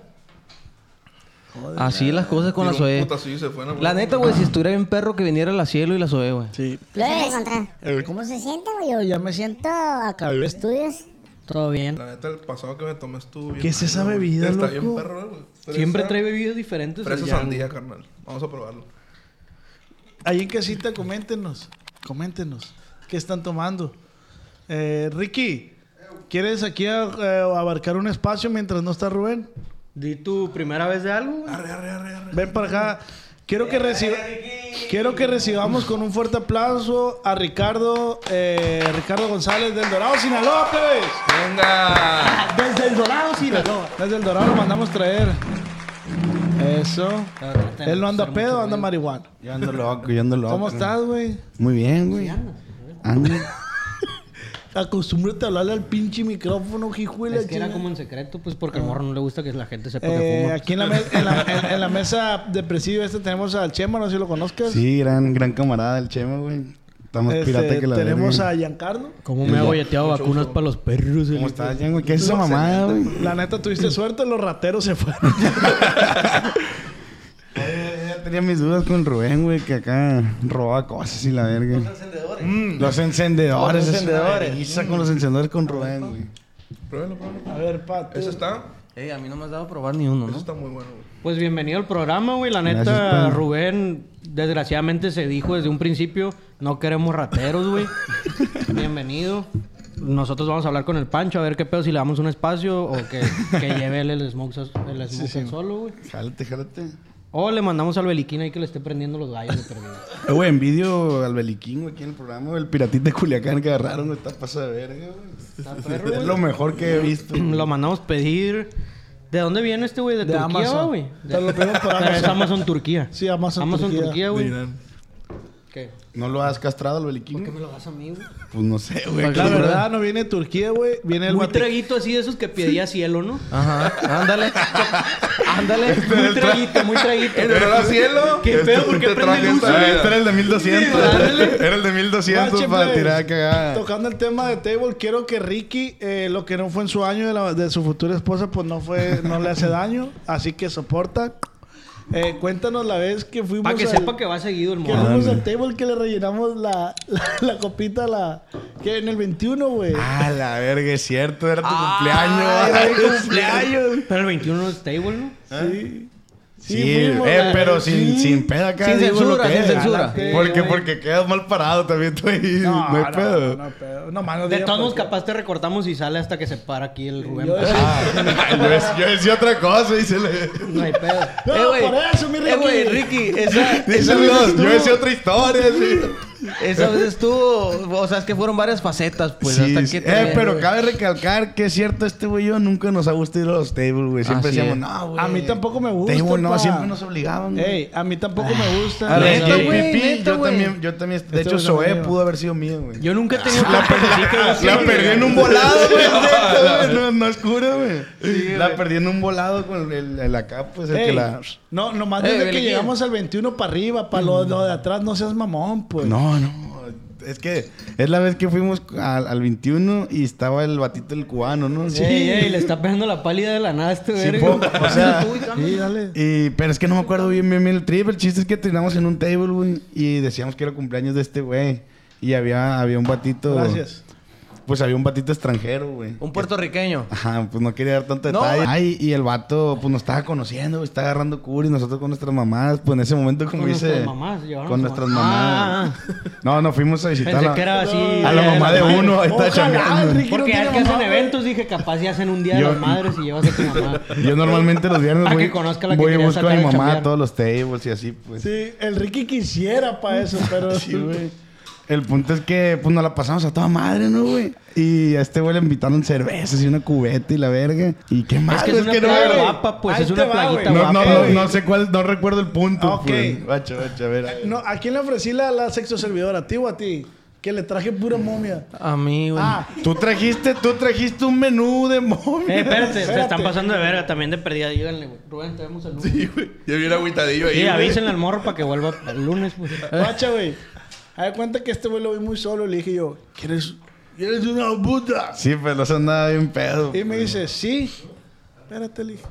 [SPEAKER 3] Así las cosas con la
[SPEAKER 4] Tiró un
[SPEAKER 3] Zoe.
[SPEAKER 4] putazo y se fue, ¿no? Ah.
[SPEAKER 3] La neta, güey, si estuviera bien perro que viniera la cielo y la Zoe, güey.
[SPEAKER 6] Sí. Eh,
[SPEAKER 11] ¿Cómo se siente, güey? Yo, yo me siento acá. ¿Estudias?
[SPEAKER 7] Todo bien.
[SPEAKER 4] La neta, el pasado que me tomé estuvo bien.
[SPEAKER 6] ¿Qué es
[SPEAKER 4] mal,
[SPEAKER 6] esa
[SPEAKER 4] güey.
[SPEAKER 6] bebida,
[SPEAKER 4] Está
[SPEAKER 6] loco?
[SPEAKER 4] bien perro, güey. Fresa-
[SPEAKER 7] Siempre trae bebidas diferentes.
[SPEAKER 4] Fresa
[SPEAKER 7] el Yang.
[SPEAKER 4] sandía, carnal. Vamos a probarlo.
[SPEAKER 6] Ahí en casita, coméntenos. Coméntenos. ¿Qué están tomando? Eh, Ricky, ¿quieres aquí a- eh, abarcar un espacio mientras no está Rubén?
[SPEAKER 7] Di tu primera vez de algo, güey.
[SPEAKER 6] Ah, Ven para acá. Quiero que, reciba- Quiero que recibamos con un fuerte aplauso a Ricardo, eh, Ricardo González del Dorado, Sinaloa, plebes.
[SPEAKER 4] ¡Venga!
[SPEAKER 6] Desde el Dorado, Sinaloa. Desde el Dorado lo mandamos traer. Eso.
[SPEAKER 7] Ah,
[SPEAKER 6] Él no anda pedo, anda marihuana.
[SPEAKER 5] Yo ando loco, yo ando loco.
[SPEAKER 6] ¿Cómo estás, güey?
[SPEAKER 5] Muy bien, güey. Ando.
[SPEAKER 6] Acostúmbrate a hablarle al pinche micrófono, hijo de la
[SPEAKER 7] Es que era
[SPEAKER 6] chingada.
[SPEAKER 7] como en secreto, pues porque al morro no le gusta que la gente sepa
[SPEAKER 6] Eh,
[SPEAKER 7] que fuma.
[SPEAKER 6] aquí en la, me- en la- en- en la mesa de presidio este tenemos al Chema, no sé si lo conozcas.
[SPEAKER 5] Sí, gran, gran camarada del Chema, güey. Está más
[SPEAKER 6] Este,
[SPEAKER 5] pirata que la
[SPEAKER 6] tenemos
[SPEAKER 5] verga.
[SPEAKER 6] a Giancarlo.
[SPEAKER 7] ¿Cómo me ha golleteado vacunas para los perros?
[SPEAKER 5] ¿Cómo estás, Jan, güey? ¿Qué es esa mamada, güey?
[SPEAKER 6] La neta, tuviste suerte, los rateros se fueron.
[SPEAKER 5] Eh, Ya tenía mis dudas con Rubén, güey, que acá roba cosas y la verga. Los encendedores.
[SPEAKER 7] Mm.
[SPEAKER 5] los encendedores.
[SPEAKER 3] Los
[SPEAKER 5] es una
[SPEAKER 3] encendedores.
[SPEAKER 5] vergüenza con los encendedores con Rubén, güey.
[SPEAKER 4] Pruébalo, pruébalo.
[SPEAKER 6] A ver, Pato.
[SPEAKER 4] Eso está.
[SPEAKER 3] Ey, a mí no me has dado a probar ni uno,
[SPEAKER 4] Eso
[SPEAKER 3] ¿no?
[SPEAKER 4] está muy bueno, güey.
[SPEAKER 7] Pues bienvenido al programa, güey. La
[SPEAKER 12] Gracias,
[SPEAKER 7] neta,
[SPEAKER 12] Pedro.
[SPEAKER 7] Rubén, desgraciadamente se dijo desde un principio, no queremos rateros, güey. Bienvenido. Nosotros vamos a hablar con el Pancho a ver qué pedo, si le damos un espacio o que, que lleve él el smoke, el smoke
[SPEAKER 6] Sí, sí.
[SPEAKER 7] solo, güey.
[SPEAKER 6] Jálate, jálate.
[SPEAKER 5] Eh,
[SPEAKER 7] O le mandamos al Beliquín ahí que le esté prendiendo los gallos de perdido.
[SPEAKER 6] Eh, güey, envidio al Beliquín, güey, aquí en el programa. El piratita de Culiacán que agarraron, güey, está pasada de verga,
[SPEAKER 7] perro,
[SPEAKER 6] güey.
[SPEAKER 7] güey. Mm,
[SPEAKER 6] Es lo mejor que he visto.
[SPEAKER 7] Lo mandamos pedir. ¿De dónde viene este güey? De,
[SPEAKER 6] De
[SPEAKER 7] Turquía,
[SPEAKER 6] Amazon.
[SPEAKER 7] güey.
[SPEAKER 6] Te lo pedimos por
[SPEAKER 7] Pero es
[SPEAKER 6] Amazon.
[SPEAKER 7] Amazon Turquía.
[SPEAKER 6] Sí, Amazon Turquía.
[SPEAKER 7] Turquía, güey.
[SPEAKER 6] Miran.
[SPEAKER 7] ¿Qué?
[SPEAKER 6] ¿No lo has castrado al Beliquín?
[SPEAKER 7] ¿Por qué me lo das a mí, güey?
[SPEAKER 6] Pues no sé, güey.
[SPEAKER 7] Para que
[SPEAKER 6] La
[SPEAKER 7] lo pruebe.
[SPEAKER 6] verdad, no viene de Turquía, güey. Viene el
[SPEAKER 7] Un
[SPEAKER 6] Guateque-
[SPEAKER 7] traguito así de esos que pedía cielo, ¿no?
[SPEAKER 3] Ajá, ándale.
[SPEAKER 7] Ándale, muy traguito, muy traguito.
[SPEAKER 4] ¿Este era el cielo?
[SPEAKER 7] Qué
[SPEAKER 4] Este
[SPEAKER 7] pedo, porque
[SPEAKER 4] te
[SPEAKER 7] prende
[SPEAKER 4] traje
[SPEAKER 7] luz.
[SPEAKER 4] esta vida.
[SPEAKER 7] güey?
[SPEAKER 4] Este
[SPEAKER 5] Era el de 1200. Era el de
[SPEAKER 6] Guache,
[SPEAKER 5] 1200 para
[SPEAKER 7] pues.
[SPEAKER 6] plebes.
[SPEAKER 5] tirar a cagar.
[SPEAKER 6] Tocando el tema de Table, quiero que Ricky, eh, lo que no fue en su año de, la- de su futura esposa, pues no fue, no le hace daño, así que soporta. Eh, cuéntanos la vez que fuimos
[SPEAKER 7] Para que
[SPEAKER 6] al-
[SPEAKER 7] sepa que va seguido el
[SPEAKER 6] que
[SPEAKER 7] morro.
[SPEAKER 6] fuimos al Table que le rellenamos la, la, la copita a la que en el 21, güey.
[SPEAKER 5] A Ah, la verga, es cierto, era tu
[SPEAKER 7] Ah,
[SPEAKER 6] era mi
[SPEAKER 5] cumpleaños.
[SPEAKER 6] cumpleaños.
[SPEAKER 7] Pero el 21 es table, ¿no?
[SPEAKER 6] Sí.
[SPEAKER 5] Sí,
[SPEAKER 6] fuimos,
[SPEAKER 5] eh,
[SPEAKER 6] güey.
[SPEAKER 5] pero sin,
[SPEAKER 6] Sí.
[SPEAKER 5] sin peda acá.
[SPEAKER 6] Sin
[SPEAKER 5] digo lo
[SPEAKER 6] censura,
[SPEAKER 5] que
[SPEAKER 6] sin
[SPEAKER 5] es.
[SPEAKER 6] censura.
[SPEAKER 5] Porque,
[SPEAKER 6] Sí,
[SPEAKER 5] porque quedas mal parado también tú ahí. No, hay pedo. Ah,
[SPEAKER 6] No, pedo. No, mano,
[SPEAKER 7] De
[SPEAKER 6] diga,
[SPEAKER 7] todos modos,
[SPEAKER 6] porque-
[SPEAKER 7] capaz te recortamos y sale hasta que se para aquí el Rubén. Pues,
[SPEAKER 6] Yo-
[SPEAKER 5] Ay, yo, dec- yo decía otra cosa y se le...
[SPEAKER 7] No hay pedo.
[SPEAKER 6] No,
[SPEAKER 3] Eh, güey.
[SPEAKER 6] por eso, mi Ricky.
[SPEAKER 3] Eh, güey, Ricky, esa, esa,
[SPEAKER 5] Dicen
[SPEAKER 3] vez
[SPEAKER 5] los, yo decía
[SPEAKER 3] estuvo,
[SPEAKER 5] otra historia. sí.
[SPEAKER 3] esa vez estuvo- o sea, es que fueron varias facetas, pues,
[SPEAKER 5] Sí,
[SPEAKER 3] hasta
[SPEAKER 5] sí.
[SPEAKER 3] que...
[SPEAKER 5] Eh,
[SPEAKER 3] te-
[SPEAKER 5] pero cabe recalcar que es cierto, este güey y yo nunca nos ha gustado ir a los tables, güey. Siempre
[SPEAKER 3] Así
[SPEAKER 5] decíamos,
[SPEAKER 3] es.
[SPEAKER 5] no, güey.
[SPEAKER 6] A mí tampoco me gusta.
[SPEAKER 5] Table no,
[SPEAKER 6] pa.
[SPEAKER 5] siempre nos obligaban, güey.
[SPEAKER 6] Ey, a mí tampoco me gusta.
[SPEAKER 5] A
[SPEAKER 6] Yo
[SPEAKER 5] ver,
[SPEAKER 6] soy-
[SPEAKER 5] JPP,
[SPEAKER 3] neta,
[SPEAKER 5] yo
[SPEAKER 3] güey.
[SPEAKER 5] también, yo también. De
[SPEAKER 6] Este
[SPEAKER 5] hecho,
[SPEAKER 6] güey no me
[SPEAKER 5] Zoé
[SPEAKER 6] lleva.
[SPEAKER 5] pudo haber sido mío, güey.
[SPEAKER 7] Yo nunca he tenido la
[SPEAKER 6] Ah,
[SPEAKER 5] La perdí en un volado, güey. neta, güey, No, no es cura, güey. la perdí en un volado con el, el acá, pues, el
[SPEAKER 6] Ey,
[SPEAKER 5] que la...
[SPEAKER 6] No, nomás
[SPEAKER 3] Ey,
[SPEAKER 6] desde que
[SPEAKER 3] Beliquín.
[SPEAKER 6] llegamos al 21 para arriba, para lo, lo de atrás, no seas mamón, pues.
[SPEAKER 5] No, no. Es que es la vez que fuimos al, al 21 y estaba el batito del cubano, ¿no?
[SPEAKER 7] Sí, ey, ey, le está pegando la pálida de la nada a este
[SPEAKER 5] Sí,
[SPEAKER 7] verga.
[SPEAKER 5] po- o sea,
[SPEAKER 6] Sí, dale.
[SPEAKER 5] y, pero es que no me acuerdo bien, bien, bien el trip. El chiste es que terminamos en un table, güey, y decíamos que era cumpleaños de este güey. Y había, había un batito.
[SPEAKER 6] Gracias.
[SPEAKER 5] Pues había un batito extranjero, güey.
[SPEAKER 3] Un puertorriqueño.
[SPEAKER 5] Ajá, pues no quería dar tanto
[SPEAKER 3] No.
[SPEAKER 5] detalle. Ay, y el vato, pues nos estaba conociendo, güey, estaba agarrando cura y nosotros con nuestras mamás, pues en ese momento, como
[SPEAKER 7] Con
[SPEAKER 5] dice.
[SPEAKER 7] nuestras mamás, llevaron
[SPEAKER 5] Con
[SPEAKER 7] su
[SPEAKER 5] nuestras
[SPEAKER 7] mamá.
[SPEAKER 5] mamás. No, nos fuimos a visitar.
[SPEAKER 7] Pensé
[SPEAKER 5] a-
[SPEAKER 7] que era así.
[SPEAKER 5] A la mamá de uno, ahí está
[SPEAKER 6] Ojalá,
[SPEAKER 5] chambeando.
[SPEAKER 6] Enrique, no
[SPEAKER 7] Porque
[SPEAKER 6] tiene
[SPEAKER 7] al que
[SPEAKER 6] mamá,
[SPEAKER 7] hacen
[SPEAKER 6] güey.
[SPEAKER 7] eventos, dije, capaz ya hacen un día de
[SPEAKER 5] Yo-
[SPEAKER 7] las madres y llevas a tu mamá.
[SPEAKER 5] Yo normalmente los viernes
[SPEAKER 7] Para Ah, que
[SPEAKER 5] voy,
[SPEAKER 7] conozca la que
[SPEAKER 5] voy y
[SPEAKER 7] quería
[SPEAKER 5] busco a
[SPEAKER 7] sacar
[SPEAKER 5] mi
[SPEAKER 7] a
[SPEAKER 5] mamá a
[SPEAKER 7] chambear.
[SPEAKER 5] todos los tables y así, pues.
[SPEAKER 6] Sí, el Ricky quisiera para eso, pero.
[SPEAKER 5] Sí, güey. El punto es que, pues, nos la pasamos a toda madre, ¿no, güey? Y a este güey le invitaron cervezas y una cubeta y la verga. ¿Y qué más,
[SPEAKER 7] Es que es
[SPEAKER 5] güey?
[SPEAKER 7] una
[SPEAKER 5] no,
[SPEAKER 7] playa
[SPEAKER 5] güey.
[SPEAKER 7] guapa, pues.
[SPEAKER 6] Ahí te
[SPEAKER 7] es una
[SPEAKER 6] va,
[SPEAKER 7] playita
[SPEAKER 6] güey.
[SPEAKER 5] no,
[SPEAKER 7] guapa.
[SPEAKER 5] no,
[SPEAKER 6] guapa,
[SPEAKER 5] no,
[SPEAKER 6] güey.
[SPEAKER 5] no sé cuál, no recuerdo el punto.
[SPEAKER 6] Ok.
[SPEAKER 5] pues. Guacha, guacha, a ver. a ver.
[SPEAKER 6] No, ¿a quién le ofrecí la, la sexo servidora? ¿A ti o a ti? Que le traje pura momia.
[SPEAKER 7] A mí, güey.
[SPEAKER 6] Ah,
[SPEAKER 5] Tú trajiste, tú trajiste un menú de momia.
[SPEAKER 7] Eh, espérate, se
[SPEAKER 6] espérate.
[SPEAKER 7] están pasando de verga también de perdida. Díganle, güey. Rubén, te vemos el lunes. Sí,
[SPEAKER 4] Yo vi un agüitadillo ahí. güey.
[SPEAKER 7] avísenle al morro para que vuelva el lunes, pues. güey.
[SPEAKER 6] Guacha, güey. A ver, cuenta que este güey lo vi muy solo. Le dije yo, ¿quieres, ¿quieres una puta?
[SPEAKER 5] Sí, pero no se andaba bien pedo.
[SPEAKER 6] Y me dice, sí. Espérate, le dije.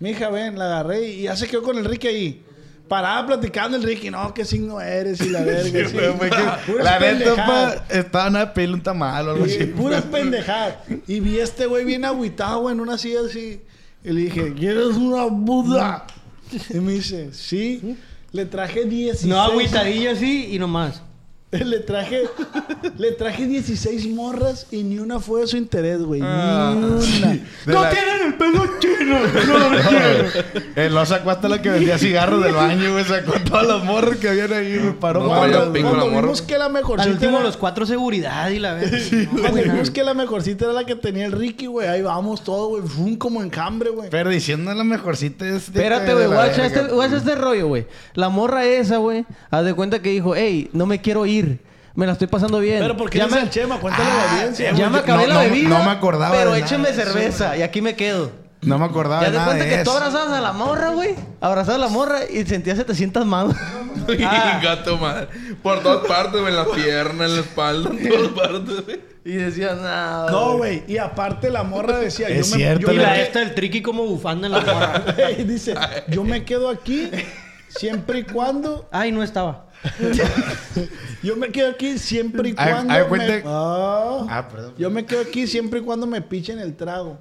[SPEAKER 6] Mi hija, ven, la agarré y ya se quedó con el Ricky ahí. Paraba platicando el Ricky, no, qué signo eres y la verga. sí.
[SPEAKER 5] Güey, que-
[SPEAKER 6] Puras
[SPEAKER 5] La neta,
[SPEAKER 6] pendejadas.
[SPEAKER 5] pa, estaban a pedirle un tamal o algo
[SPEAKER 6] Y
[SPEAKER 5] así.
[SPEAKER 6] puras pendejadas. Y vi a este güey bien agüitado, güey, en una silla así. Y le dije, ¿quieres una Buda? Y me dice, sí. Le traje 16.
[SPEAKER 7] No, agüitadillo así y nomás.
[SPEAKER 6] Le traje, le traje 16 morras y ni una fue de su interés, güey.
[SPEAKER 5] Ah.
[SPEAKER 6] Ni una.
[SPEAKER 5] De la-
[SPEAKER 7] el pelo chino!
[SPEAKER 5] El lo sacó hasta la que vendía cigarros del baño, güey. Sacó todas las morras que habían ahí, güey. Paró.
[SPEAKER 4] No,
[SPEAKER 5] morras,
[SPEAKER 4] traía
[SPEAKER 5] güey.
[SPEAKER 4] pico.
[SPEAKER 6] Cuando
[SPEAKER 4] la morra.
[SPEAKER 6] vimos que la mejorcita
[SPEAKER 7] Al último,
[SPEAKER 6] era-
[SPEAKER 7] los cuatro seguridad y la verga. No,
[SPEAKER 6] cuando
[SPEAKER 7] güey,
[SPEAKER 6] vimos que la mejorcita era la que tenía el Ricky, güey. Ahí vamos todo, güey. Fum como enjambre, güey.
[SPEAKER 5] Pero diciendo la mejorcita es... de-
[SPEAKER 3] Espérate,
[SPEAKER 5] de
[SPEAKER 3] güey.
[SPEAKER 5] la
[SPEAKER 3] Guacha
[SPEAKER 5] verga,
[SPEAKER 3] este,
[SPEAKER 5] pues.
[SPEAKER 3] guacha este rollo, güey. La morra esa, güey. Haz de cuenta que dijo, hey, no me quiero ir. Me la estoy pasando bien.
[SPEAKER 6] Pero ¿por qué
[SPEAKER 3] Ya
[SPEAKER 6] dice
[SPEAKER 3] me-
[SPEAKER 6] el Chema? Cuéntale a
[SPEAKER 7] Ah,
[SPEAKER 6] la audiencia.
[SPEAKER 3] Ya me
[SPEAKER 5] yo-
[SPEAKER 3] acabé
[SPEAKER 5] no,
[SPEAKER 3] la
[SPEAKER 5] no-
[SPEAKER 3] bebida.
[SPEAKER 5] no me acordaba
[SPEAKER 3] Pero
[SPEAKER 5] de nada
[SPEAKER 3] écheme
[SPEAKER 5] de eso,
[SPEAKER 3] cerveza y aquí me quedo.
[SPEAKER 5] No me acordaba
[SPEAKER 3] Ya
[SPEAKER 5] de
[SPEAKER 3] de
[SPEAKER 5] nada
[SPEAKER 3] cuenta
[SPEAKER 5] de
[SPEAKER 3] que tú
[SPEAKER 5] eso.
[SPEAKER 3] abrazabas a la morra, güey. Abrazabas a la morra y sentías 700 más.
[SPEAKER 7] Ah.
[SPEAKER 4] Gato madre. Por todas partes, güey. En las piernas, en la espalda, en todas partes, güey.
[SPEAKER 3] y decías, nada.
[SPEAKER 6] No, güey. Y aparte la morra decía,
[SPEAKER 5] Es
[SPEAKER 6] yo me
[SPEAKER 5] cierto,
[SPEAKER 6] yo
[SPEAKER 7] Y
[SPEAKER 6] me
[SPEAKER 7] la
[SPEAKER 6] que-
[SPEAKER 7] esta del triqui como bufanda en la morra.
[SPEAKER 6] Güey, dice, yo me quedo aquí siempre y cuando.
[SPEAKER 7] Ay, no estaba.
[SPEAKER 6] Yo me quedo aquí siempre y
[SPEAKER 5] Ay,
[SPEAKER 6] cuando.
[SPEAKER 5] ay,
[SPEAKER 6] me-
[SPEAKER 5] cuente-
[SPEAKER 6] Ah.
[SPEAKER 5] Ah, perdón.
[SPEAKER 6] yo me quedo aquí siempre y cuando me pichen el trago.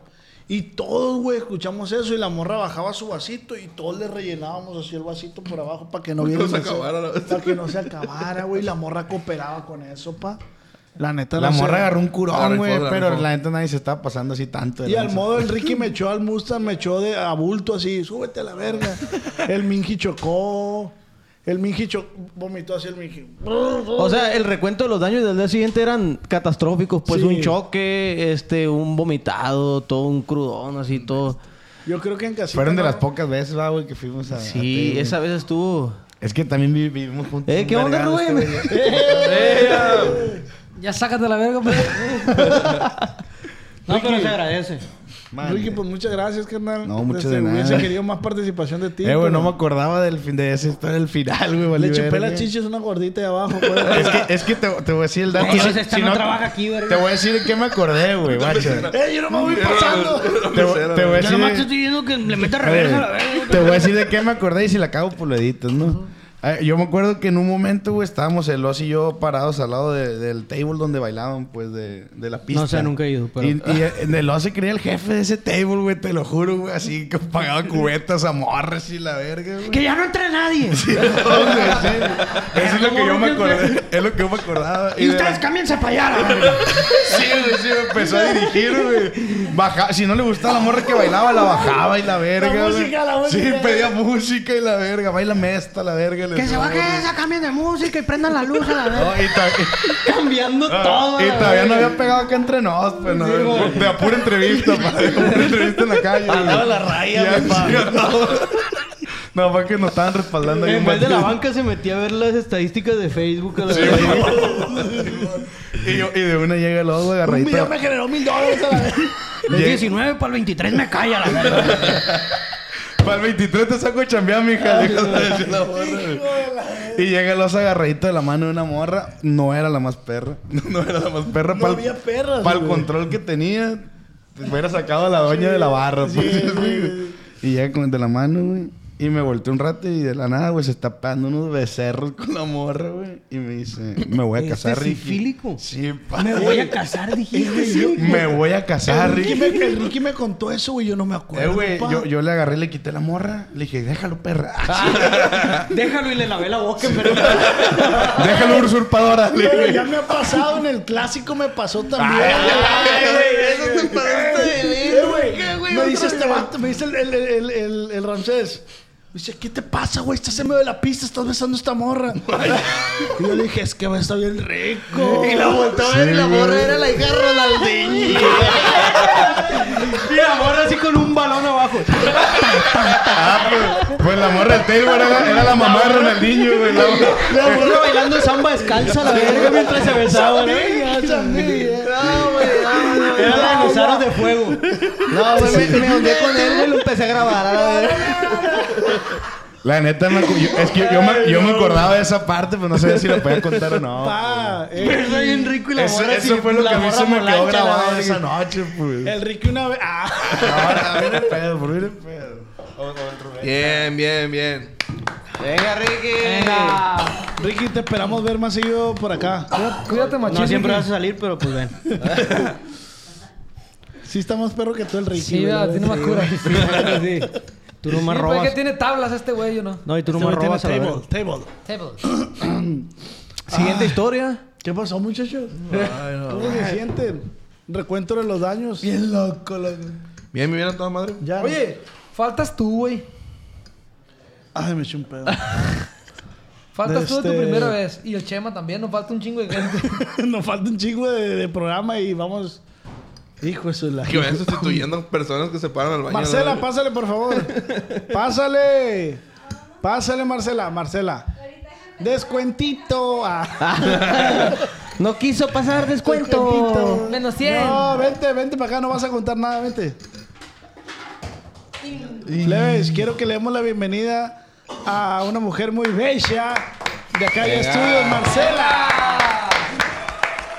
[SPEAKER 6] Y todos, güey, escuchamos eso y la morra bajaba su vasito y todos le rellenábamos así el vasito por abajo para que no
[SPEAKER 4] Para que no
[SPEAKER 6] viera
[SPEAKER 4] se acabara la vez.
[SPEAKER 6] Para que no se acabara, güey. La morra cooperaba con eso, pa. La neta
[SPEAKER 5] La
[SPEAKER 6] no sé.
[SPEAKER 5] morra agarró un curón,
[SPEAKER 4] rifó,
[SPEAKER 5] güey.
[SPEAKER 4] la
[SPEAKER 5] Pero
[SPEAKER 4] rifó.
[SPEAKER 5] la neta nadie se estaba pasando así tanto. de
[SPEAKER 6] Y al
[SPEAKER 5] lanza.
[SPEAKER 6] modo Enrique me echó al Mustang, me echó de a bulto así, súbete a la verga. El Minji chocó. El Minji chocó, vomitó así el Minji.
[SPEAKER 3] O sea, el recuento de los daños del día siguiente eran catastróficos. Pues
[SPEAKER 6] Sí.
[SPEAKER 3] un choque, este, un vomitado, todo un crudón, así todo.
[SPEAKER 6] Yo creo que en casita.
[SPEAKER 5] Fueron de
[SPEAKER 6] no-
[SPEAKER 5] las pocas veces, va, güey, que fuimos a. a ti,
[SPEAKER 3] Sí,
[SPEAKER 5] güey.
[SPEAKER 3] esa vez estuvo.
[SPEAKER 5] Es que también vi- vivimos juntos.
[SPEAKER 3] Eh, ¿qué
[SPEAKER 5] un
[SPEAKER 3] onda,
[SPEAKER 5] vergazo,
[SPEAKER 3] Rubén?
[SPEAKER 5] este, güey.
[SPEAKER 2] Ya sácate la verga, pues.
[SPEAKER 7] No, pero
[SPEAKER 6] Ricky.
[SPEAKER 7] se agradece.
[SPEAKER 5] Man.
[SPEAKER 6] Ricky, pues muchas gracias, carnal. Este,
[SPEAKER 5] No, mucho de
[SPEAKER 6] Hubiese
[SPEAKER 5] nada.
[SPEAKER 6] querido más participación de ti.
[SPEAKER 5] Eh, güey, no me
[SPEAKER 6] pero
[SPEAKER 5] acordaba del fin de ese historia del final, güey.
[SPEAKER 6] Pues Le
[SPEAKER 5] valió
[SPEAKER 6] chupé
[SPEAKER 5] verga.
[SPEAKER 6] las chichis una gordita de abajo, pues.
[SPEAKER 5] Es
[SPEAKER 6] güey.
[SPEAKER 5] que, es que te, te voy a decir el dato.
[SPEAKER 7] Ellos están- no trabaja aquí, verga.
[SPEAKER 5] Te voy a decir que me acordé, güey, guacha.
[SPEAKER 6] ¡Eh, yo no me voy pasando!
[SPEAKER 5] Te, voy- te voy a
[SPEAKER 7] Yo nomás te
[SPEAKER 5] decir.
[SPEAKER 7] estoy diciendo que le meta reversa a la verga.
[SPEAKER 5] Oye, Te voy a decir de qué me acordé y si la cago, pues lo editas, ¿no? Ah, Yo me acuerdo que en un momento, güey, estábamos el Oz y yo parados al lado de- del table donde bailaban, pues, de, de la pista.
[SPEAKER 7] No sé, nunca he ido, pero-
[SPEAKER 5] Y, y en el Oz se creía el jefe de ese table, güey, te lo juro, güey, así que pagaba cubetas a morras y la verga, güey.
[SPEAKER 7] Que ya no entra nadie.
[SPEAKER 5] Eso es lo que yo me acordé. Es lo que yo me acordaba.
[SPEAKER 7] Y
[SPEAKER 5] Ah, de
[SPEAKER 7] ustedes
[SPEAKER 5] la-
[SPEAKER 7] cámbiense para allá. la verga.
[SPEAKER 5] Sí, güey, sí, me empezó a dirigir, güey. Baja- si no le gustaba la morra que bailaba, la bajaba y la verga.
[SPEAKER 6] La
[SPEAKER 5] güey.
[SPEAKER 6] música, la música.
[SPEAKER 5] Sí, pedía música y la verga. Baila esta, la verga.
[SPEAKER 7] Que se baje esa, cambien de música y prendan la luz a la verga.
[SPEAKER 5] No, y, ta-
[SPEAKER 7] Cambiando todo.
[SPEAKER 5] y
[SPEAKER 7] la
[SPEAKER 5] todavía no
[SPEAKER 7] verga.
[SPEAKER 5] había pegado acá entre nos, pues no. de a pura entrevista, pa. De a pura entrevista en la calle. Al lado de la raya, No, fue que nos estaban respaldando ahí
[SPEAKER 7] En
[SPEAKER 5] un
[SPEAKER 7] vez de la
[SPEAKER 5] vato.
[SPEAKER 7] banca se metía a ver las estadísticas de Facebook a la
[SPEAKER 5] Sí,
[SPEAKER 7] verga.
[SPEAKER 5] y, yo- y de una llega el otro
[SPEAKER 6] Un video
[SPEAKER 5] agarradito.
[SPEAKER 6] me generó mil dólares a la vez.
[SPEAKER 7] De
[SPEAKER 5] Llega-
[SPEAKER 7] 19 para el 23 me calla la verga.
[SPEAKER 5] Para el 23 te saco a chambear, mija.
[SPEAKER 6] Ah,
[SPEAKER 5] Dejas de decir la morra, güey. y llega los agarraditos de la mano de una morra. No era la más perra. No era la más perra.
[SPEAKER 6] No
[SPEAKER 5] pa'l-
[SPEAKER 6] había perras,
[SPEAKER 5] pa'l
[SPEAKER 6] güey.
[SPEAKER 5] control que tenía, te hubiera sacado a la doña de la barra.
[SPEAKER 6] sí,
[SPEAKER 5] pues,
[SPEAKER 6] sí,
[SPEAKER 5] güey.
[SPEAKER 6] sí.
[SPEAKER 5] Y llega con el de la mano, güey. Y me volteé un rato y de la nada, güey, se está pegando unos becerros con la morra, güey. Y me dice, me voy a
[SPEAKER 7] ¿Este
[SPEAKER 5] casar,
[SPEAKER 7] es
[SPEAKER 5] Ricky.
[SPEAKER 7] sifílico?
[SPEAKER 5] Sí, pa.
[SPEAKER 7] Me voy a casar, dijiste.
[SPEAKER 5] Me voy a casar,
[SPEAKER 6] Ah, Ricky
[SPEAKER 5] Ricky.
[SPEAKER 6] me, el Ricky me contó eso, güey. Yo no me acuerdo.
[SPEAKER 5] Eh, güey,
[SPEAKER 6] pa.
[SPEAKER 5] yo, yo le agarré, le quité la morra. Le dije, déjalo, perra.
[SPEAKER 7] Déjalo y le lavé la boca, pero.
[SPEAKER 5] Déjalo usurpadora. Le
[SPEAKER 6] Pero
[SPEAKER 5] dije.
[SPEAKER 6] ya me ha pasado, en el clásico me pasó también. Eh, güey, Me dice este vato, me dice el, el, el, el, el- el Ramsés. Me dice, ¿qué te pasa, güey? Estás en medio de la pista, estás besando a esta morra. y yo le dije, es que está bien rico. Y la volteó a ver y la morra era la hija de Ronaldinho.
[SPEAKER 7] Y la morra así con un balón abajo.
[SPEAKER 5] Ah, pues, pues la morra del table era, era la mamá de Ronaldinho, güey. La morra.
[SPEAKER 7] La morra bailando samba descalza la verga mientras se besaba, ¿no?
[SPEAKER 6] Amiga, amiga.
[SPEAKER 7] Era la de los aros de fuego.
[SPEAKER 3] No, güey, me, me hundí con él, güey, lo empecé a grabar. A la verga.
[SPEAKER 5] La neta, me acu- yo- es que yo, yo me, yo me acordaba de esa parte, pero no sé si la podía contar o no.
[SPEAKER 6] Pa, eh,
[SPEAKER 7] Pero bien rico y la
[SPEAKER 5] Eso,
[SPEAKER 7] morra
[SPEAKER 5] eso fue lo que a mí se me quedó grabado esa
[SPEAKER 7] esa
[SPEAKER 5] noche, pues.
[SPEAKER 6] el Ricky una vez. Ah.
[SPEAKER 5] Ahora, viene el pedo, por viene el pedo.
[SPEAKER 4] Bien, bien, bien.
[SPEAKER 3] Venga, Ricky.
[SPEAKER 7] Eh,
[SPEAKER 6] Ricky, te esperamos ver más seguido por acá.
[SPEAKER 2] Cuídate, machín.
[SPEAKER 7] No siempre vas
[SPEAKER 2] Ricky.
[SPEAKER 7] a salir, pero pues ven.
[SPEAKER 6] Sí, está más perro que tú el Ricky.
[SPEAKER 2] Sí,
[SPEAKER 6] güey, la
[SPEAKER 2] ya, tiene
[SPEAKER 6] verdad.
[SPEAKER 2] más cura.
[SPEAKER 7] Tú no
[SPEAKER 2] Sí,
[SPEAKER 7] más
[SPEAKER 2] pues, es
[SPEAKER 7] robas.
[SPEAKER 2] que tiene tablas este güey, ¿o no?
[SPEAKER 7] No, y tú no
[SPEAKER 6] Este
[SPEAKER 7] más
[SPEAKER 6] güey tiene
[SPEAKER 7] robas a la verga.
[SPEAKER 6] table, table.
[SPEAKER 9] Table.
[SPEAKER 3] Siguiente historia.
[SPEAKER 6] ¿Qué pasó, muchachos? ¿Cómo se sienten? Recuento de los daños. Bien loco, loco.
[SPEAKER 4] Bien, bien, a toda madre.
[SPEAKER 6] Ya.
[SPEAKER 2] Oye, faltas tú, güey.
[SPEAKER 6] Ay, me eché un pedo.
[SPEAKER 2] Faltas tú de tu
[SPEAKER 6] Este-
[SPEAKER 2] primera vez. Y el Chema también, nos falta un chingo de gente.
[SPEAKER 6] Nos falta un chingo de, de programa y vamos. Hijo, eso es la.
[SPEAKER 4] Que vayan sustituyendo personas que se paran al baño.
[SPEAKER 6] Marcela,
[SPEAKER 4] ¿no?
[SPEAKER 6] pásale, por favor. Pásale. Pásale, Marcela, Marcela. Descuentito. Ah,
[SPEAKER 3] No quiso pasar descuento.
[SPEAKER 1] Menos 100.
[SPEAKER 6] No, vente, vente para acá, no vas a contar nada, vente. Leves, quiero que le demos la bienvenida a una mujer muy bella de acá de estudios, Marcela.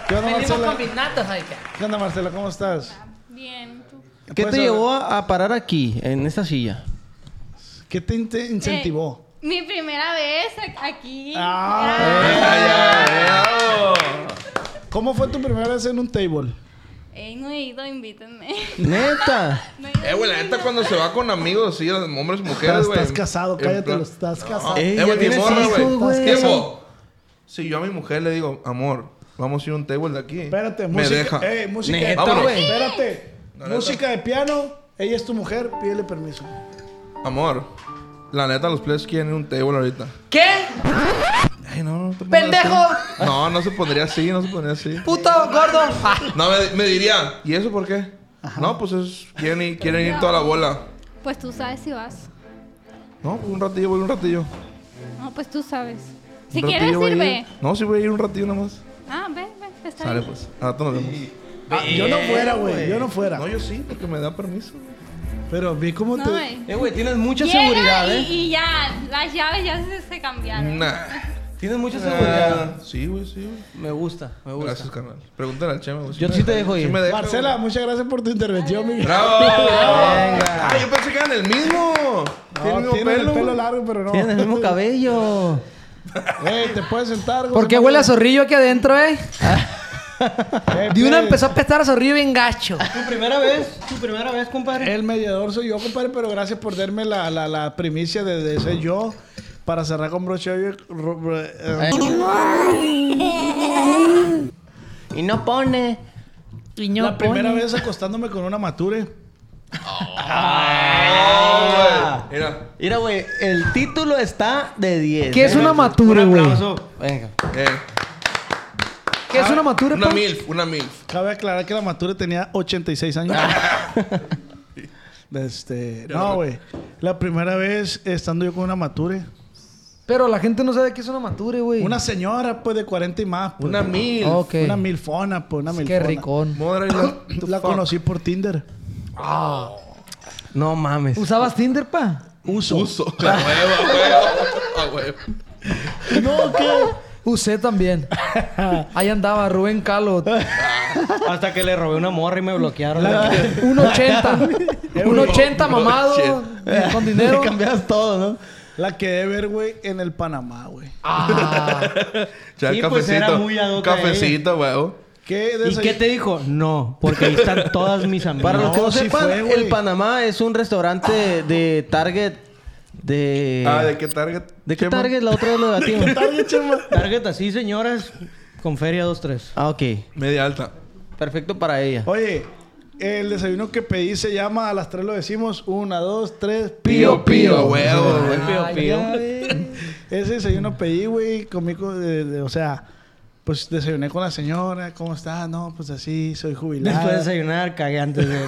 [SPEAKER 6] ¿Qué onda,
[SPEAKER 9] Venimos
[SPEAKER 6] Marcela?
[SPEAKER 9] con Vignatos, oiga.
[SPEAKER 6] ¿Qué onda, Marcela? ¿Cómo estás?
[SPEAKER 12] Bien, tú.
[SPEAKER 3] ¿Qué
[SPEAKER 6] Pues,
[SPEAKER 3] te
[SPEAKER 6] a-
[SPEAKER 3] llevó a a parar aquí, en esta silla?
[SPEAKER 6] ¿Qué te in- te incentivó?
[SPEAKER 12] Eh, mi primera vez a- aquí.
[SPEAKER 6] Ah. eh,
[SPEAKER 12] Era-
[SPEAKER 6] ¿Cómo fue tu primera vez en un table?
[SPEAKER 12] Ey, no he ido, invítenme.
[SPEAKER 3] ¡Neta!
[SPEAKER 12] No he
[SPEAKER 4] Eh, güey, la neta cuando se va con amigos, sí, hombres, mujeres,
[SPEAKER 6] Estás-
[SPEAKER 4] güey.
[SPEAKER 6] estás casado,
[SPEAKER 4] en
[SPEAKER 6] cállate,
[SPEAKER 4] plan-
[SPEAKER 6] lo estás
[SPEAKER 4] No.
[SPEAKER 6] casado.
[SPEAKER 4] Eh,
[SPEAKER 6] Ey,
[SPEAKER 4] güey,
[SPEAKER 6] ya
[SPEAKER 4] mi
[SPEAKER 6] tienes
[SPEAKER 4] morra,
[SPEAKER 6] hijos, güey.
[SPEAKER 4] güey. Tipo, Si yo a mi mujer le digo, amor, vamos a ir a un table de aquí.
[SPEAKER 6] Espérate,
[SPEAKER 4] Me
[SPEAKER 6] música. eh,
[SPEAKER 4] deja.
[SPEAKER 6] Ey, música. de-
[SPEAKER 4] Vámonos.
[SPEAKER 6] Espérate. música de piano. Ella es tu mujer, pídele permiso.
[SPEAKER 4] Amor, la neta, los players quieren un table ahorita.
[SPEAKER 9] ¿Qué?
[SPEAKER 4] Ay, no, no te pongas
[SPEAKER 9] ¡Pendejo!
[SPEAKER 4] así. No, no se pondría así, no se pondría así.
[SPEAKER 9] ¡Puto gordo!
[SPEAKER 4] No, me, me diría, ¿y eso por qué? No, pues es, quieren, ir, quieren ir toda la bola.
[SPEAKER 12] Pues tú sabes si vas.
[SPEAKER 4] No, pues un ratillo, voy un ratillo.
[SPEAKER 12] No, pues tú sabes. Si
[SPEAKER 4] Un
[SPEAKER 12] quieres,
[SPEAKER 4] ratillo voy a ir.
[SPEAKER 12] sirve.
[SPEAKER 4] No, sí voy a ir un ratillo nomás.
[SPEAKER 12] Ah, ve, ve, está
[SPEAKER 4] Sale,
[SPEAKER 12] bien.
[SPEAKER 4] pues. A rato nos vemos.
[SPEAKER 6] Ah, yo no fuera, güey. Yo no fuera.
[SPEAKER 4] No, yo sí, porque me da permiso.
[SPEAKER 6] Pero vi cómo
[SPEAKER 12] No,
[SPEAKER 6] te.
[SPEAKER 12] güey.
[SPEAKER 3] Eh, güey, tienes mucha
[SPEAKER 12] Llega
[SPEAKER 3] seguridad,
[SPEAKER 12] y,
[SPEAKER 3] ¿eh?
[SPEAKER 12] y ya, Ah, las llaves ya se, se cambiaron.
[SPEAKER 4] Nah.
[SPEAKER 3] Tienes mucha
[SPEAKER 4] Ah,
[SPEAKER 3] seguridad.
[SPEAKER 4] sí, güey, sí, güey.
[SPEAKER 3] Me gusta, me gusta.
[SPEAKER 4] Gracias, carnal. Pregúntale al Chema, güey. si
[SPEAKER 3] Yo
[SPEAKER 4] me
[SPEAKER 3] sí
[SPEAKER 4] deja,
[SPEAKER 3] te dejo
[SPEAKER 4] si
[SPEAKER 3] ir.
[SPEAKER 4] me deja,
[SPEAKER 6] Marcela, muchas gracias por tu intervención, mi
[SPEAKER 4] güey. ¡Bravo!
[SPEAKER 3] Venga.
[SPEAKER 4] Ah, yo pensé que eran el mismo. Tiene
[SPEAKER 6] No,
[SPEAKER 4] el mismo
[SPEAKER 6] tiene el
[SPEAKER 4] pelo.
[SPEAKER 6] pelo
[SPEAKER 4] güey.
[SPEAKER 6] largo, pero no.
[SPEAKER 3] Tienes el mismo cabello.
[SPEAKER 6] Ey, te puedes sentar.
[SPEAKER 2] ¿Por qué huele a zorrillo aquí adentro, eh?
[SPEAKER 6] Eh,
[SPEAKER 2] De
[SPEAKER 3] Eh.
[SPEAKER 2] una empezó a pestar a zorrillo bien gacho.
[SPEAKER 7] Tu primera vez, tu primera vez, compadre.
[SPEAKER 6] El mediador soy yo, compadre, pero gracias por darme la, la, la primicia de, de ser yo para cerrar con broche de oro, ro- ro- eh,
[SPEAKER 3] Y no pone.
[SPEAKER 1] Y
[SPEAKER 6] la primera vez acostándome con una mature.
[SPEAKER 4] Ah, güey. Mira.
[SPEAKER 3] Mira, güey, el título está de 10.
[SPEAKER 2] ¿Qué es una mature,
[SPEAKER 7] Un
[SPEAKER 2] güey?
[SPEAKER 7] aplauso.
[SPEAKER 3] Venga.
[SPEAKER 4] Eh,
[SPEAKER 2] ¿Qué es
[SPEAKER 6] Ah,
[SPEAKER 2] una mature,
[SPEAKER 4] una
[SPEAKER 2] pa?
[SPEAKER 4] MILF, una MILF.
[SPEAKER 6] Cabe aclarar que la mature tenía 86 años. este, no, güey. La primera vez estando yo con una mature.
[SPEAKER 2] Pero la gente no sabe qué es una mature, güey.
[SPEAKER 6] Una señora, pues, de 40 y más. pues.
[SPEAKER 4] Una MILF.
[SPEAKER 2] Ok.
[SPEAKER 6] Una milfona, pues, una
[SPEAKER 2] Qué
[SPEAKER 6] milfona.
[SPEAKER 2] ricón.
[SPEAKER 4] Mother, I love-
[SPEAKER 6] La conocí por Tinder.
[SPEAKER 3] No mames.
[SPEAKER 2] ¿Usabas Tinder, pa?
[SPEAKER 6] Uso.
[SPEAKER 4] Uso. La hueva, hueva. La hueva.
[SPEAKER 6] No, ¿qué?
[SPEAKER 2] Usé también. Ahí andaba Rubén Calo.
[SPEAKER 7] Hasta que le robé una morra y me bloquearon.
[SPEAKER 2] Un 80. Un 80 mamado. Con dinero.
[SPEAKER 3] Le cambias todo, ¿no?
[SPEAKER 6] La quedé ver, güey, en el Panamá, güey.
[SPEAKER 2] Ah,
[SPEAKER 4] Ya,
[SPEAKER 7] Sí,
[SPEAKER 4] cafecito.
[SPEAKER 7] pues, era muy ad hoc a
[SPEAKER 4] cafecito, huevo.
[SPEAKER 6] ¿Qué
[SPEAKER 7] ¿Y qué te dijo? No, porque ahí están todas mis amigas.
[SPEAKER 3] Para los que no
[SPEAKER 6] sí
[SPEAKER 3] sepan,
[SPEAKER 6] fue, güey.
[SPEAKER 3] el Panamá es un restaurante de Target. De.
[SPEAKER 4] Ah, ¿de qué target?
[SPEAKER 3] Eh. ¿De qué
[SPEAKER 4] Chema?
[SPEAKER 3] Target? La otra vez lo debatimos.
[SPEAKER 7] eh, Target así, señoras, con feria 2-3.
[SPEAKER 3] Ah, ok.
[SPEAKER 4] Media alta.
[SPEAKER 3] Perfecto para ella.
[SPEAKER 6] Oye, el desayuno que pedí se llama, a las tres lo decimos, una, dos, tres,
[SPEAKER 4] Pío, pío, huevo.
[SPEAKER 3] Buen
[SPEAKER 6] Ah,
[SPEAKER 3] pío,
[SPEAKER 2] Ay,
[SPEAKER 3] pío.
[SPEAKER 2] ya ves.
[SPEAKER 6] Ese desayuno pedí, güey, conmigo, de- de- o sea, pues desayuné con la señora, ¿cómo está? No, pues así, soy jubilada.
[SPEAKER 7] Después de desayunar, cagué antes de.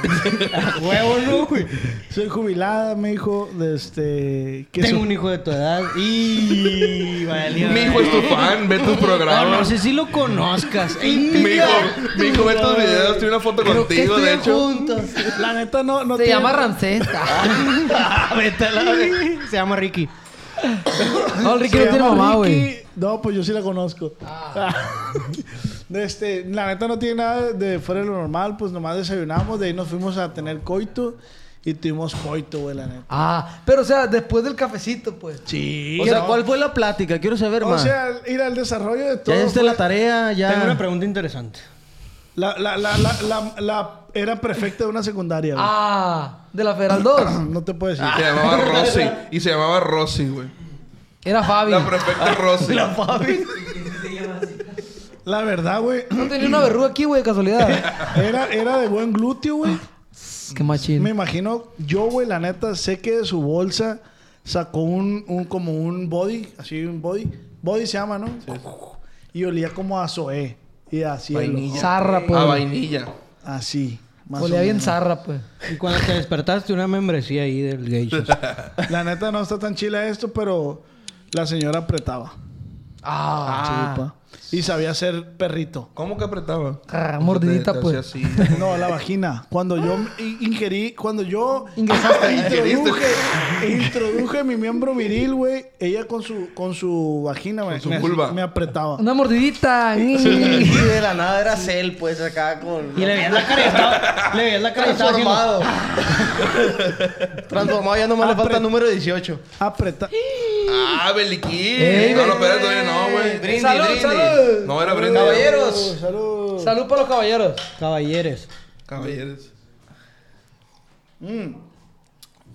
[SPEAKER 7] A huevo, no, güey.
[SPEAKER 6] Soy jubilada, me dijo, de este... que
[SPEAKER 7] Tengo
[SPEAKER 6] so-
[SPEAKER 7] un hijo de tu edad y. valió.
[SPEAKER 4] Mi hijo es tu fan, ve tus
[SPEAKER 7] No, no
[SPEAKER 4] programas.
[SPEAKER 7] sé si lo conozcas.
[SPEAKER 4] Mi hijo, mi hijo ve tus videos, tiene una foto contigo, de hecho.
[SPEAKER 7] juntos.
[SPEAKER 6] La neta no, no
[SPEAKER 2] Se
[SPEAKER 6] tiene-
[SPEAKER 2] llama Ramsés.
[SPEAKER 7] Vete a la vez. Se llama Ricky.
[SPEAKER 2] No, el Ricky
[SPEAKER 6] Se
[SPEAKER 2] no tiene
[SPEAKER 6] llama
[SPEAKER 2] mamá,
[SPEAKER 6] Ricky.
[SPEAKER 2] güey.
[SPEAKER 6] No, pues yo sí la conozco. De este, la neta no tiene nada de fuera de lo normal, pues nomás desayunamos, de ahí nos fuimos a tener coito y tuvimos coito, güey, la neta.
[SPEAKER 2] Ah, pero o sea, después del cafecito, pues.
[SPEAKER 6] Sí.
[SPEAKER 3] O sea, ¿cuál fue la plática? Quiero saber
[SPEAKER 6] O
[SPEAKER 3] más.
[SPEAKER 6] sea, ir al desarrollo de todo.
[SPEAKER 3] ya hiciste
[SPEAKER 6] fue-
[SPEAKER 3] la tarea, ya.
[SPEAKER 7] Tengo una pregunta interesante.
[SPEAKER 6] la, la, la, la, la- la- era prefecta de una secundaria, güey.
[SPEAKER 2] Ah, de la Federal 2.
[SPEAKER 6] No te puedo decir.
[SPEAKER 4] Se llamaba Rosy. Y se llamaba Rosy, güey.
[SPEAKER 2] Era Fabi.
[SPEAKER 4] La prefecta Rosy.
[SPEAKER 6] La verdad, güey,
[SPEAKER 2] No tenía una verruga aquí, güey, de casualidad.
[SPEAKER 6] era, era de buen glúteo, güey.
[SPEAKER 2] Qué
[SPEAKER 6] Me
[SPEAKER 2] machín.
[SPEAKER 6] imagino, yo, güey, la neta, sé que de su bolsa sacó un, un como un body, así un body. Body se llama, ¿no? Y olía como a Zoé. Y así.
[SPEAKER 2] Zarra,
[SPEAKER 4] A
[SPEAKER 2] pues.
[SPEAKER 4] Ah, vainilla.
[SPEAKER 6] Así. más o
[SPEAKER 2] Olía bien
[SPEAKER 6] menos.
[SPEAKER 2] zarra, pues.
[SPEAKER 7] Y cuando te despertaste, una membresía ahí del gay.
[SPEAKER 6] La neta no está tan chila esto, pero la señora apretaba.
[SPEAKER 2] Ah,
[SPEAKER 6] Y sabía ser perrito.
[SPEAKER 4] ¿Cómo que apretaba?
[SPEAKER 2] Ah, mordidita,
[SPEAKER 4] Te- te
[SPEAKER 2] pues.
[SPEAKER 4] hacía así.
[SPEAKER 6] No, la vagina. Cuando yo i- ingerí, cuando yo
[SPEAKER 2] Ingresaste.
[SPEAKER 6] introduje, introduje mi miembro viril, güey, ella con su con su vagina, güey,
[SPEAKER 4] su
[SPEAKER 6] me-
[SPEAKER 4] vulva.
[SPEAKER 6] me apretaba.
[SPEAKER 2] Una mordidita. Mm.
[SPEAKER 3] Y de la nada era Cell, pues acá con.
[SPEAKER 7] Y le veías la cara y estaba. Le veías la cara y estaba haciendo-
[SPEAKER 3] Transformado. Transformado, ya nomás le falta
[SPEAKER 6] Apre-
[SPEAKER 3] el número 18.
[SPEAKER 6] Apreta.
[SPEAKER 4] Ah, Beliquín.
[SPEAKER 2] Ey,
[SPEAKER 4] No, no,
[SPEAKER 2] güey.
[SPEAKER 4] espérate, todavía no, güey.
[SPEAKER 3] Brindis, brindis.
[SPEAKER 4] No, era Brenda.
[SPEAKER 3] Caballeros.
[SPEAKER 6] Salud.
[SPEAKER 2] Salud para los caballeros.
[SPEAKER 7] Caballeros.
[SPEAKER 4] Caballeros.
[SPEAKER 6] Mm.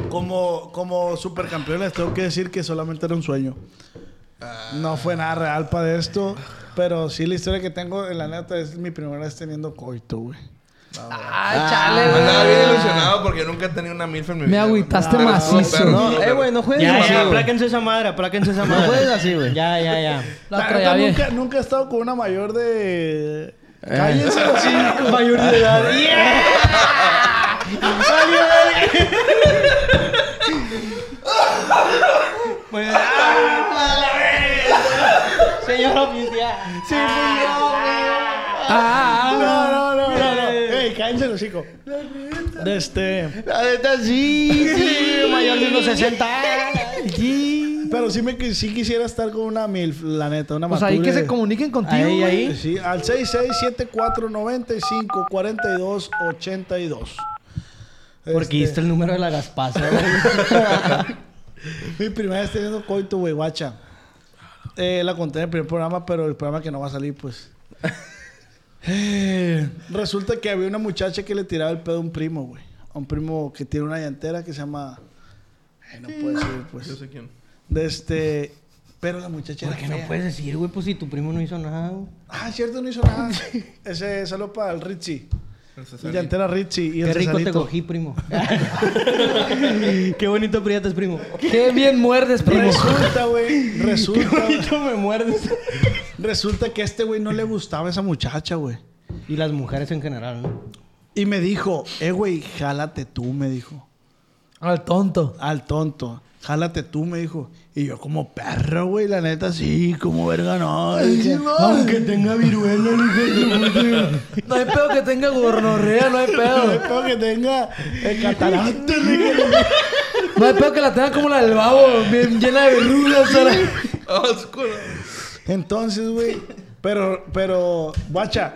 [SPEAKER 6] Como, como supercampeones, tengo que decir que solamente era un sueño. No fue nada real para esto, pero sí la historia que tengo, en la neta, es mi primera vez teniendo coito, güey.
[SPEAKER 4] Ah, chale, güey. Andaba bien ilusionado porque nunca he tenido una milf en mi vida.
[SPEAKER 2] agüitaste
[SPEAKER 4] Pero estuvo
[SPEAKER 2] macizo.
[SPEAKER 4] perro,
[SPEAKER 2] No,
[SPEAKER 4] estuvo
[SPEAKER 2] eh,
[SPEAKER 4] perro.
[SPEAKER 2] güey, no
[SPEAKER 7] Ya,
[SPEAKER 2] juegues
[SPEAKER 7] ya,
[SPEAKER 2] así, güey.
[SPEAKER 7] apláquense esa madre, apláquense esa
[SPEAKER 2] No
[SPEAKER 7] madre.
[SPEAKER 2] juegues así, güey.
[SPEAKER 7] Ya, ya, ya.
[SPEAKER 6] La neta, nunca, nunca he estado con una mayor
[SPEAKER 7] Eh.
[SPEAKER 6] de... Cállense los hijos.
[SPEAKER 7] Mayor de edad. ah, Señor oficial. Sí,
[SPEAKER 6] Ah, no, no, no, no, no. Ey, cállense los hijos. De este...
[SPEAKER 3] La neta sí,
[SPEAKER 7] sí, mayor de unos 60.
[SPEAKER 6] Pero sí, me, qui- sí quisiera estar con una milf, la neta, una
[SPEAKER 2] Pues ahí
[SPEAKER 6] mature.
[SPEAKER 2] que se comuniquen contigo, güey.
[SPEAKER 6] Sí, al 6674954282.
[SPEAKER 7] Porque
[SPEAKER 6] Este
[SPEAKER 7] diste el número de la gaspasa.
[SPEAKER 6] Mi primera vez teniendo coito, güey, guacha. Eh, la conté en el primer programa, pero el programa que no va a salir, pues. Eh, Resulta que había una muchacha que le tiraba el pedo a un primo, güey. A un primo que tiene una llantera que se llama. Ay, no puedo decir, pues.
[SPEAKER 4] Yo sé quién.
[SPEAKER 6] De este. Pero la muchacha
[SPEAKER 7] ¿Por
[SPEAKER 6] era
[SPEAKER 7] qué no
[SPEAKER 6] fea.
[SPEAKER 7] puedes decir, güey? Pues si tu primo no hizo nada, güey.
[SPEAKER 6] Ah, cierto, no hizo nada. Ese saludo para el Richie.
[SPEAKER 4] El
[SPEAKER 6] El
[SPEAKER 4] Cesarín.
[SPEAKER 6] llantera Richie y el
[SPEAKER 7] Qué rico te
[SPEAKER 6] Cesarito.
[SPEAKER 7] cogí, primo. Qué bonito prietas, primo.
[SPEAKER 2] Qué bien muerdes, primo.
[SPEAKER 6] Resulta, güey. Resulta.
[SPEAKER 7] Qué bonito me muerdes.
[SPEAKER 6] Resulta que a este güey no le gustaba esa muchacha, güey.
[SPEAKER 7] Y las mujeres en general, ¿no?
[SPEAKER 6] Y me dijo, eh, güey, jálate tú, me dijo.
[SPEAKER 2] Al tonto.
[SPEAKER 6] Al tonto. Jálate tú, me dijo. Y yo como perro, güey, la neta, sí, como verga, no. Dije, Aunque tenga viruela, le dije,
[SPEAKER 2] No hay pedo que tenga gonorrea, no hay
[SPEAKER 6] no hay
[SPEAKER 2] pedo.
[SPEAKER 6] pedo que tenga eh, catarata, le dije.
[SPEAKER 2] No hay pedo que la tenga como la del babo, bien llena de verrugas. o sea,
[SPEAKER 4] Oscuro.
[SPEAKER 6] Entonces, güey, pero, pero, guacha.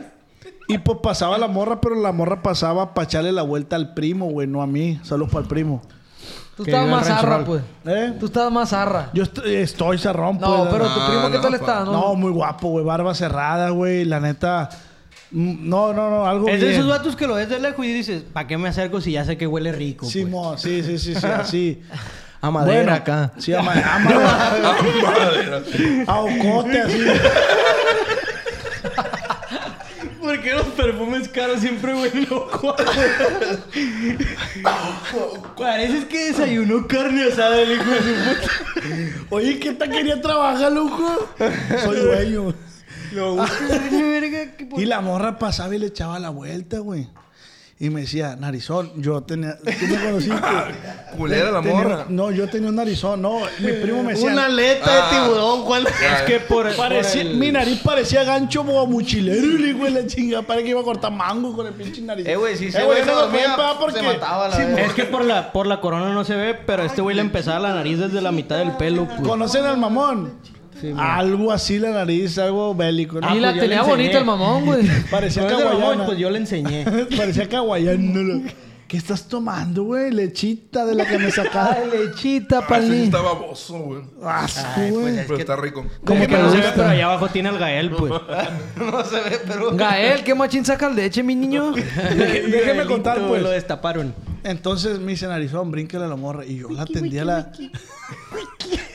[SPEAKER 6] Y pues pasaba la morra, pero la morra pasaba para echarle la vuelta al primo, güey, no a mí. Saludos para el primo.
[SPEAKER 2] Tú
[SPEAKER 7] Que
[SPEAKER 2] estabas
[SPEAKER 7] viva el
[SPEAKER 2] más arra,
[SPEAKER 7] rancho
[SPEAKER 2] pues.
[SPEAKER 6] ¿Eh?
[SPEAKER 2] Tú estabas más arra.
[SPEAKER 6] Yo est- estoy cerrón,
[SPEAKER 2] No,
[SPEAKER 6] pues,
[SPEAKER 2] pero
[SPEAKER 6] la-
[SPEAKER 2] tu primo, ¿qué
[SPEAKER 4] no,
[SPEAKER 2] tal
[SPEAKER 4] pa.
[SPEAKER 2] está?
[SPEAKER 6] No, muy guapo, güey. Barba cerrada, güey. La neta. mm, No, no, no. Algo
[SPEAKER 7] Es de
[SPEAKER 6] bien.
[SPEAKER 7] esos vatos que lo ves de lejos y dices, ¿para qué me acerco si ya sé que huele rico?
[SPEAKER 6] Sí,
[SPEAKER 7] pues?
[SPEAKER 6] mo, sí, sí, sí, sí. Así.
[SPEAKER 7] A madera
[SPEAKER 6] Bueno,
[SPEAKER 7] acá.
[SPEAKER 6] Sí, a, ma- a madera. A ocote, así.
[SPEAKER 7] ¿Por qué los perfumes caros siempre huelen loco? Pareces que desayunó carne asada el hijo de su puta.
[SPEAKER 6] Oye, ¿qué te quería trabajar, loco? Soy dueño. Y la morra pasaba y le echaba la vuelta, güey. Y me decía, narizón, yo tenía. ¿Tú me conociste?
[SPEAKER 4] Culera la
[SPEAKER 6] Tenía-
[SPEAKER 4] morra.
[SPEAKER 6] No, yo tenía un narizón, no. Mi primo me decía.
[SPEAKER 7] Una aleta
[SPEAKER 4] Ah.
[SPEAKER 7] de tiburón, ¿cuál?
[SPEAKER 4] Ya,
[SPEAKER 7] Es que por, por
[SPEAKER 6] Parecía-
[SPEAKER 7] el-
[SPEAKER 6] Mi nariz parecía gancho como mochilero, y le digo, la chinga, para que iba a cortar mango con el pinche nariz.
[SPEAKER 3] Eh, güey, si ese
[SPEAKER 6] Eh,
[SPEAKER 3] güey
[SPEAKER 6] eso
[SPEAKER 3] se
[SPEAKER 6] lo pueden
[SPEAKER 3] dormía,
[SPEAKER 6] pagar
[SPEAKER 3] se mataba a la
[SPEAKER 6] Sí,
[SPEAKER 3] verga.
[SPEAKER 7] Es que por la, por la corona no se ve, pero a este güey le empezaba la nariz desde la mitad del pelo, pues.
[SPEAKER 6] ¿Conocen al mamón? algo así la nariz, algo bélico. ¿no?
[SPEAKER 7] Ah,
[SPEAKER 2] Y la
[SPEAKER 7] pues yo
[SPEAKER 2] tenía
[SPEAKER 7] le enseñé.
[SPEAKER 2] bonita el mamón, güey.
[SPEAKER 6] Parecía
[SPEAKER 7] Con ese mamón,
[SPEAKER 6] caguayana.
[SPEAKER 7] pues yo le enseñé.
[SPEAKER 6] parecía caguayana. ¿Qué estás tomando, güey? Lechita de la que me sacaste.
[SPEAKER 2] Ay, lechita,
[SPEAKER 4] Ah, ese sí
[SPEAKER 2] palín.
[SPEAKER 4] está baboso, güey.
[SPEAKER 6] Asco,
[SPEAKER 7] Ay, pues,
[SPEAKER 6] güey.
[SPEAKER 7] es
[SPEAKER 4] Pero
[SPEAKER 7] que-
[SPEAKER 4] está rico.
[SPEAKER 2] Como
[SPEAKER 7] es
[SPEAKER 2] que
[SPEAKER 7] no
[SPEAKER 2] le
[SPEAKER 7] se ve, pero
[SPEAKER 2] gusta.
[SPEAKER 7] allá abajo tiene al Gael, pues.
[SPEAKER 3] No se ve, pero.
[SPEAKER 2] Gael, ¿qué machín saca el leche, mi niño?
[SPEAKER 6] Déjeme contar,
[SPEAKER 7] Gaelito,
[SPEAKER 6] pues.
[SPEAKER 7] Lo destaparon.
[SPEAKER 6] Entonces me dice narizón, brínquele a la morra. Y yo la atendía la.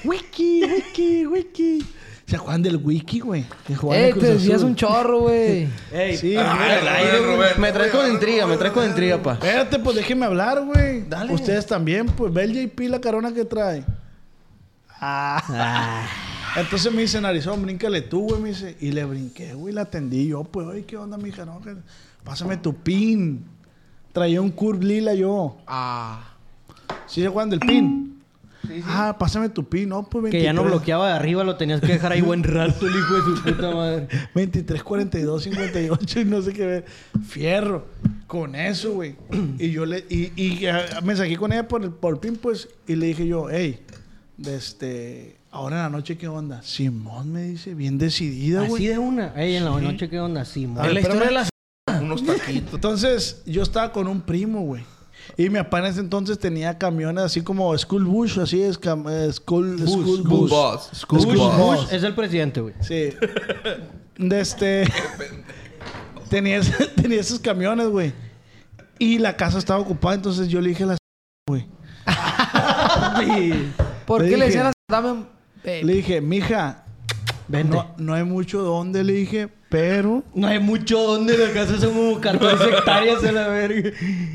[SPEAKER 6] Wiki, wiki, wiki. ¿Se acuerdan del wiki, güey? Que
[SPEAKER 7] Eh,
[SPEAKER 6] jugaban en
[SPEAKER 2] Ey,
[SPEAKER 6] Cruz
[SPEAKER 2] te desvías
[SPEAKER 6] Azul.
[SPEAKER 2] un chorro, güey.
[SPEAKER 7] Ey,
[SPEAKER 6] Sí,
[SPEAKER 4] Ay, Rubén, Rubén.
[SPEAKER 3] Me traes con intriga, me traes con intriga, pa.
[SPEAKER 6] Espérate, pues déjenme hablar, güey. Ustedes también, pues. Ve el JP la carona que trae. Ah.
[SPEAKER 7] Ah.
[SPEAKER 6] Entonces me dice, narizón, bríncale tú, güey. Me dice, y le brinqué, güey. La atendí yo, pues. Oye, ¿qué onda, mija? No, que- pásame tu pin. Traía un curb lila yo.
[SPEAKER 2] Ah.
[SPEAKER 6] ¿Sí se acuerdan del pin? Ah, pásame tu pin. No, pues
[SPEAKER 7] que ya no
[SPEAKER 6] 23.
[SPEAKER 7] bloqueaba de arriba, lo tenías que dejar ahí buen rato, el hijo de su puta madre.
[SPEAKER 6] 23, 42, 58 y no sé qué ver. Fierro. Con eso, güey. Y yo le... Y, y, ah, me saqué con ella por el, por el pin, pues. Y le dije yo, hey, de este... Ahora en la noche, ¿qué onda? Simón me dice, bien decidida,
[SPEAKER 7] Así
[SPEAKER 6] güey.
[SPEAKER 7] de una. Ey, en la noche, ¿qué onda? Sí,
[SPEAKER 6] A ver,
[SPEAKER 7] madre.
[SPEAKER 6] espérame.
[SPEAKER 4] Unos taquitos.
[SPEAKER 6] Entonces, yo estaba con un primo, güey. Y mi papá en ese entonces tenía camiones así como School Bush, así es, cam- eh, School, school Bus.
[SPEAKER 4] Boss. School
[SPEAKER 6] School
[SPEAKER 4] boss.
[SPEAKER 6] boss.
[SPEAKER 7] Es el presidente, güey.
[SPEAKER 6] Sí. De este. tenía, ese- tenía esos camiones, güey. Y la casa estaba ocupada, entonces yo le dije a la güey.
[SPEAKER 2] ¿Por qué le decían
[SPEAKER 6] dije-
[SPEAKER 2] a dame un baby?
[SPEAKER 6] Le dije, mija, no, no hay mucho donde, le dije, pero...
[SPEAKER 7] No hay mucho donde, la casa son como 14 hectáreas a la verga.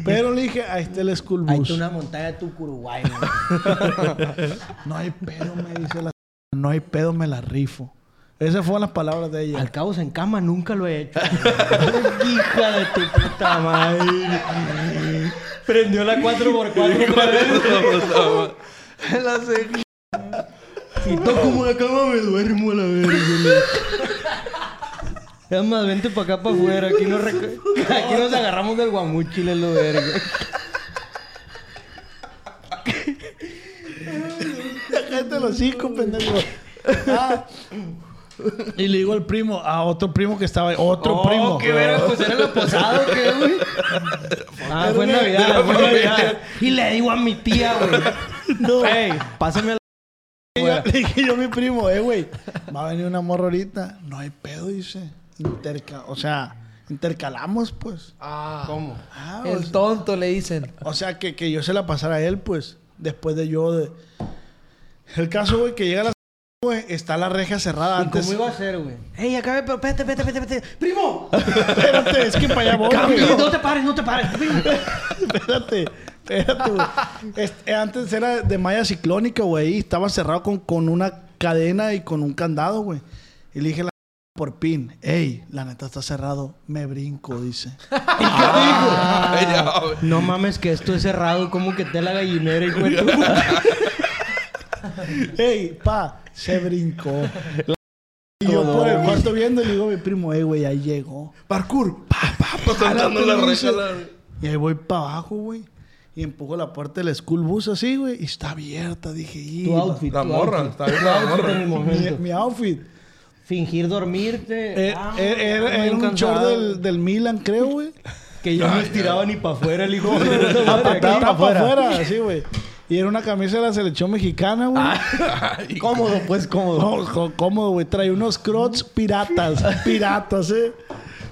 [SPEAKER 6] Pero le dije, ahí está el school
[SPEAKER 7] Ahí
[SPEAKER 6] bus.
[SPEAKER 7] está una montaña de Tucuruguay, güey.
[SPEAKER 6] no hay pedo, me dice la... No hay pedo, me la rifo. Esas fueron las palabras de ella.
[SPEAKER 7] Al cabo, en cama nunca lo he hecho. Hija de tu puta madre. Prendió la 4x4. la sé. Si toco una cama, me duermo a la verga. güey. Es más, vente para acá para afuera. Aquí nos, rec- aquí nos agarramos del guamuchi, le lo verga.
[SPEAKER 6] Cállate los cinco, pendejo. Ah. Y le digo al primo, a otro primo que estaba ahí, otro
[SPEAKER 7] Oh,
[SPEAKER 6] primo.
[SPEAKER 7] qué verga, pues era la posada, ¿qué, güey? Ah, fue
[SPEAKER 6] Era de la
[SPEAKER 7] Navidad, fue
[SPEAKER 6] familia.
[SPEAKER 7] Navidad. Y le digo a mi tía, güey. No. Ey, pásame a
[SPEAKER 6] Y yo- le dije yo a mi primo, eh, güey, va a venir una morra ahorita. No hay pedo, dice. Interca, o sea, intercalamos, pues.
[SPEAKER 2] Ah,
[SPEAKER 7] ¿Cómo?
[SPEAKER 6] o
[SPEAKER 2] el
[SPEAKER 6] sea-
[SPEAKER 2] tonto le dicen.
[SPEAKER 6] O sea, que, que yo se la pasara a él, pues, después de yo. De... El caso, güey, que llega la. Güey, está la reja cerrada
[SPEAKER 7] ¿Y
[SPEAKER 6] antes.
[SPEAKER 7] cómo iba a ser, güey? Ey, acá, pero espérate, espérate, espérate, espérate. ¡Primo!
[SPEAKER 6] Espérate, es que para allá voy.
[SPEAKER 7] Cambio.
[SPEAKER 6] güey.
[SPEAKER 7] No te pares, no te pares. primo.
[SPEAKER 6] Espérate, espérate, güey. Este, antes era de malla ciclónica, güey. y Estaba cerrado con, con una cadena y con un candado, güey. Y le dije la por pin, ey, la neta está cerrado, me brinco, dice.
[SPEAKER 7] Ah, no mames que esto es cerrado. Como que te la gallinera, hijo de tu puta.
[SPEAKER 6] ey, pa, se brincó. Y yo por el cuarto viendo y le digo a mi primo, ey, güey, ahí llegó. Parkour, pa,
[SPEAKER 4] Ah,
[SPEAKER 6] pa, pa,
[SPEAKER 4] saltando
[SPEAKER 6] jálate,
[SPEAKER 4] pues la
[SPEAKER 6] güey,
[SPEAKER 4] reja,
[SPEAKER 6] dice.
[SPEAKER 4] la-
[SPEAKER 6] Y ahí voy para abajo, güey. Y empujo la puerta del school bus así, güey. Y está abierta. Dije, y
[SPEAKER 7] Tu outfit.
[SPEAKER 4] La
[SPEAKER 7] tu
[SPEAKER 4] morra,
[SPEAKER 7] outfit.
[SPEAKER 4] está bien
[SPEAKER 7] Tu
[SPEAKER 4] la
[SPEAKER 7] outfit
[SPEAKER 4] morra.
[SPEAKER 7] en el
[SPEAKER 6] Mi,
[SPEAKER 7] momento.
[SPEAKER 6] mi outfit.
[SPEAKER 7] Fingir dormirte.
[SPEAKER 6] Eh,
[SPEAKER 7] Ah,
[SPEAKER 6] era- era-
[SPEAKER 7] muy
[SPEAKER 6] era un short
[SPEAKER 7] cansado.
[SPEAKER 6] del, del Milan, creo, güey.
[SPEAKER 7] Que yo no estiraba ni para afuera el hijo. de
[SPEAKER 6] Estaba
[SPEAKER 7] puta madre.
[SPEAKER 6] para
[SPEAKER 7] Aquí pa'
[SPEAKER 6] afuera, así, güey. Y era una camisa de la selección mexicana, güey.
[SPEAKER 3] Cómodo, pues, cómodo.
[SPEAKER 6] Ah, No, co- cómodo, güey. Trae unos crocs piratas. Piratas, eh.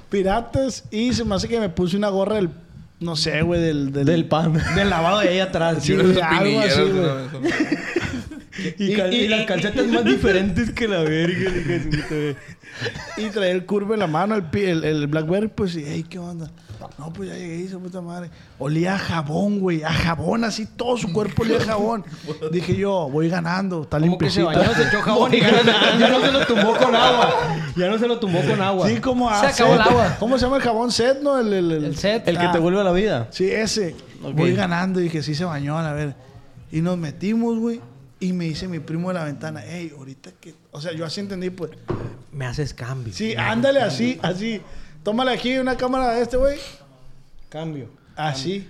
[SPEAKER 6] Piratas. Y se me hace que me puse una gorra del. No sé, güey, del, del.
[SPEAKER 3] Del pan.
[SPEAKER 6] del lavado de ahí atrás.
[SPEAKER 4] Sí,
[SPEAKER 6] Sí,
[SPEAKER 4] unas
[SPEAKER 6] güey, algo
[SPEAKER 4] espinilleras
[SPEAKER 6] así,
[SPEAKER 4] de
[SPEAKER 6] güey.
[SPEAKER 4] una vez, ¿no?
[SPEAKER 7] Y, cal- y las calcetas más diferentes que la verga. eh. el hijo de su puta madre.
[SPEAKER 6] Y traía el curvo en la mano, el, pi- el, el Blackberry, pues, y, hey, ¿qué onda? No, pues ya llegué, hizo puta madre. Olía a jabón, güey, a jabón, así todo su cuerpo olía a jabón. Dije yo, voy ganando, está
[SPEAKER 7] Como que se
[SPEAKER 6] limpiecita.
[SPEAKER 7] bañó, se echó jabón y ya no, se- ya no se lo tumbó con agua. Ya no se lo tumbó con agua.
[SPEAKER 6] Sí, como
[SPEAKER 2] Se
[SPEAKER 6] a
[SPEAKER 2] acabó
[SPEAKER 6] Zed.
[SPEAKER 2] el agua.
[SPEAKER 6] ¿Cómo se llama el jabón? Set, ¿no? El, el, el-
[SPEAKER 2] El set.
[SPEAKER 3] El que
[SPEAKER 6] Ah,
[SPEAKER 3] te vuelve a la vida.
[SPEAKER 6] Sí, ese.
[SPEAKER 3] Ok.
[SPEAKER 6] Voy ganando, y dije, sí se bañó, a ver. Y nos metimos, güey. Y me dice mi primo de la ventana, hey, ahorita que. O sea, yo así entendí, pues.
[SPEAKER 7] Me haces cambio.
[SPEAKER 6] Sí, ándale así, así. Tómale aquí una cámara de este, güey.
[SPEAKER 7] Cambio.
[SPEAKER 6] Así.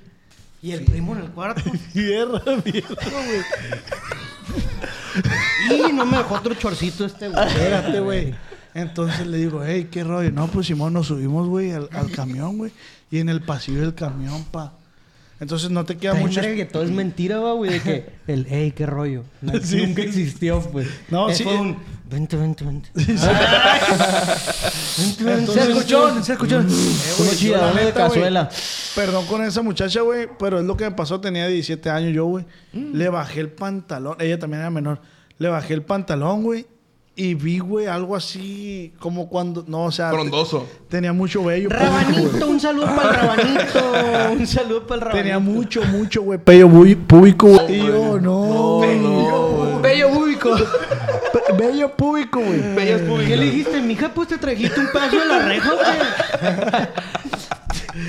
[SPEAKER 7] Y el primo en el cuarto.
[SPEAKER 6] Tierra, mierda, güey.
[SPEAKER 7] y no me dejó otro chorcito este güey.
[SPEAKER 6] Espérate, güey. Entonces le digo, hey, qué rollo. No, pues Simón, nos subimos, güey, al, al camión, güey. Y en el pasillo del camión, pa. Entonces no te queda
[SPEAKER 7] Está bien
[SPEAKER 6] mucho.
[SPEAKER 7] verga que todo es mentira, va, güey. De que el, hey, qué rollo. No,
[SPEAKER 6] Sí,
[SPEAKER 7] nunca
[SPEAKER 6] sí.
[SPEAKER 7] existió, pues.
[SPEAKER 6] No,
[SPEAKER 7] Eh,
[SPEAKER 6] sí.
[SPEAKER 7] Fue un, vente, vente, vente. vente, vente. Mm,
[SPEAKER 2] Se escuchó, se escuchó.
[SPEAKER 3] Unos
[SPEAKER 6] la
[SPEAKER 3] chilladores de
[SPEAKER 6] neta, Eh, güey.
[SPEAKER 3] cazuela.
[SPEAKER 6] Perdón con esa muchacha, güey, pero es lo que me pasó. Tenía 17 años yo, güey.
[SPEAKER 3] Mm.
[SPEAKER 6] Le bajé el pantalón. Ella también era menor. Le bajé el pantalón, güey. Y vi, güey, algo así como cuando... No, o sea...
[SPEAKER 4] Frondoso.
[SPEAKER 6] Tenía mucho vello. pues, güey.
[SPEAKER 7] Rabanito, un saludo para el rabanito. Un saludo para el rabanito.
[SPEAKER 6] Tenía mucho, mucho, güey. Pello bu- púbico, güey. Y yo, no.
[SPEAKER 2] Bello público.
[SPEAKER 6] Pe- Bello púbico, güey.
[SPEAKER 7] ¿Qué le dijiste, mija? Pues te trajiste un pedazo de la reja, güey.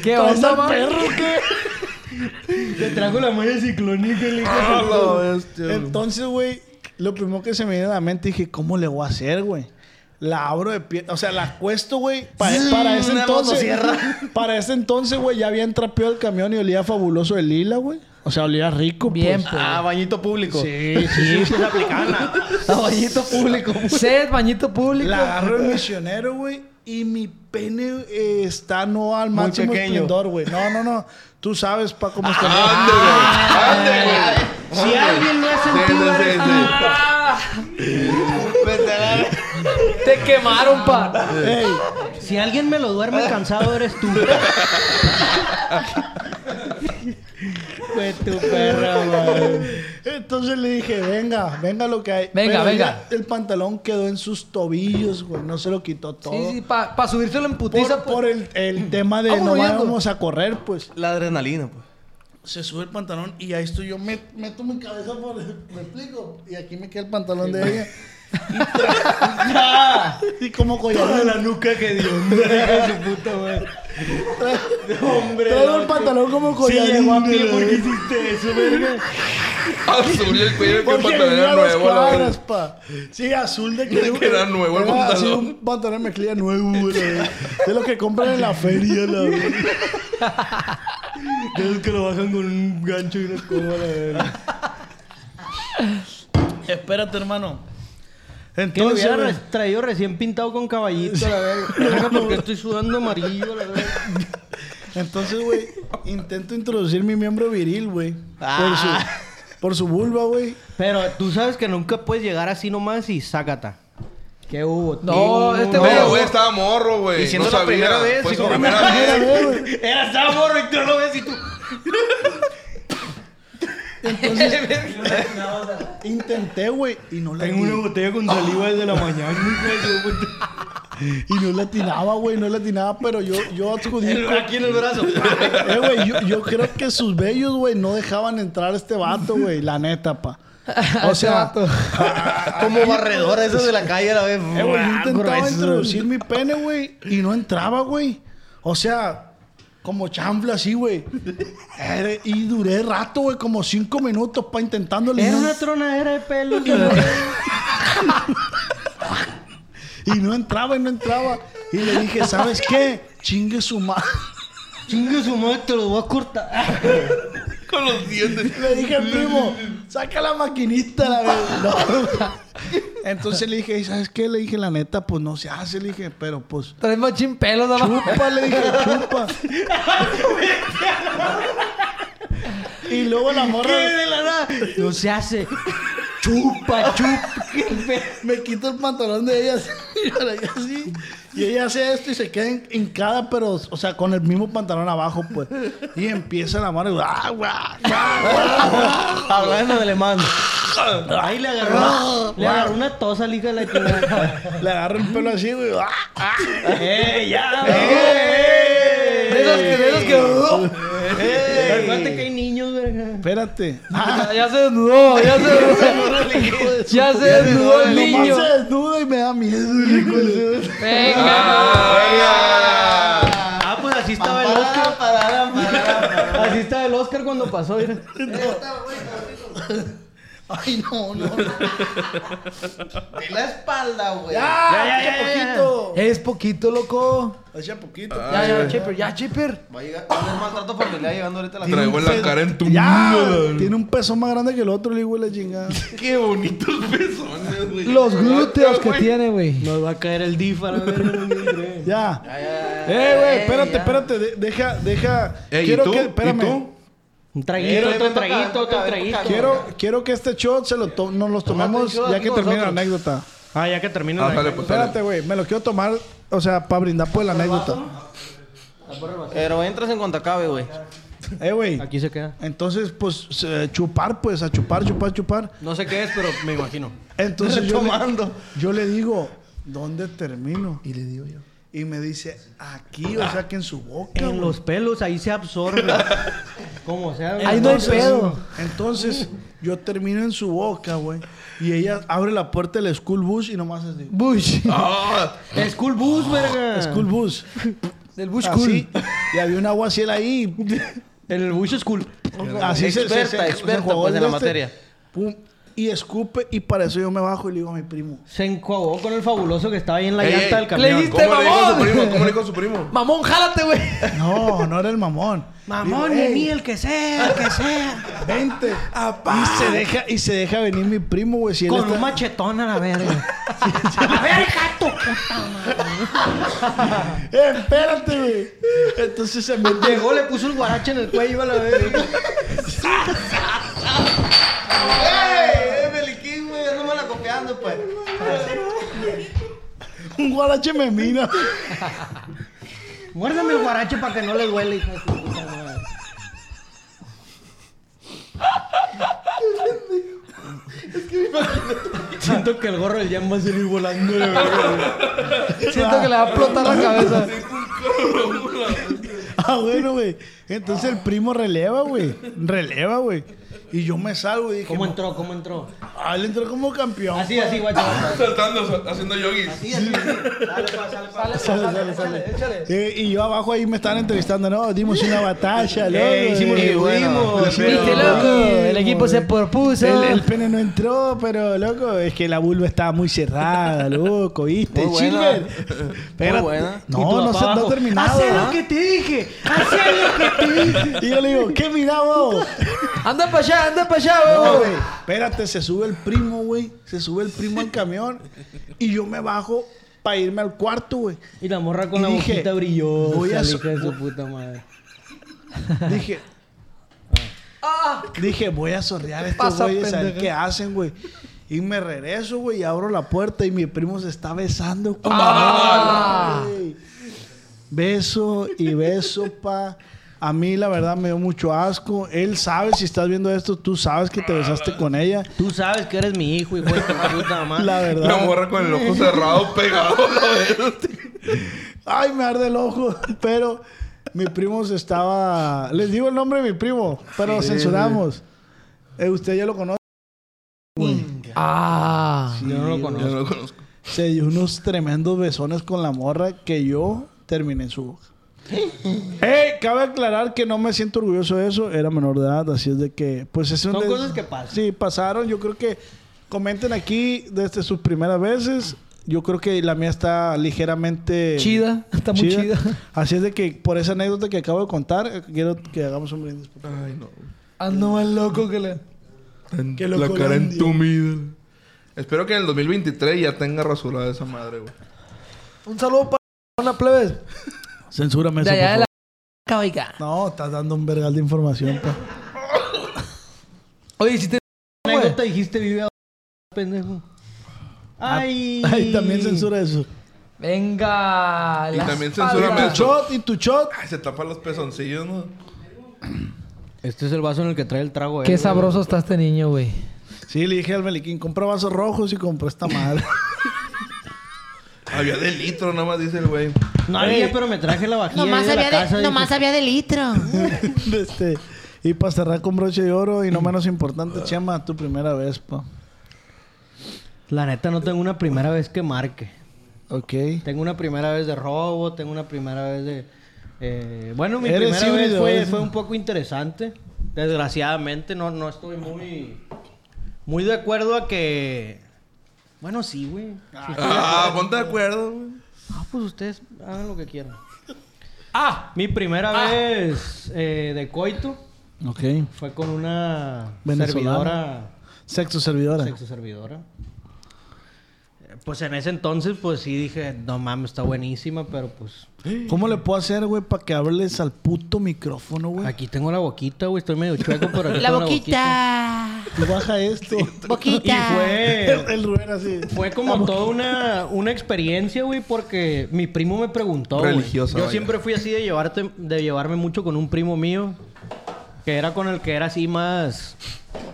[SPEAKER 2] ¿Qué
[SPEAKER 6] ¿Traes
[SPEAKER 2] onda,
[SPEAKER 6] al
[SPEAKER 2] ma?
[SPEAKER 6] perro
[SPEAKER 7] Te trajo la malla ciclónica, le dije.
[SPEAKER 4] Ah, la bestia, güey.
[SPEAKER 6] Entonces, güey, lo primero que se me vino a la mente dije, ¿cómo le voy a hacer, güey? La abro de pie, o sea, la acuesto, güey. pa- Para, ese
[SPEAKER 7] una
[SPEAKER 6] entonces,
[SPEAKER 7] motosierra.
[SPEAKER 6] para ese entonces, güey, ya habían trapeado el camión y olía fabuloso el lila, güey. O sea, olía rico,
[SPEAKER 2] Bien,
[SPEAKER 6] pues.
[SPEAKER 3] Ah, bañito público.
[SPEAKER 6] Sí, sí, sí,
[SPEAKER 3] A bañito público.
[SPEAKER 2] Sed, bañito público.
[SPEAKER 6] La agarro el misionero, güey. Y mi pene eh, está no al
[SPEAKER 3] Muy
[SPEAKER 6] máximo
[SPEAKER 3] pequeño.
[SPEAKER 6] esplendor, güey. No, no, no. Tú sabes, pa, cómo
[SPEAKER 2] Ah,
[SPEAKER 6] está. Ah,
[SPEAKER 4] Ándale, güey. Ándale.
[SPEAKER 7] Si alguien lo ha
[SPEAKER 4] Sí,
[SPEAKER 7] sentido,
[SPEAKER 4] sí,
[SPEAKER 7] eres
[SPEAKER 4] sí, sí.
[SPEAKER 2] Ah. Te quemaron, pa.
[SPEAKER 6] Ey,
[SPEAKER 7] Si alguien me lo duerme cansado, eres tú.
[SPEAKER 6] de tu perra, madre. Entonces le dije, venga, venga lo que hay.
[SPEAKER 2] Venga,
[SPEAKER 6] Pero
[SPEAKER 2] venga.
[SPEAKER 6] ya El pantalón quedó en sus tobillos, güey. No se lo quitó todo.
[SPEAKER 2] Sí, sí, para subírselo en putiza.
[SPEAKER 6] Por,
[SPEAKER 2] pues.
[SPEAKER 6] por el, el tema de
[SPEAKER 2] Vámonos
[SPEAKER 6] no
[SPEAKER 2] yendo.
[SPEAKER 6] vamos a correr, pues.
[SPEAKER 3] La adrenalina, pues.
[SPEAKER 6] Se sube el pantalón y ahí estoy yo. Me, meto mi cabeza por el, me explico. Y aquí me queda el pantalón de ella. Y tra- y como collar de la nuca que dio. Hombre, todo el pantalón como collar.
[SPEAKER 10] Sí, llegó a pie porque
[SPEAKER 6] hiciste eso, verga.
[SPEAKER 4] Azul y Ah, el cuello que el
[SPEAKER 6] Porque
[SPEAKER 4] pantalón
[SPEAKER 6] venía
[SPEAKER 4] era
[SPEAKER 6] a dos
[SPEAKER 4] nuevo, la
[SPEAKER 6] cuadras,
[SPEAKER 4] verga.
[SPEAKER 6] pa. Sí, azul de
[SPEAKER 4] De que era nuevo el
[SPEAKER 6] era así
[SPEAKER 4] pantalón.
[SPEAKER 6] un pantalón de mezclilla nuevo, güey. la verga. De los que compran en la feria, la verga. De los que lo bajan con un gancho y una escoba, la verga. Espérate, hermano.
[SPEAKER 7] Que lo
[SPEAKER 6] Entonces,
[SPEAKER 7] hubiera
[SPEAKER 6] güey,
[SPEAKER 7] re- traído recién pintado con caballito, la verga. Verga, ¿Por qué estoy sudando amarillo, la verga?
[SPEAKER 6] entonces, güey, intento introducir mi miembro viril, güey. Por
[SPEAKER 7] Ah.
[SPEAKER 6] su, por su vulva, güey.
[SPEAKER 7] Pero tú sabes que nunca puedes llegar así nomás y sácata. ¿Qué hubo?
[SPEAKER 4] No, este
[SPEAKER 7] güey.
[SPEAKER 4] Pero, güey, estaba morro, güey.
[SPEAKER 7] Y siendo
[SPEAKER 4] no
[SPEAKER 7] la
[SPEAKER 4] sabía.
[SPEAKER 7] primera vez,
[SPEAKER 4] Fue
[SPEAKER 7] y
[SPEAKER 4] su
[SPEAKER 7] como-
[SPEAKER 4] primera vez.
[SPEAKER 7] Era, estaba morro y tú no lo ves y tú...
[SPEAKER 6] Intenté, güey, y no la
[SPEAKER 7] Tengo una botella con saliva desde la mañana.
[SPEAKER 6] Y no latinaba, güey, no latinaba, pero yo, yo acudí.
[SPEAKER 7] Aquí en el brazo.
[SPEAKER 6] Eh, güey, yo, yo creo que sus bellos, güey, no dejaban entrar a este vato, güey, la neta, pa. O
[SPEAKER 7] Este
[SPEAKER 6] sea,
[SPEAKER 3] Como barredora, eso de la calle a la vez.
[SPEAKER 6] eh, güey, yo intentaba
[SPEAKER 3] Grueso.
[SPEAKER 6] introducir mi pene, güey, y no entraba, güey. O sea, como chanfla así, güey. Era- Y duré rato, güey, como cinco minutos, pa, intentándole. y
[SPEAKER 7] Era
[SPEAKER 6] no-
[SPEAKER 7] una tronadera de pelo.
[SPEAKER 6] Y no entraba, y no entraba. Y le dije, ¿sabes qué? Chingue su madre.
[SPEAKER 7] Chingue su madre, te lo voy a cortar.
[SPEAKER 4] Con los dientes.
[SPEAKER 6] Le dije al primo, saca la maquinita, la verdad. Entonces le dije, "¿Y ¿sabes qué? Le dije, la neta, pues no se hace. Le dije, pero pues,
[SPEAKER 2] Traes machín pelos, nada más.
[SPEAKER 6] chupa, le dije, chupa. y luego la morra
[SPEAKER 7] de la
[SPEAKER 3] Ah,
[SPEAKER 7] nada? No se hace. Chupa, chupa. qué pe-
[SPEAKER 6] me quita el pantalón de ella así, y yo le digo así. Y ella hace esto y se queda en, en cada, pero, o sea, con el mismo pantalón abajo, pues. Y empieza la mano y "Ah, ¡guau, guau, guau,
[SPEAKER 7] Hablando de alemán. Ahí le agarró,
[SPEAKER 2] Ah.
[SPEAKER 7] le agarró una tosa al hijo de la chingada.
[SPEAKER 6] guau! Le agarro el pelo así, güey. ¡ah, ah! eh,
[SPEAKER 7] ¡Eh, ya!
[SPEAKER 2] De esos que, de esos que uh. dudó.
[SPEAKER 7] Acuérdate que hay niños, verga.
[SPEAKER 6] Espérate.
[SPEAKER 2] Ya- Ya se desnudó, ya se desnudó. Ya se desnudó el
[SPEAKER 6] Nomás
[SPEAKER 2] niño.
[SPEAKER 6] se desnuda y me da miedo. hijo de su-
[SPEAKER 7] Ah, pues así estaba el Oscar. Así estaba el Oscar cuando pasó. mira.
[SPEAKER 6] Ay, no, no.
[SPEAKER 10] Y la espalda, güey.
[SPEAKER 6] Ya, ya, poquito.
[SPEAKER 2] Es poquito, loco.
[SPEAKER 6] Echa poquito.
[SPEAKER 4] Ah,
[SPEAKER 2] Ya, ya, Chipper, ya, Chipper.
[SPEAKER 3] Va a llegar va a tener maltrato familiar llegando ahorita la
[SPEAKER 4] Traigo en la cara en tu
[SPEAKER 6] Ya,
[SPEAKER 4] mierda.
[SPEAKER 6] tiene un peso más grande que el otro, le digo la chingada.
[SPEAKER 4] Qué bonitos pezones, güey.
[SPEAKER 2] Los glúteos que
[SPEAKER 4] güey.
[SPEAKER 2] tiene, güey.
[SPEAKER 7] Nos va a caer el dífara, verga.
[SPEAKER 6] Ya. Eh, güey, espérate, espérate, de- deja, deja.
[SPEAKER 4] Ey, ¿y
[SPEAKER 6] quiero
[SPEAKER 4] tú?
[SPEAKER 6] que,
[SPEAKER 4] ¿Y
[SPEAKER 6] espérame.
[SPEAKER 4] tú?
[SPEAKER 7] Un
[SPEAKER 3] Quiero-
[SPEAKER 7] traguito, otro traguito, otro traguito.
[SPEAKER 6] Quiero, quiero que este shot se lo to- nos los tomemos
[SPEAKER 3] shot
[SPEAKER 6] ya
[SPEAKER 3] aquí
[SPEAKER 6] que termine la
[SPEAKER 3] nosotros.
[SPEAKER 6] anécdota.
[SPEAKER 7] Ah, ya que termina
[SPEAKER 4] Ah,
[SPEAKER 7] la-
[SPEAKER 4] dale, pues dale.
[SPEAKER 6] Espérate, güey, me lo quiero tomar, o sea, para brindar por la anécdota.
[SPEAKER 3] Pero entras en cuanto acabe, güey.
[SPEAKER 6] Eh, güey.
[SPEAKER 7] Aquí se queda.
[SPEAKER 6] Entonces, pues, eh, chupar, pues, a chupar, chupar, chupar.
[SPEAKER 7] No sé qué es, pero me imagino.
[SPEAKER 6] Entonces yo le, yo le digo, ¿dónde termino? Y le digo yo. Y me dice, aquí, o sea que en su boca.
[SPEAKER 7] En
[SPEAKER 6] güey.
[SPEAKER 7] los pelos, ahí se absorbe. Como sea.
[SPEAKER 2] Ahí no hay pedo.
[SPEAKER 6] Entonces, yo termino en su boca, güey. Y ella abre la puerta del school bus y nomás así.
[SPEAKER 2] Bush.
[SPEAKER 4] Ah,
[SPEAKER 7] School bus, verga.
[SPEAKER 6] "Ah, School bus.
[SPEAKER 2] Del Bush
[SPEAKER 6] Así.
[SPEAKER 2] Cool.
[SPEAKER 6] Y había un aguaciel ahí.
[SPEAKER 7] En el Bush School.
[SPEAKER 6] Así se- se-
[SPEAKER 3] Experta,
[SPEAKER 6] se- se
[SPEAKER 3] experta,
[SPEAKER 6] jugó
[SPEAKER 3] pues,
[SPEAKER 6] el
[SPEAKER 3] en la
[SPEAKER 6] de este.
[SPEAKER 3] materia.
[SPEAKER 6] Pum. Y escupe y para eso yo me bajo y le digo a mi primo.
[SPEAKER 7] Se enjuagó con el fabuloso que estaba ahí en la
[SPEAKER 4] Ey,
[SPEAKER 7] llanta
[SPEAKER 4] ey,
[SPEAKER 7] del
[SPEAKER 4] ¿qué
[SPEAKER 7] camión.
[SPEAKER 2] leíste?
[SPEAKER 4] ¿Cómo le dijo a su
[SPEAKER 2] mamón!
[SPEAKER 4] primo? ¿Cómo le dijo a su primo?
[SPEAKER 2] Mamón, jálate, güey.
[SPEAKER 6] No, no era el mamón.
[SPEAKER 7] Mamón,
[SPEAKER 6] Digo, "Ey,
[SPEAKER 7] ni el que sea, el que sea.
[SPEAKER 6] Vente. Y se deja, y se deja venir mi primo, güey. Si él
[SPEAKER 7] Con
[SPEAKER 6] está-
[SPEAKER 7] un machetón a la verga.
[SPEAKER 6] ¡Eh, espérate, güey! Entonces se mete.
[SPEAKER 7] Llegó, le puso el guarache en el cuello a la verga.
[SPEAKER 3] ¡Eh, Beliquín, güey! Ando mal acopiando, pues.
[SPEAKER 6] Un guarache me mira.
[SPEAKER 7] Muérdame el guarache para que no le duele, hijo de su puta madre. Siento que el gorro del Jan va a salir volando. güey.
[SPEAKER 2] Siento que le va a explotar la cabeza.
[SPEAKER 6] Ah, bueno, güey. Entonces el primo releva, güey. Releva, güey. Y yo me salgo y dije...
[SPEAKER 7] ¿Cómo entró? ¿Cómo entró?
[SPEAKER 6] Ah, él entró como campeón.
[SPEAKER 7] Así, así, guacho.
[SPEAKER 4] Saltando, haciendo yogis.
[SPEAKER 7] Sale,
[SPEAKER 6] Sale, sale, sale. Eh, y yo abajo ahí me estaban entrevistando, ¿no? Dimos una batalla, loco.
[SPEAKER 2] hicimos
[SPEAKER 6] Eh,
[SPEAKER 2] que fuimos,
[SPEAKER 6] pero-
[SPEAKER 2] viste, loco, el equipo se propuso.
[SPEAKER 6] El, el pene no entró, pero, loco, es que la vulva estaba muy cerrada, loco, ¿viste?
[SPEAKER 3] Muy buena.
[SPEAKER 6] Chilver. Espérate.
[SPEAKER 3] buena.
[SPEAKER 7] Y tú
[SPEAKER 6] No, no,
[SPEAKER 7] papá
[SPEAKER 6] se, no
[SPEAKER 7] abajo,
[SPEAKER 6] ha terminado.
[SPEAKER 2] Hacé lo
[SPEAKER 6] ¿ah?
[SPEAKER 2] que te dije. Hacé lo que te dije.
[SPEAKER 6] Y yo le digo, ¿qué miramos?
[SPEAKER 2] Anda para allá, anda para allá,
[SPEAKER 6] No,
[SPEAKER 2] huevo.
[SPEAKER 6] güey. Espérate, se sube el primo, güey. Se sube el primo al camión. Y yo me bajo para irme al cuarto, güey.
[SPEAKER 7] Y la morra con
[SPEAKER 6] Y
[SPEAKER 7] la
[SPEAKER 6] dije,
[SPEAKER 7] boquita brillosa.
[SPEAKER 6] voy a
[SPEAKER 7] la
[SPEAKER 6] su-
[SPEAKER 7] hija de su puta madre.
[SPEAKER 6] Dije. Dije, voy a sorrear a estos
[SPEAKER 2] pasa,
[SPEAKER 6] güeyes a ver
[SPEAKER 2] pendejo?
[SPEAKER 6] qué hacen, güey. Y me regreso, güey, y abro la puerta y mi primo se está besando. con- Güey. Beso y beso, pa. A mí, la verdad, me dio mucho asco. Él sabe, si estás viendo esto, tú sabes que te besaste con ella.
[SPEAKER 7] Tú sabes que eres mi hijo, hijo de tu puta madre.
[SPEAKER 6] La verdad.
[SPEAKER 4] La morra con el ojo cerrado, pegado. la verga.
[SPEAKER 6] Ay, me arde el ojo, pero mi primo se estaba. Les digo el nombre de mi primo, pero lo censuramos. Eh, usted ya lo conoce.
[SPEAKER 2] Ah.
[SPEAKER 7] Yo no lo
[SPEAKER 4] Yo no
[SPEAKER 7] conozco.
[SPEAKER 4] lo conozco.
[SPEAKER 6] Se dio unos tremendos besones con la morra que yo terminé en su boca. Eh, cabe aclarar que no me siento orgulloso de eso. Era menor de edad, así es de que, pues es un
[SPEAKER 7] Son
[SPEAKER 6] des-
[SPEAKER 7] cosas que pasan.
[SPEAKER 6] Sí, pasaron. Yo creo que comenten aquí desde sus primeras veces. Yo creo que la mía está ligeramente
[SPEAKER 2] Chida, está muy chida.
[SPEAKER 6] Así es de que por esa anécdota que acabo de contar, eh, quiero que hagamos un brindis. por favor.
[SPEAKER 4] Ay, no.
[SPEAKER 2] Ando más loco que la.
[SPEAKER 4] En-
[SPEAKER 6] Qué
[SPEAKER 4] la
[SPEAKER 6] loco,
[SPEAKER 4] cara
[SPEAKER 6] Landia.
[SPEAKER 4] entumida. Espero que en el 2023 ya tenga rasurada esa madre, güey.
[SPEAKER 2] Un saludo para una plebes.
[SPEAKER 6] Censúrame
[SPEAKER 2] De
[SPEAKER 6] eso. por
[SPEAKER 2] allá de la.
[SPEAKER 6] favor.
[SPEAKER 2] Cabaica.
[SPEAKER 6] No, estás dando un vergal de información. pa.
[SPEAKER 2] Oye, si te.
[SPEAKER 7] anécdota dijiste vive a pendejo. Ay.
[SPEAKER 6] Ay, también censura eso.
[SPEAKER 2] Venga.
[SPEAKER 4] Y
[SPEAKER 2] la
[SPEAKER 4] también
[SPEAKER 2] espalda.
[SPEAKER 4] censúrame
[SPEAKER 6] Tu shot y tu shot.
[SPEAKER 4] Ay, se tapan los pezoncillos, ¿no?
[SPEAKER 7] Este es el vaso en el que trae el trago. eh. él,
[SPEAKER 2] Qué
[SPEAKER 7] güey.
[SPEAKER 2] sabroso está este niño, güey.
[SPEAKER 6] Sí, le dije al Meliquín, compra vasos rojos y compró esta madre.
[SPEAKER 4] Había de litro, nada más dice el güey.
[SPEAKER 7] No había, pero me traje la vajilla.
[SPEAKER 9] Nomás
[SPEAKER 7] ahí de la
[SPEAKER 9] había
[SPEAKER 7] casa,
[SPEAKER 9] de,
[SPEAKER 7] dijo.
[SPEAKER 9] nomás había de litro.
[SPEAKER 6] Este, y para cerrar con broche de oro y no menos importante, Chema, tu primera vez, pa.
[SPEAKER 7] La neta, no tengo una primera vez que marque.
[SPEAKER 6] Ok.
[SPEAKER 7] Tengo una primera vez de robo, tengo una primera vez de... eh, bueno, mi
[SPEAKER 6] Eres
[SPEAKER 7] primera vez
[SPEAKER 6] híbrido,
[SPEAKER 7] fue,
[SPEAKER 6] eres-
[SPEAKER 7] fue un poco interesante. Desgraciadamente, no, no estoy muy... Muy de acuerdo a que... Bueno, sí, güey.
[SPEAKER 4] Ah, ponte de acuerdo, güey.
[SPEAKER 7] Ah, pues ustedes hagan lo que quieran. Ah, mi primera vez eh, de coito
[SPEAKER 6] Ok.
[SPEAKER 7] fue con una
[SPEAKER 6] Venezolana.
[SPEAKER 7] servidora,
[SPEAKER 6] Sexo servidora.
[SPEAKER 7] sexo servidora. Eh, Pues en ese entonces, pues sí dije, no mames, está buenísima, pero pues
[SPEAKER 6] ¿Cómo le puedo hacer, güey, para que hables al puto micrófono, güey?
[SPEAKER 7] Aquí tengo la boquita, güey. Estoy medio chueco, pero aquí
[SPEAKER 9] La
[SPEAKER 7] tengo
[SPEAKER 9] boquita.
[SPEAKER 6] Tú baja esto.
[SPEAKER 9] Boquita.
[SPEAKER 7] Y
[SPEAKER 6] el,
[SPEAKER 7] fue...
[SPEAKER 6] el Rubén así.
[SPEAKER 7] Fue como toda una, una experiencia, güey, porque mi primo me preguntó. güey.
[SPEAKER 4] Religiosa,
[SPEAKER 7] Yo
[SPEAKER 4] vaya.
[SPEAKER 7] siempre fui así de llevarte, de llevarme mucho con un primo mío, que era con el que era así más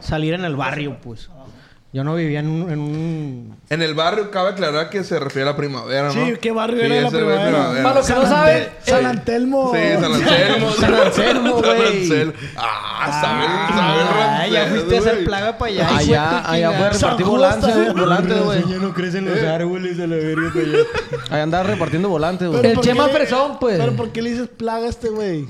[SPEAKER 7] salir en el barrio, pues. Yo no vivía en un, en un-
[SPEAKER 4] En el barrio cabe aclarar que se refiere a la primavera, ¿no?
[SPEAKER 6] Sí, ¿qué barrio era la
[SPEAKER 4] ese güey es
[SPEAKER 6] primavera?
[SPEAKER 2] Para los que no
[SPEAKER 6] San
[SPEAKER 2] saben,
[SPEAKER 6] Ante- Eh, San Antelmo.
[SPEAKER 4] Sí, San Anselmo.
[SPEAKER 2] San Anselmo,
[SPEAKER 4] San
[SPEAKER 2] güey.
[SPEAKER 4] Anselmo. Ah, sabe, sabe el
[SPEAKER 7] Ah, ya
[SPEAKER 4] Ramsés,
[SPEAKER 7] fuiste a hacer
[SPEAKER 4] güey.
[SPEAKER 7] plaga para allá. hijo de tu
[SPEAKER 3] Allá, allá
[SPEAKER 7] chingada.
[SPEAKER 3] fue repartir
[SPEAKER 6] San
[SPEAKER 3] volantes,
[SPEAKER 6] Justo,
[SPEAKER 3] güey, volantes, güey. Eh.
[SPEAKER 7] Ya no crecen los árboles de la verga para allá.
[SPEAKER 3] Allá andaba repartiendo volantes, güey.
[SPEAKER 6] Pero
[SPEAKER 2] El
[SPEAKER 6] ¿por
[SPEAKER 2] Chema
[SPEAKER 6] qué le-
[SPEAKER 2] Fresón, pues.
[SPEAKER 6] Pero ¿por qué le dices plaga a este güey?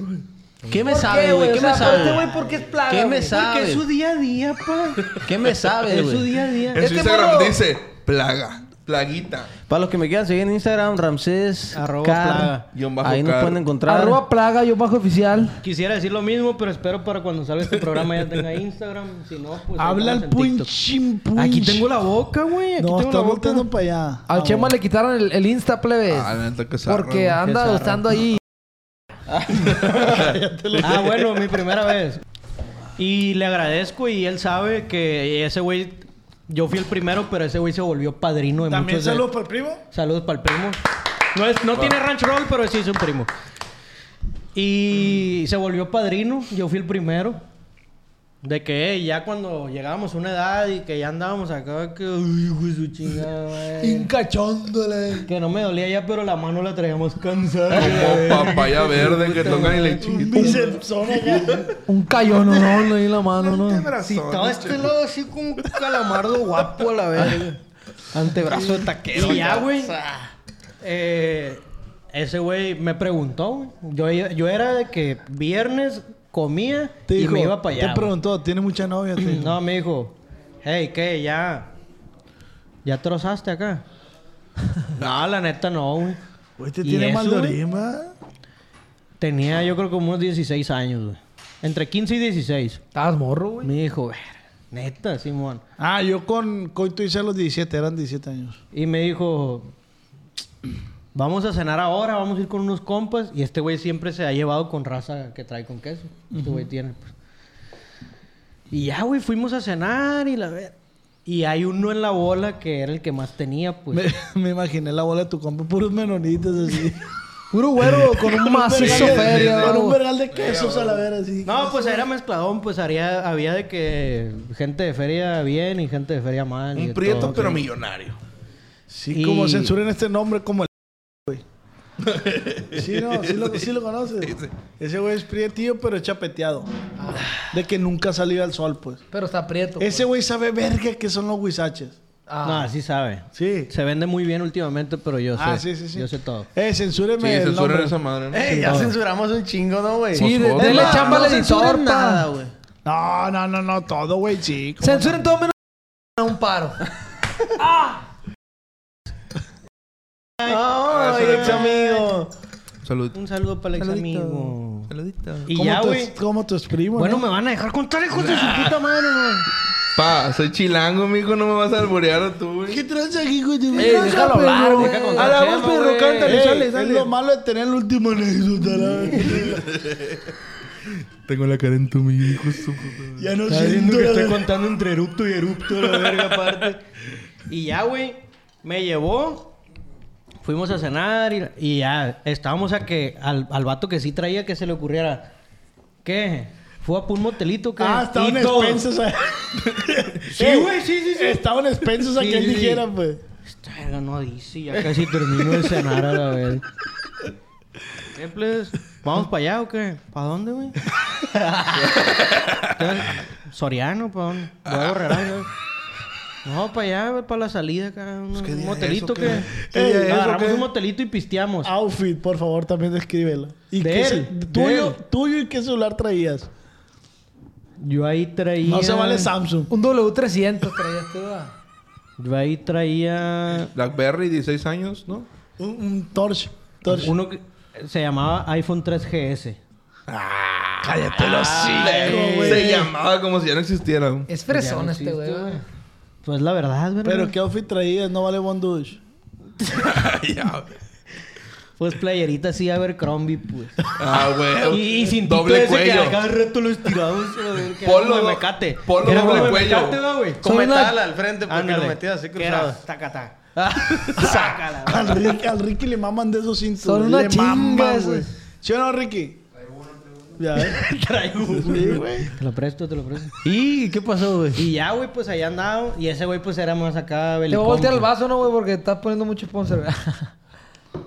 [SPEAKER 3] ¿Qué me
[SPEAKER 2] ¿Por
[SPEAKER 3] sabe, güey?
[SPEAKER 2] O
[SPEAKER 3] ¿Qué
[SPEAKER 2] sea,
[SPEAKER 3] me
[SPEAKER 2] pero
[SPEAKER 3] sabe?
[SPEAKER 2] Este güey, ¿por qué es plaga?
[SPEAKER 3] ¿Qué me
[SPEAKER 2] güey?
[SPEAKER 7] Porque
[SPEAKER 3] sabe?
[SPEAKER 7] es su día a día, pa.
[SPEAKER 3] ¿Qué me sabe,
[SPEAKER 7] Es su
[SPEAKER 3] güey?
[SPEAKER 7] día a día.
[SPEAKER 4] En su
[SPEAKER 2] Este
[SPEAKER 4] Instagram
[SPEAKER 2] morro-
[SPEAKER 4] dice plaga, plaguita.
[SPEAKER 3] Para los que me quieran seguir en Instagram, Ramsés
[SPEAKER 7] Arroba
[SPEAKER 3] Car.
[SPEAKER 7] plaga.
[SPEAKER 4] Guión bajo
[SPEAKER 3] Ahí nos
[SPEAKER 4] Car.
[SPEAKER 3] pueden encontrar.
[SPEAKER 2] Arroba plaga, yo bajo oficial.
[SPEAKER 7] Quisiera decir lo mismo, pero espero para cuando salga este programa ya tenga Instagram. Si no, pues. ahí
[SPEAKER 6] Habla el
[SPEAKER 7] estamos en TikTok.
[SPEAKER 6] punchim punch.
[SPEAKER 7] Aquí tengo la boca, güey. Aquí
[SPEAKER 6] No,
[SPEAKER 7] tengo
[SPEAKER 6] está
[SPEAKER 7] la boca.
[SPEAKER 6] volteando para allá.
[SPEAKER 2] Al
[SPEAKER 6] Ah,
[SPEAKER 2] Chema
[SPEAKER 6] bueno.
[SPEAKER 2] le quitaron el, el Insta, plebes.
[SPEAKER 4] Ah, la neta que zarra,
[SPEAKER 2] porque
[SPEAKER 4] güey.
[SPEAKER 2] anda
[SPEAKER 7] zarra.
[SPEAKER 2] gustando ahí.
[SPEAKER 7] Ah, bueno, mi primera vez. Y le agradezco y él sabe que ese güey. Yo fui el primero, pero ese güey se volvió padrino de
[SPEAKER 6] También
[SPEAKER 7] muchos. de-
[SPEAKER 6] saludos para el primo.
[SPEAKER 7] Saludos para el primo. No, es, no tiene ranch roll, pero sí es un primo.
[SPEAKER 6] Mm.
[SPEAKER 7] Y se volvió padrino. Yo fui el primero. De que eh, ya cuando llegábamos a una edad y que ya andábamos acá, que. Uy, hijo de su chingada, madre". Que no me dolía ya, pero la mano la traíamos cansada.
[SPEAKER 4] Como papaya verde que tocan el
[SPEAKER 7] Un
[SPEAKER 4] lechito.
[SPEAKER 7] bicepsón acá.
[SPEAKER 2] Un callón, no, ahí en la mano, ¿no?
[SPEAKER 7] Si estaba este lado así como un calamardo guapo a la verga.
[SPEAKER 2] Antebrazo de taquero.
[SPEAKER 7] Y ya, güey. eh, ese güey me preguntó, güey. Yo, yo era de que viernes comía
[SPEAKER 6] Te
[SPEAKER 7] y
[SPEAKER 6] dijo,
[SPEAKER 7] me iba para allá.
[SPEAKER 6] Te
[SPEAKER 7] güey.
[SPEAKER 6] preguntó, ¿tiene mucha novia? Te dijo.
[SPEAKER 7] No, me dijo, hey, ¿qué? ¿Ya? ¿Ya trozaste acá? no, la neta no, güey.
[SPEAKER 6] Güey, te "Este
[SPEAKER 7] ¿Y
[SPEAKER 6] tiene
[SPEAKER 7] eso,
[SPEAKER 6] mal de
[SPEAKER 7] güey?
[SPEAKER 6] orima.
[SPEAKER 7] Tenía yo creo como unos 16 años, güey. Entre 15 y 16.
[SPEAKER 2] Estabas morro, güey.
[SPEAKER 7] Me dijo, "Ver, neta, Simón.
[SPEAKER 6] Ah, yo con Coito hice a los 17, eran 17 años.
[SPEAKER 7] Y me dijo, vamos a cenar ahora, vamos a ir con unos compas. Y este güey siempre se ha llevado con raza que trae con queso. Este güey tiene, pues. Y ya, güey, fuimos a cenar y la ver. Y hay uno en la bola que era el que más tenía, pues.
[SPEAKER 6] Me, me imaginé la bola de tu compa, puros menonitas así.
[SPEAKER 2] Puro güero con un macizo
[SPEAKER 6] vergal de-
[SPEAKER 2] feria.
[SPEAKER 6] Con un
[SPEAKER 2] güey.
[SPEAKER 6] vergal de quesos a la vera así.
[SPEAKER 7] No, pues era mezcladón, pues había, había de que gente de feria bien y gente de feria mal. y de
[SPEAKER 4] Un prieto
[SPEAKER 7] todo,
[SPEAKER 4] pero
[SPEAKER 7] que-
[SPEAKER 4] millonario.
[SPEAKER 6] Sí,
[SPEAKER 7] Y-
[SPEAKER 6] como censuren este nombre como el güey. Sí, no, sí lo, sí lo conoces. Ese güey es prietillo, pero es chapeteado. De que nunca salió al sol, pues.
[SPEAKER 2] Pero está prieto. pues.
[SPEAKER 6] Ese güey sabe verga que son los huizaches.
[SPEAKER 2] Ah.
[SPEAKER 7] No, sí sabe.
[SPEAKER 6] Sí.
[SPEAKER 7] Se vende muy bien últimamente, pero yo sé.
[SPEAKER 6] Ah, sí, sí, sí.
[SPEAKER 7] Yo sé todo.
[SPEAKER 6] Eh, censúreme.
[SPEAKER 4] Sí,
[SPEAKER 6] el
[SPEAKER 4] censuran
[SPEAKER 6] nombre. Eh,
[SPEAKER 4] esa madre, ¿no?
[SPEAKER 3] Ey, ya censuramos un chingo, ¿no, güey?
[SPEAKER 2] Sí, de-
[SPEAKER 4] Moscón.
[SPEAKER 2] denle
[SPEAKER 4] No,
[SPEAKER 2] chamba al
[SPEAKER 3] no
[SPEAKER 2] editor,
[SPEAKER 3] censuran
[SPEAKER 2] pa.
[SPEAKER 3] nada, güey.
[SPEAKER 6] No, no, no, no, todo, güey, sí. ¿cómo
[SPEAKER 2] Censuren todo menos a un paro.
[SPEAKER 3] Ay, ex amigo.
[SPEAKER 4] Salud.
[SPEAKER 7] Un saludo para el ex amigo.
[SPEAKER 4] Saludito.
[SPEAKER 7] Y
[SPEAKER 6] ¿Cómo
[SPEAKER 7] ya,
[SPEAKER 6] tus-
[SPEAKER 7] güey.
[SPEAKER 6] ¿Cómo tus primos?
[SPEAKER 7] Bueno,
[SPEAKER 6] no?
[SPEAKER 7] me van a dejar contar, hijos de su puta madre, güey.
[SPEAKER 4] Pa, soy chilango, mijo, no me vas a alborear a tú, güey.
[SPEAKER 6] ¿Qué tranza aquí, güey?
[SPEAKER 2] Ey, déjalo hablar, deja contar.
[SPEAKER 6] A la voz,
[SPEAKER 3] Chema,
[SPEAKER 6] perro,
[SPEAKER 3] güey.
[SPEAKER 6] cántale,
[SPEAKER 3] Ey,
[SPEAKER 6] sale, sale. Es lo malo de tener el último anécdota,
[SPEAKER 4] Tengo la cara en tu hijo, su puta.
[SPEAKER 6] Ya no
[SPEAKER 7] Está viendo
[SPEAKER 6] siento
[SPEAKER 7] que
[SPEAKER 6] la
[SPEAKER 7] estoy
[SPEAKER 6] verga.
[SPEAKER 7] contando entre erupto y erupto, la verga, aparte. Y ya, güey, me llevó. Fuimos a cenar y, y ya estábamos a que al, al vato que sí traía que se le ocurriera. ¿Qué? ¿Fue a un motelito? ¿qué?
[SPEAKER 6] Ah, estaban
[SPEAKER 7] Y todos,
[SPEAKER 6] expensos. a-
[SPEAKER 7] Sí,
[SPEAKER 6] Ey,
[SPEAKER 7] güey, sí, sí, sí.
[SPEAKER 6] Estaban expensos a
[SPEAKER 7] Sí,
[SPEAKER 6] que él
[SPEAKER 7] sí.
[SPEAKER 6] dijera, pues.
[SPEAKER 7] Esta verga no dice, ya casi termino de cenar a la vez. ¿Qué, pues? ¿Vamos para allá o qué? ¿Para dónde, güey? Entonces, Soriano, ¿para dónde? Voy a borrar algo. No, para allá, güey, para la salida acá. Un,
[SPEAKER 4] Pues, ¿qué
[SPEAKER 7] un
[SPEAKER 4] día
[SPEAKER 7] motelito
[SPEAKER 4] es
[SPEAKER 7] que.
[SPEAKER 4] o qué? ¿Qué día es o
[SPEAKER 7] agarramos
[SPEAKER 4] qué? Ah.
[SPEAKER 7] un motelito y pisteamos.
[SPEAKER 6] Outfit, por favor, también descríbelo. ¿Y
[SPEAKER 7] De
[SPEAKER 6] qué
[SPEAKER 7] él,
[SPEAKER 6] ce-
[SPEAKER 7] de
[SPEAKER 6] tuyo,
[SPEAKER 7] él.
[SPEAKER 6] tuyo y qué celular traías?
[SPEAKER 7] Yo ahí traía.
[SPEAKER 6] No se vale Samsung.
[SPEAKER 2] Un W300 traías tú, ah.
[SPEAKER 7] Yo ahí traía.
[SPEAKER 4] Blackberry, 16 años, ¿no?
[SPEAKER 6] Un, un Torch. Torch.
[SPEAKER 7] Uno que se llamaba iPhone 3GS.
[SPEAKER 6] Cállate
[SPEAKER 7] Ah,
[SPEAKER 6] los
[SPEAKER 4] Se- Se llamaba como si ya no existiera. güey.
[SPEAKER 2] Es fresón
[SPEAKER 7] Ya no
[SPEAKER 2] este güey.
[SPEAKER 7] existe,
[SPEAKER 2] güey.
[SPEAKER 7] Pues la verdad, güey.
[SPEAKER 6] Pero qué outfit traías, no vale Bondush.
[SPEAKER 4] Ya, güey.
[SPEAKER 7] Pues playerita así Abercrombie, pues.
[SPEAKER 4] Ah, güey.
[SPEAKER 7] Y, y sin
[SPEAKER 4] doble
[SPEAKER 7] ese que a
[SPEAKER 4] cuello.
[SPEAKER 7] cada rato lo estiramos. a ver, que
[SPEAKER 4] Polo
[SPEAKER 7] era como
[SPEAKER 4] do-
[SPEAKER 7] de mecate.
[SPEAKER 4] polo
[SPEAKER 7] Que era como
[SPEAKER 4] doble
[SPEAKER 7] de
[SPEAKER 4] cuello.
[SPEAKER 7] mecate, ¿no, güey?
[SPEAKER 3] Con
[SPEAKER 2] Soy una-
[SPEAKER 3] metal al frente porque
[SPEAKER 7] Ándale.
[SPEAKER 3] lo metía así
[SPEAKER 7] Que era
[SPEAKER 3] cruzado.
[SPEAKER 7] taca, taca.
[SPEAKER 6] Al Ricky, al Ricky le maman de esos cintos.
[SPEAKER 2] Son
[SPEAKER 6] güey.
[SPEAKER 2] unas
[SPEAKER 6] Le maman,
[SPEAKER 2] chingas,
[SPEAKER 6] güey.
[SPEAKER 2] güey.
[SPEAKER 6] ¿Sí o no, Ricky? Ya, ¿eh?
[SPEAKER 7] Traigo, güey. Te lo presto, te lo presto.
[SPEAKER 3] ¿Y qué pasó, güey?
[SPEAKER 7] Y ya, güey, pues allá andaba. Y ese güey, pues era más
[SPEAKER 2] Te
[SPEAKER 7] acá
[SPEAKER 2] voy
[SPEAKER 7] belicón.
[SPEAKER 2] a voltear el
[SPEAKER 7] pues.
[SPEAKER 2] vaso, ¿no, güey? Porque estás poniendo mucho sponsor. güey.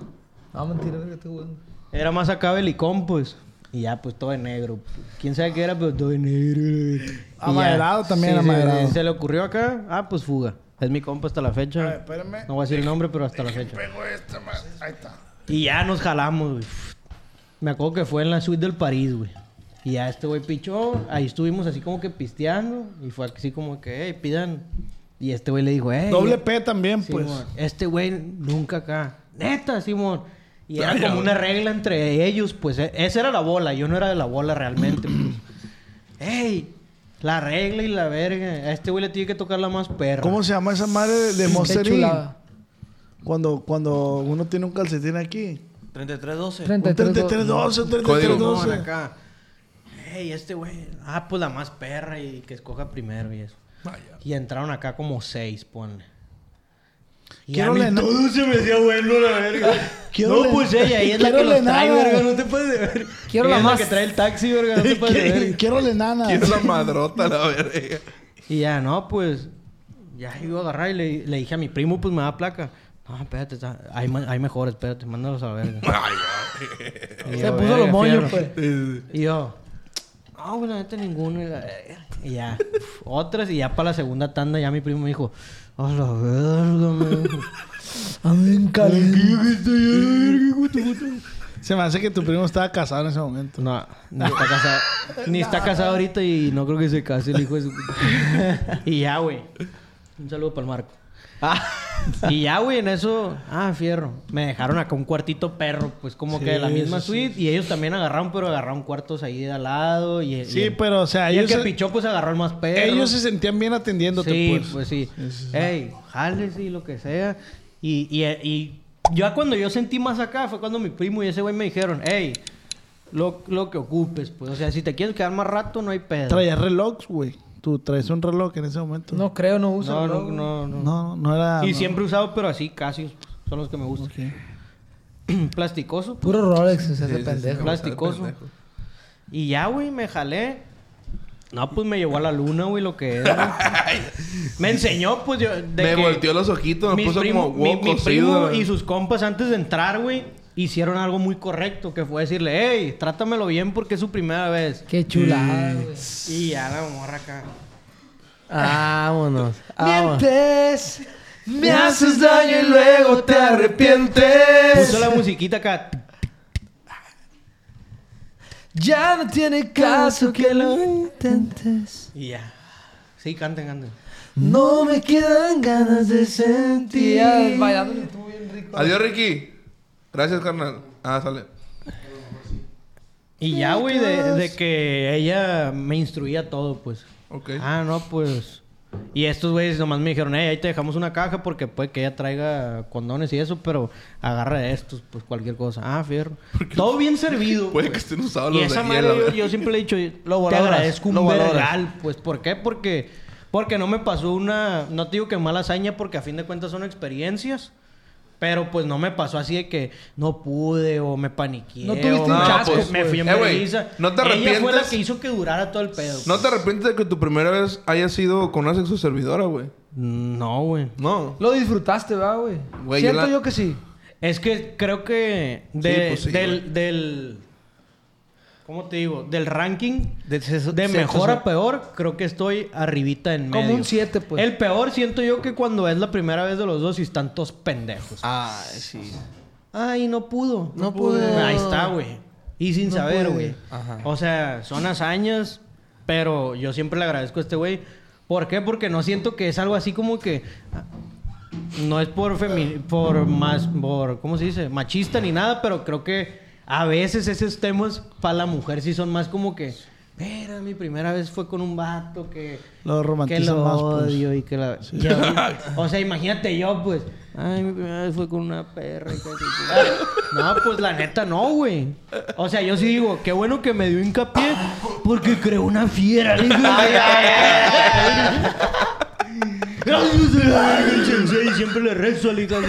[SPEAKER 2] no, mentira, güey, que estoy jugando.
[SPEAKER 7] Era más acá belicón, pues. Y ya, pues todo de negro. pues. Quién sabe qué era, pero todo de negro. güey. Y ya.
[SPEAKER 6] Amaderado también, amaderado.
[SPEAKER 7] se le ocurrió acá. Ah, pues fuga. Es mi compa hasta la fecha. No voy a decir el nombre, pero hasta la fecha. Y ya nos jalamos, güey. Me acuerdo que fue en la suite del París, güey. Y ya este güey pichó. Ahí estuvimos así como que pisteando. Y fue así como que, hey, pidan. Y este güey le dijo, hey.
[SPEAKER 6] Doble P también,
[SPEAKER 7] Simón,
[SPEAKER 6] pues.
[SPEAKER 7] este güey nunca acá. Neta, Simón. Y era como una regla entre ellos, pues. e- Esa era la bola. Yo no era de la bola realmente. pues. ¡Ey! La regla y la verga. A este güey le tiene que tocar la más perra.
[SPEAKER 6] ¿Cómo se llama esa madre de- de Monster
[SPEAKER 2] Qué
[SPEAKER 6] Inc?
[SPEAKER 2] chulada.
[SPEAKER 6] Cuando, cuando uno tiene un calcetín aquí.
[SPEAKER 3] 3312.
[SPEAKER 2] 33,
[SPEAKER 6] 3312,
[SPEAKER 4] Código.
[SPEAKER 7] Simón,
[SPEAKER 6] 3312.
[SPEAKER 7] acá? ¡Ey! Este güey. Ah, pues la más perra y que escoja primero y eso.
[SPEAKER 4] Vaya.
[SPEAKER 7] Y entraron acá como seis, ponle.
[SPEAKER 6] Quiero
[SPEAKER 10] a mí
[SPEAKER 6] lenar-
[SPEAKER 10] todo se me hacía bueno, la verga.
[SPEAKER 6] Quiero
[SPEAKER 10] no,
[SPEAKER 6] len-
[SPEAKER 10] pues ella, ella es la
[SPEAKER 6] quiero
[SPEAKER 10] que los trae,
[SPEAKER 6] lenada.
[SPEAKER 10] verga. No te puedes ver.
[SPEAKER 6] Quiero
[SPEAKER 10] Ella
[SPEAKER 6] la
[SPEAKER 10] es
[SPEAKER 6] más-
[SPEAKER 10] que trae el taxi, verga. No te puedes
[SPEAKER 6] Quiero,
[SPEAKER 10] ver.
[SPEAKER 6] quiero lenana.
[SPEAKER 4] ¿Quién es la madrota, la verga?
[SPEAKER 7] Y ya, no, pues. Ya iba a agarrar y le, le dije a mi primo, pues me da placa. No, espérate, está- hay, ma- hay mejores, espérate, mándalos a la verga. Y
[SPEAKER 6] Se
[SPEAKER 7] yo,
[SPEAKER 6] puso
[SPEAKER 7] "Verga,
[SPEAKER 6] los moños,
[SPEAKER 7] fierro".
[SPEAKER 6] pues.
[SPEAKER 7] Y yo, no, güey, la neta ninguno. Y, la verga. Y ya, pf, otras. Y ya para la segunda tanda, ya mi primo me dijo, a la verga, me dijo.
[SPEAKER 6] A mí en Se me hace que tu primo estaba casado en ese momento.
[SPEAKER 7] No, ni está casado. Ni está casado ahorita y no creo que se case el hijo de su... y ya, güey. Un saludo para el Marco. y ya, güey, en eso... Ah, fierro. Me dejaron acá un cuartito perro. Pues como
[SPEAKER 6] Sí,
[SPEAKER 7] que de la misma
[SPEAKER 6] eso sí.
[SPEAKER 7] suite. Y ellos también agarraron, pero agarraron cuartos ahí de al lado. Y, y
[SPEAKER 6] Sí,
[SPEAKER 7] el-
[SPEAKER 6] pero, o sea,
[SPEAKER 7] y
[SPEAKER 6] ellos
[SPEAKER 7] el
[SPEAKER 6] se-
[SPEAKER 7] que pichó, pues agarró el más perro.
[SPEAKER 6] Ellos se sentían bien atendiéndote,
[SPEAKER 7] Sí,
[SPEAKER 6] pues.
[SPEAKER 7] pues, sí. Ey, jales y lo que sea. Y, y, y ya cuando yo sentí más acá fue cuando mi primo y ese güey me dijeron, ey, lo, lo que ocupes, pues. O sea, si te quieres quedar más rato, no hay pedo.
[SPEAKER 6] Traías relojes, güey. Tú traes un reloj en ese momento.
[SPEAKER 2] No creo, no uso.
[SPEAKER 7] No,
[SPEAKER 2] reloj,
[SPEAKER 7] no,
[SPEAKER 2] güey.
[SPEAKER 7] no, no.
[SPEAKER 6] No, no era.
[SPEAKER 7] y
[SPEAKER 6] no.
[SPEAKER 7] siempre he usado, pero así, casi. Son los que me gustan. Plasticoso. pues.
[SPEAKER 2] Puro Rolex, o sea,
[SPEAKER 7] Sí,
[SPEAKER 2] ese
[SPEAKER 7] sí,
[SPEAKER 2] pendejo.
[SPEAKER 7] sí, Plasticoso. Y ya, güey, me jalé. No, pues me llevó a la luna, güey, lo que era. güey. me enseñó, pues yo. de
[SPEAKER 4] Me
[SPEAKER 7] que
[SPEAKER 4] volteó los ojitos, me
[SPEAKER 7] mis
[SPEAKER 4] puso
[SPEAKER 7] primo-
[SPEAKER 4] como
[SPEAKER 7] mi-
[SPEAKER 4] huevo
[SPEAKER 7] mi
[SPEAKER 4] cocido.
[SPEAKER 7] primo y sus compas antes de entrar, güey, hicieron algo muy correcto, que fue decirle, hey, trátamelo bien porque es su primera vez.
[SPEAKER 2] Qué chulada,
[SPEAKER 7] Mm.
[SPEAKER 2] güey.
[SPEAKER 7] Y ya la morra acá.
[SPEAKER 3] Vámonos. vámonos.
[SPEAKER 2] Mientes, me haces
[SPEAKER 7] daño y luego te
[SPEAKER 2] arrepientes.
[SPEAKER 7] Puso la musiquita acá.
[SPEAKER 2] Ya no tiene caso Pues que lo intentes.
[SPEAKER 7] Y ya. Sí, canten, canten.
[SPEAKER 2] No me quedan ganas de sentir.
[SPEAKER 4] Ya,
[SPEAKER 2] bailándole
[SPEAKER 4] bailándole
[SPEAKER 2] tú bien rico.
[SPEAKER 4] Adiós, Ricky. Gracias, carnal. Ah, sale.
[SPEAKER 7] Y ya, güey, de, de que ella me instruía todo, pues.
[SPEAKER 4] Ok.
[SPEAKER 7] Ah, no, pues. Y estos güeyes nomás me dijeron, hey, ahí te dejamos una caja porque puede que ella traiga condones y eso, pero agarra estos, pues cualquier cosa. Ah, fierro. Todo bien servido.
[SPEAKER 4] Puede
[SPEAKER 7] pues.
[SPEAKER 4] que estén usados
[SPEAKER 7] Y
[SPEAKER 4] los
[SPEAKER 7] esa
[SPEAKER 4] de
[SPEAKER 7] madre
[SPEAKER 4] hielo,
[SPEAKER 7] yo,
[SPEAKER 4] güey.
[SPEAKER 7] yo siempre le he dicho,
[SPEAKER 3] Lo
[SPEAKER 7] te
[SPEAKER 3] valoras,
[SPEAKER 7] agradezco
[SPEAKER 3] lo
[SPEAKER 7] un
[SPEAKER 3] valoras.
[SPEAKER 7] vergal, pues, ¿por qué? Porque, porque no me pasó una, no te digo que mala hazaña, porque a fin de cuentas son experiencias, pero pues no me pasó así de que no pude o me paniqué.
[SPEAKER 2] No tuviste
[SPEAKER 7] o
[SPEAKER 2] un
[SPEAKER 7] me-
[SPEAKER 2] chasco,
[SPEAKER 7] pues, me
[SPEAKER 2] pues.
[SPEAKER 7] fui en
[SPEAKER 4] Eh, güey,
[SPEAKER 7] vergüenza.
[SPEAKER 4] ¿no te
[SPEAKER 7] Ella fue la
[SPEAKER 4] arrepientes?
[SPEAKER 7] que hizo que durara todo el pedo.
[SPEAKER 4] ¿No te arrepientes de que tu primera vez haya sido con una sexoservidora, güey?
[SPEAKER 7] No, güey.
[SPEAKER 4] No.
[SPEAKER 2] Lo disfrutaste, ¿verdad, güey?
[SPEAKER 4] Güey,
[SPEAKER 2] Siento
[SPEAKER 4] yo
[SPEAKER 2] yo,
[SPEAKER 4] la-
[SPEAKER 2] que sí.
[SPEAKER 7] Es que creo que de-
[SPEAKER 4] Sí, pues sí,
[SPEAKER 7] del, del- ¿Cómo te digo? Del ranking
[SPEAKER 3] De, seso-
[SPEAKER 7] de
[SPEAKER 3] sexo-
[SPEAKER 7] mejor a peor, creo que estoy arribita en medio.
[SPEAKER 2] Como un 7, pues.
[SPEAKER 7] El peor siento yo que cuando es la primera vez de los dos y están todos pendejos.
[SPEAKER 3] Ay, Ah, sí.
[SPEAKER 7] Ay, no pudo.
[SPEAKER 3] No pudo.
[SPEAKER 7] Ahí está, güey. Y sin
[SPEAKER 2] No
[SPEAKER 7] saber,
[SPEAKER 2] pude.
[SPEAKER 7] güey.
[SPEAKER 3] Ajá.
[SPEAKER 7] O sea, son hazañas, pero yo siempre le agradezco a este güey. ¿Por qué? Porque no siento que es algo así como que... ah, No es por femi- por más, por, ¿cómo se dice? Machista ni nada, pero creo que a veces esos temas para la mujer sí son más como que... Mira, mi primera vez fue con un vato que...
[SPEAKER 6] Lo
[SPEAKER 7] Que
[SPEAKER 6] romantizan
[SPEAKER 7] lo
[SPEAKER 6] más, pues.
[SPEAKER 7] odio y que la... Ya, o sea, imagínate yo, pues... Ay, mi primera vez fue con una perra y que... No, pues la neta no, güey. O sea, yo sí digo, qué bueno que me dio hincapié porque creó una fiera. le dije. Gracias, le dije, el sensei, siempre le rezo al hijo de-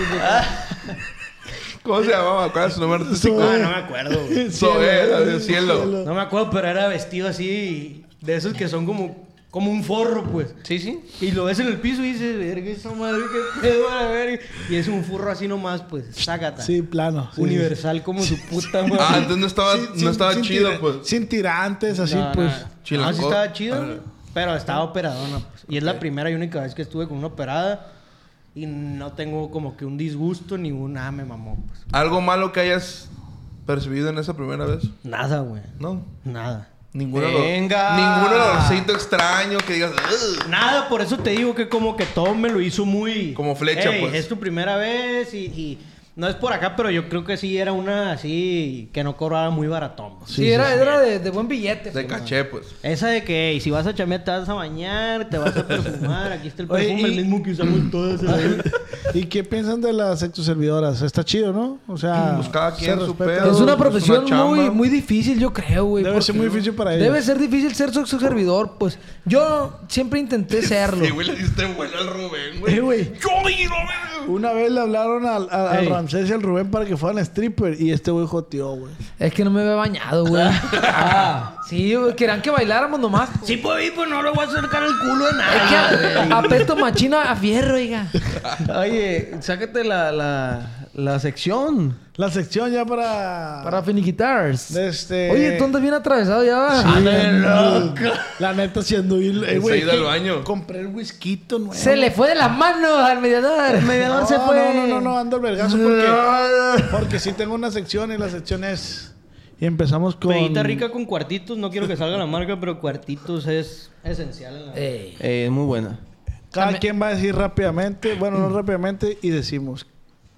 [SPEAKER 4] ¿Cómo se llamaba? ¿Cuál es su nombre artístico?
[SPEAKER 7] No, Ah, no me acuerdo. güey.
[SPEAKER 4] Zoé, la del cielo.
[SPEAKER 7] No me acuerdo, pero era vestido así de esos que son como, como un forro, pues.
[SPEAKER 3] Sí, sí.
[SPEAKER 7] Y lo ves en el piso y dices, verga, esa madre, qué pedo, a la verga. Y es un forro así nomás, pues, sácata.
[SPEAKER 6] Sí, plano. sí.
[SPEAKER 7] Universal como su puta madre.
[SPEAKER 4] Ah, entonces no estaba,
[SPEAKER 6] Sin- sin-
[SPEAKER 4] no estaba
[SPEAKER 6] sin
[SPEAKER 4] chido,
[SPEAKER 6] tira-
[SPEAKER 4] pues.
[SPEAKER 6] Sin tirantes, así,
[SPEAKER 7] No, no,
[SPEAKER 6] pues.
[SPEAKER 7] no.
[SPEAKER 4] Chilango-
[SPEAKER 7] No, sí estaba chido, güey,
[SPEAKER 4] Ah.
[SPEAKER 7] pero estaba operadona. pues. Y es la primera y única vez que estuve con una operada. Y no tengo como que un disgusto ni un, ah, me mamó. Pues.
[SPEAKER 4] ¿Algo malo que hayas percibido en esa primera vez?
[SPEAKER 7] Nada, güey.
[SPEAKER 4] No.
[SPEAKER 7] Nada.
[SPEAKER 4] Ningún olor.
[SPEAKER 3] Venga.
[SPEAKER 4] Ningún olorcito extraño que digas. "Ugh".
[SPEAKER 7] Nada, por eso te digo que como que todo me lo hizo muy...
[SPEAKER 4] Como flecha,
[SPEAKER 7] "Ey,
[SPEAKER 4] pues".
[SPEAKER 7] Es tu primera vez y, y No es por acá, pero yo creo que sí era una así que no cobraba muy baratón. pues.
[SPEAKER 2] Sí, era, era de, de buen billete.
[SPEAKER 4] De
[SPEAKER 2] pues.
[SPEAKER 4] caché, pues.
[SPEAKER 7] Esa de que, "Ey, si vas a chamear, te vas a bañar, te vas a perfumar, aquí está el
[SPEAKER 6] Oye,
[SPEAKER 7] perfume,
[SPEAKER 6] y-
[SPEAKER 7] el mismo que usamos todas. a la vez".
[SPEAKER 6] ¿Y qué piensan de las sexoservidoras? Está chido, ¿no? O sea,
[SPEAKER 4] Pues cada
[SPEAKER 6] se
[SPEAKER 4] quien su
[SPEAKER 6] respeta.
[SPEAKER 4] pedo.
[SPEAKER 2] Es una
[SPEAKER 4] Es una
[SPEAKER 2] profesión muy,
[SPEAKER 4] chamba.
[SPEAKER 2] muy difícil, yo creo, güey.
[SPEAKER 6] Debe
[SPEAKER 2] porque-
[SPEAKER 6] ser muy difícil para ellos.
[SPEAKER 2] Debe ser difícil ser su su servidor, pues. Yo siempre intenté serlo.
[SPEAKER 4] Sí, güey, le diste vuelo al Rubén, güey.
[SPEAKER 2] Eh, güey.
[SPEAKER 4] Yo, güey, no,
[SPEAKER 6] Una vez le hablaron al, al- al
[SPEAKER 2] Ey.
[SPEAKER 6] Ramsés y al Rubén para que fueran stripper y este güey joteó, güey.
[SPEAKER 2] Es que no me había bañado, güey. Sí, güey, querían que bailáramos nomás.
[SPEAKER 10] Ah. Sí, pues, pues no le voy a acercar el culo de
[SPEAKER 2] Es que a- apesto machina a fierro, oiga.
[SPEAKER 3] Oye, sácate la, la, la sección.
[SPEAKER 6] La sección ya para.
[SPEAKER 2] Para finiquitars.
[SPEAKER 6] Este.
[SPEAKER 2] Oye, tú andas bien atravesado ya. Ah,
[SPEAKER 6] Sí,
[SPEAKER 2] loco.
[SPEAKER 6] La neta, siendo.
[SPEAKER 2] Se
[SPEAKER 6] Eh,
[SPEAKER 2] ha
[SPEAKER 6] güey,
[SPEAKER 2] ido
[SPEAKER 6] que
[SPEAKER 2] al baño.
[SPEAKER 6] Compré el whisky nuevo.
[SPEAKER 2] Se le fue de las manos al mediador. El mediador se
[SPEAKER 6] No,
[SPEAKER 2] fue.
[SPEAKER 6] No, no, no, no, ando al vergazo porque, porque sí tengo una sección y la sección es. Y empezamos con.
[SPEAKER 7] Pedita rica con cuartitos, no quiero que salga la marca, pero cuartitos es esencial en la
[SPEAKER 3] Eh, muy buena.
[SPEAKER 6] Cada quien va a decir rápidamente, bueno, no rápidamente, y decimos.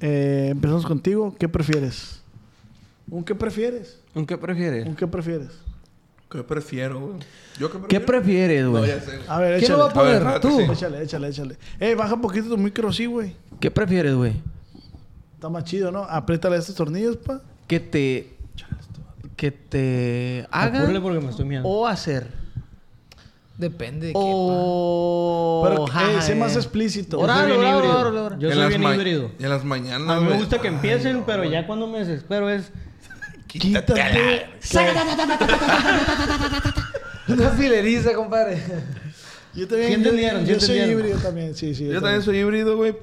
[SPEAKER 6] Eh, empezamos contigo, ¿qué prefieres? ¿Un qué prefieres?
[SPEAKER 3] ¿Un qué prefieres?
[SPEAKER 6] ¿Un qué prefieres?
[SPEAKER 4] ¿Qué prefiero, güey? ¿Yo qué prefiero?
[SPEAKER 3] ¿Qué prefieres, güey?
[SPEAKER 4] No, ya sé, güey.
[SPEAKER 6] A ver, échale.
[SPEAKER 3] ¿Quién lo va a poner?
[SPEAKER 4] A ver,
[SPEAKER 3] ¿Tú?
[SPEAKER 4] sí.
[SPEAKER 6] Échale, échale, échale. Eh, baja un poquito tu micro, sí, güey.
[SPEAKER 3] ¿Qué prefieres, güey?
[SPEAKER 6] Está más chido, ¿no? Apriétale estos tornillos, pa.
[SPEAKER 3] Que te... Que te hagan
[SPEAKER 7] Apúrale porque me estoy miando.
[SPEAKER 3] o hacer.
[SPEAKER 2] Depende de
[SPEAKER 10] Oh.
[SPEAKER 3] O...
[SPEAKER 6] Pero, eh, sé
[SPEAKER 3] eh.
[SPEAKER 6] más explícito.
[SPEAKER 3] Oral,
[SPEAKER 7] Yo soy bien
[SPEAKER 3] oral,
[SPEAKER 7] híbrido.
[SPEAKER 3] oral, oral.
[SPEAKER 7] Yo
[SPEAKER 4] En
[SPEAKER 7] soy
[SPEAKER 4] las
[SPEAKER 7] bien
[SPEAKER 4] ma-
[SPEAKER 7] híbrido.
[SPEAKER 4] Y en las mañanas,
[SPEAKER 7] A mí me
[SPEAKER 4] güey.
[SPEAKER 7] gusta que empiecen, pero ya cuando me desespero es...
[SPEAKER 6] Quítate.
[SPEAKER 2] Una fileriza, compadre.
[SPEAKER 6] Yo también.
[SPEAKER 7] ¿Sí entendieron?
[SPEAKER 6] Yo,
[SPEAKER 7] ¿Sí
[SPEAKER 6] yo soy
[SPEAKER 7] entendieron?
[SPEAKER 6] híbrido también, sí, sí.
[SPEAKER 4] Yo también soy híbrido, güey.